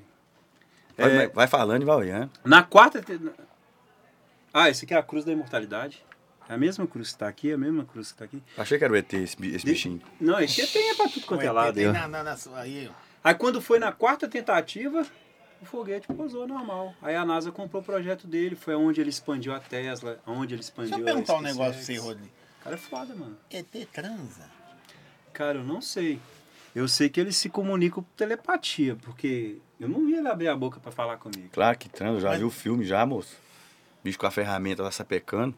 [SPEAKER 4] Vai,
[SPEAKER 1] É.
[SPEAKER 4] vai- vai falando e vai olhando.
[SPEAKER 1] Na quarta. te- na- Ah, esse aqui é a cruz da imortalidade. É a mesma cruz que está aqui, é a mesma cruz que está aqui.
[SPEAKER 4] Achei que era o ET, esse, bi- esse bichinho.
[SPEAKER 1] Não, esse tem é pra tudo quanto é lado.
[SPEAKER 2] Tem
[SPEAKER 4] né?
[SPEAKER 1] Aí.
[SPEAKER 2] na, na, na, sua- aí, ó.
[SPEAKER 1] quando foi na quarta tentativa, o foguete pousou normal. Aí a NASA comprou o projeto dele, foi onde ele expandiu a Tesla, onde ele expandiu
[SPEAKER 2] Deixa eu
[SPEAKER 1] a
[SPEAKER 2] perguntar um
[SPEAKER 1] SpaceX.
[SPEAKER 2] negócio pra você, Rodney.
[SPEAKER 1] Cara, é foda, mano.
[SPEAKER 2] ET transa?
[SPEAKER 1] Cara, eu não sei. Eu sei que ele se comunica por telepatia, porque eu não vi ele abrir a boca pra falar comigo.
[SPEAKER 4] Claro que transa, já
[SPEAKER 2] Mas-
[SPEAKER 4] viu o filme já, moço? Bicho com a ferramenta lá sapecando.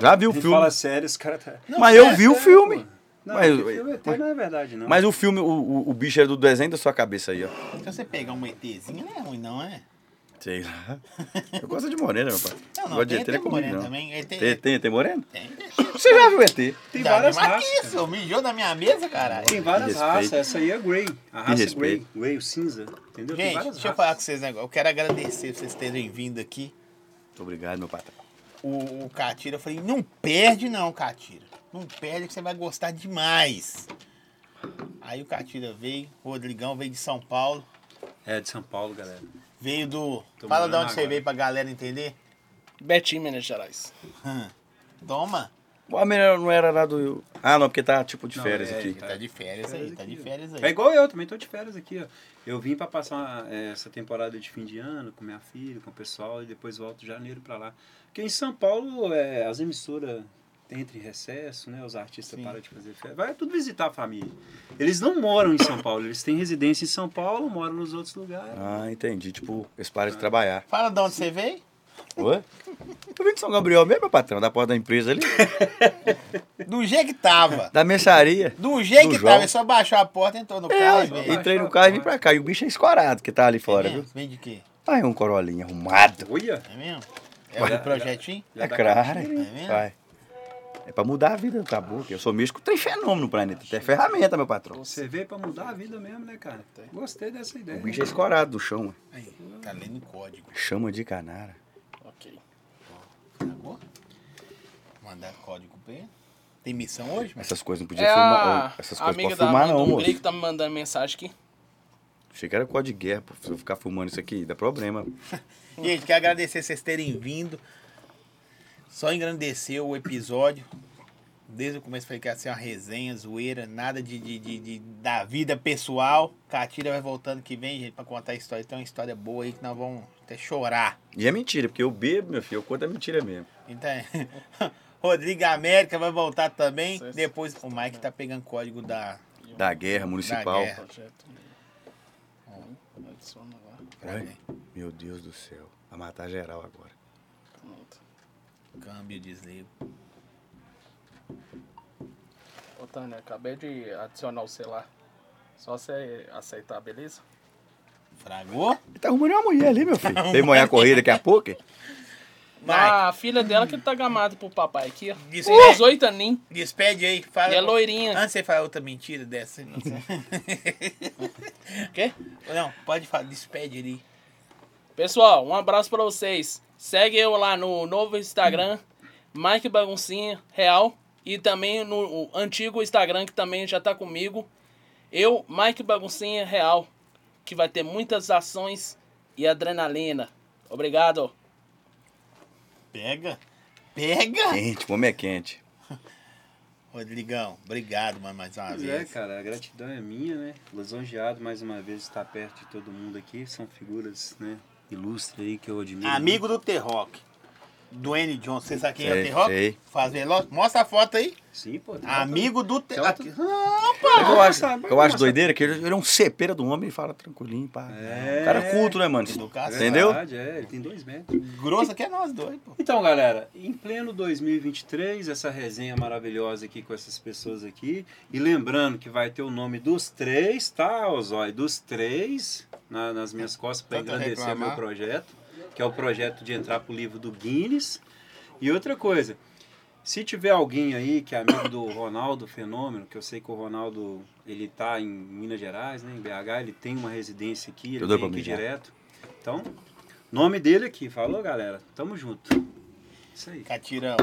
[SPEAKER 4] Já viu o
[SPEAKER 1] Ele
[SPEAKER 4] filme.
[SPEAKER 1] fala sério, os caras tá...
[SPEAKER 4] mas eu vi o filme.
[SPEAKER 1] Pô, Não,
[SPEAKER 4] Mas-
[SPEAKER 1] mas, filme ET não é verdade, não.
[SPEAKER 4] Mas o filme, o, o, o bicho era do desenho da sua cabeça aí, ó.
[SPEAKER 2] Se você pegar um ETzinho, não é ruim, não, é?
[SPEAKER 4] Sei lá. Eu gosto de morena, meu pai.
[SPEAKER 2] Não, não,
[SPEAKER 4] gosto de
[SPEAKER 2] tem
[SPEAKER 4] ET, não é
[SPEAKER 2] ET
[SPEAKER 4] comigo,
[SPEAKER 2] moreno
[SPEAKER 4] não. é
[SPEAKER 2] também. ET,
[SPEAKER 4] Tem, tem, tem moreno?
[SPEAKER 2] tem.
[SPEAKER 4] Você já viu o ET?
[SPEAKER 1] tem
[SPEAKER 2] Já,
[SPEAKER 1] várias
[SPEAKER 2] mas
[SPEAKER 1] raças.
[SPEAKER 2] que isso? Mijou na minha mesa, caralho.
[SPEAKER 1] Tem várias
[SPEAKER 4] respeito.
[SPEAKER 1] raças, essa aí é Grey. A raça é Grey.
[SPEAKER 4] respeito.
[SPEAKER 1] Grey, o cinza. Entendeu? Tem
[SPEAKER 2] Gente,
[SPEAKER 1] várias
[SPEAKER 2] deixa eu falar
[SPEAKER 1] raças.
[SPEAKER 2] com vocês um negócio. Eu quero agradecer por vocês terem vindo aqui.
[SPEAKER 4] Muito obrigado, meu patrão.
[SPEAKER 2] O, o Catira, eu falei, não perde não, Catira. Não perde que você vai gostar demais. Aí o Catira veio, o Rodrigão veio de São Paulo,
[SPEAKER 1] É de São Paulo, galera.
[SPEAKER 2] veio do...
[SPEAKER 1] Tô
[SPEAKER 2] Fala de
[SPEAKER 1] morando
[SPEAKER 2] onde você
[SPEAKER 1] agora.
[SPEAKER 2] veio pra galera entender.
[SPEAKER 3] Betim, Minas Gerais.
[SPEAKER 2] Hum. Toma.
[SPEAKER 4] O homem era- não era lá do. Ah, não, porque tá tipo de
[SPEAKER 1] Não,
[SPEAKER 4] férias
[SPEAKER 1] é,
[SPEAKER 4] aqui.
[SPEAKER 1] tá.
[SPEAKER 2] Tá de férias aí, tá de férias
[SPEAKER 1] É
[SPEAKER 2] aí.
[SPEAKER 1] igual eu, também tô de férias aqui, ó. Eu vim pra passar é, essa temporada de fim de ano com minha filha, com o pessoal, e depois volto em janeiro pra lá. Porque em São Paulo, é, as emissoras entre recesso, né? Os artistas param de fazer férias. Vai tudo visitar a família. Eles não moram em São Paulo, eles têm residência em São Paulo, moram nos outros lugares.
[SPEAKER 4] Ah, entendi. Tipo, eles param de trabalhar.
[SPEAKER 2] Fala de onde você veio.
[SPEAKER 4] Oi? Eu vim de São Gabriel mesmo, meu patrão, da porta da empresa ali.
[SPEAKER 2] Do jeito que tava.
[SPEAKER 4] Da mexaria.
[SPEAKER 2] Do jeito
[SPEAKER 4] Do
[SPEAKER 2] que
[SPEAKER 4] João.
[SPEAKER 2] tava, ele só baixou a porta, entrou no carro e veio.
[SPEAKER 4] Entrei no carro e vim pra cá. E o bicho é escorado que tá ali fora,
[SPEAKER 2] é
[SPEAKER 4] viu?
[SPEAKER 2] mesmo? Vem de quê?
[SPEAKER 4] Tá aí um corolinha arrumado.
[SPEAKER 1] Olha!
[SPEAKER 2] É mesmo? É o do projetinho?
[SPEAKER 4] É
[SPEAKER 1] dá né?
[SPEAKER 4] claro.
[SPEAKER 2] vendo?
[SPEAKER 4] Vai. É pra mudar a vida do caboclo. Eu sou místico, tem fenômeno no planeta. Tem ferramenta, meu patrão.
[SPEAKER 1] Você veio pra mudar a vida mesmo, né, cara? Gostei dessa ideia.
[SPEAKER 4] Tá. O bicho é escorado do chão. ó.
[SPEAKER 2] Aí, tá lendo código.
[SPEAKER 4] Chama de canara.
[SPEAKER 3] Ok.
[SPEAKER 2] Acabou? Mandar código pra ele. Tem missão hoje?
[SPEAKER 4] Essas coisas não podia
[SPEAKER 3] É
[SPEAKER 4] filmar.
[SPEAKER 3] a
[SPEAKER 4] ó, Essas coisas
[SPEAKER 3] amiga
[SPEAKER 4] pode
[SPEAKER 3] da
[SPEAKER 4] filmar,
[SPEAKER 3] Amanda
[SPEAKER 4] não,
[SPEAKER 3] Hungria que
[SPEAKER 4] moço.
[SPEAKER 3] tá me mandando mensagem aqui.
[SPEAKER 4] Achei que era código de guerra, pô. Se eu ficar filmando isso aqui, dá problema.
[SPEAKER 2] Gente, quero agradecer vocês terem vindo. Só engrandeceu o episódio. Desde o começo falei que ia ser uma resenha, zoeira, nada de, de, de- de- da vida pessoal. Catira vai voltando que vem, gente, pra contar a história. Tem uma história boa aí que nós vamos até chorar.
[SPEAKER 4] E é mentira, porque eu bebo, meu filho, eu conto a mentira mesmo.
[SPEAKER 2] Então, Rodrigo América vai voltar também.
[SPEAKER 3] Sexta. né?
[SPEAKER 2] Depois o Mike tá pegando código da.
[SPEAKER 4] Da guerra municipal.
[SPEAKER 2] guerra.
[SPEAKER 3] Projeto. Hum, Adiciona lá.
[SPEAKER 4] Ai, Meu Deus do céu. Vai matar geral agora.
[SPEAKER 3] Pronto.
[SPEAKER 2] Câmbio, desligo.
[SPEAKER 3] Ô, Tânia, acabei de adicionar o celular. Só você aceitar, beleza?
[SPEAKER 2] Fragou?
[SPEAKER 4] Ele tá arrumando uma mulher ali, meu filho. Vem molhar a corrida daqui a pouco? hein?
[SPEAKER 2] Mike,
[SPEAKER 3] A filha dela que tá gamada pro papai aqui, ó.
[SPEAKER 2] Isso aí.
[SPEAKER 3] 18 aninhos.
[SPEAKER 2] despede aí. Fala.
[SPEAKER 3] E é loirinha.
[SPEAKER 2] Antes de você falar outra mentira dessa. Não,
[SPEAKER 3] Quê?
[SPEAKER 2] não pode falar, despede ali.
[SPEAKER 3] Pessoal, um abraço pra vocês. Segue eu lá no novo Instagram, Mike Baguncinha Real. E também no o antigo Instagram, que também já tá comigo. Eu, Mike Baguncinha Real, que vai ter muitas ações e adrenalina. Obrigado.
[SPEAKER 2] Pega. Pega!
[SPEAKER 4] Quente, como é quente.
[SPEAKER 2] Rodrigão, obrigado, mano, mais uma
[SPEAKER 1] Pois é,
[SPEAKER 2] vez.
[SPEAKER 1] cara, a gratidão é minha, né? Lisonjeado mais uma vez estar perto de todo mundo aqui. São figuras, né? Ilustres aí que eu admiro.
[SPEAKER 2] Amigo do T-Rock. Do N. Johnson. Você sabe quem é o
[SPEAKER 4] Sei,
[SPEAKER 2] T-Rock?
[SPEAKER 4] sei.
[SPEAKER 2] Faz veloz. Mostra a foto aí.
[SPEAKER 1] Sim, pô. tá-
[SPEAKER 2] Amigo do t
[SPEAKER 1] Tá-
[SPEAKER 2] Aqui.
[SPEAKER 4] É eu acho,
[SPEAKER 1] sabe,
[SPEAKER 4] eu acho
[SPEAKER 1] mas-
[SPEAKER 4] doideira que ele, ele é um cepeira do homem, ele fala tranquilinho, pá.
[SPEAKER 1] É.
[SPEAKER 4] O cara é culto, né, mano?
[SPEAKER 2] Educação.
[SPEAKER 4] Entendeu?
[SPEAKER 1] Verdade, é, ele tem dois metros.
[SPEAKER 2] Grosso aqui é nós dois, pô.
[SPEAKER 1] Então, galera, em pleno 2023, essa resenha maravilhosa aqui com essas pessoas aqui. E lembrando que vai ter o nome dos três, tá, Osói? Dos três na- nas minhas costas para
[SPEAKER 2] Tanto
[SPEAKER 1] engrandecer
[SPEAKER 2] reclamar.
[SPEAKER 1] meu projeto, que é o projeto de entrar pro livro do Guinness. E outra coisa, se tiver alguém aí que é amigo do Ronaldo Fenômeno, que eu sei que o Ronaldo, ele tá em Minas Gerais, né, em BH, ele tem uma residência aqui, ele
[SPEAKER 4] Eu dou
[SPEAKER 1] vem
[SPEAKER 4] pra
[SPEAKER 1] aqui
[SPEAKER 4] mijar.
[SPEAKER 1] direto. Então, nome dele aqui. Falou, galera. Tamo junto. Isso aí.
[SPEAKER 2] Catirão.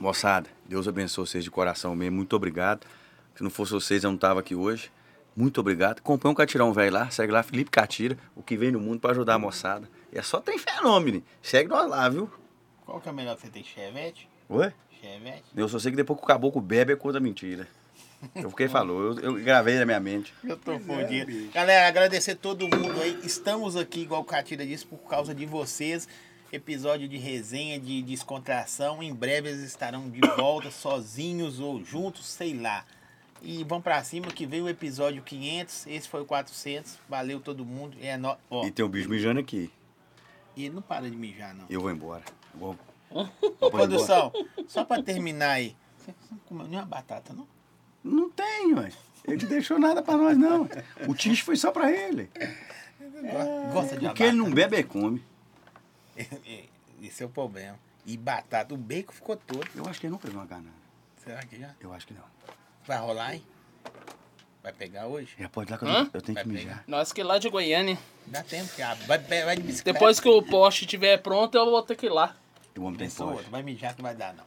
[SPEAKER 4] Moçada, Deus abençoe vocês de coração mesmo. Muito obrigado. Se não fosse vocês, eu não tava aqui hoje. Muito obrigado. Acompanha um Catirão Velho lá. Segue lá, Felipe Catira, o que vem no mundo pra ajudar a moçada. E é só tem fenômeno. Segue nós lá, viu?
[SPEAKER 2] Qual que é o melhor que você tem? Chevette?
[SPEAKER 4] Oi?
[SPEAKER 2] Chevette?
[SPEAKER 4] Eu só sei que depois que o caboclo bebe é coisa mentira. Eu fiquei falou, eu, eu gravei na minha mente.
[SPEAKER 2] Eu tô
[SPEAKER 4] é,
[SPEAKER 2] fodido. Galera, agradecer todo mundo aí. Estamos aqui, igual o Catira disse, por causa de vocês. Episódio de resenha, de descontração. Em breve eles estarão de volta, sozinhos ou juntos, sei lá. E vamos pra cima que veio o episódio 500. Esse foi o 400. Valeu todo mundo. É nó... Ó,
[SPEAKER 4] E tem um bicho mijando aqui.
[SPEAKER 2] e ele não para de mijar, não.
[SPEAKER 4] Eu vou embora. Eu Vou...
[SPEAKER 2] Ô, produção, só pra terminar aí. Você não comeu nenhuma batata, não?
[SPEAKER 4] Não tem, ué. Ele não deixou nada pra nós, não. ué. O ticho foi só pra ele.
[SPEAKER 2] Gosta de uma
[SPEAKER 4] É, O que ele não
[SPEAKER 2] batata.
[SPEAKER 4] bebe é come.
[SPEAKER 2] Esse é o problema. E batata, o bacon ficou todo.
[SPEAKER 4] Eu acho que ele nunca viu uma ganada.
[SPEAKER 2] Será que já?
[SPEAKER 4] Eu acho que não.
[SPEAKER 2] Vai rolar, hein? Vai pegar hoje?
[SPEAKER 4] Já pode ir lá que eu,
[SPEAKER 3] Hã?
[SPEAKER 4] eu tenho
[SPEAKER 2] Vai
[SPEAKER 4] que mijar.
[SPEAKER 3] Nós que lá de Goiânia.
[SPEAKER 2] Dá tempo que abre. Vai, vai vai de bicicleta.
[SPEAKER 3] Depois que o poste estiver pronto, eu vou ter que ir lá.
[SPEAKER 4] O homem tem
[SPEAKER 2] Pessoa,
[SPEAKER 4] poste.
[SPEAKER 2] não vai mijar que não vai dar, não.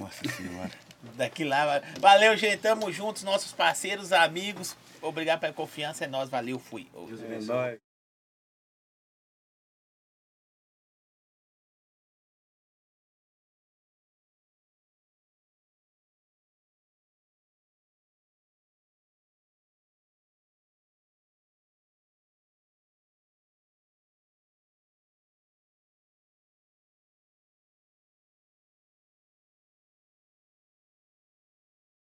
[SPEAKER 4] Nossa senhora.
[SPEAKER 2] Daqui lá. vai- Valeu, gente. Tamo juntos, nossos parceiros, amigos. Obrigado pela confiança. É nóis. Valeu, fui.
[SPEAKER 1] Deus abençoe.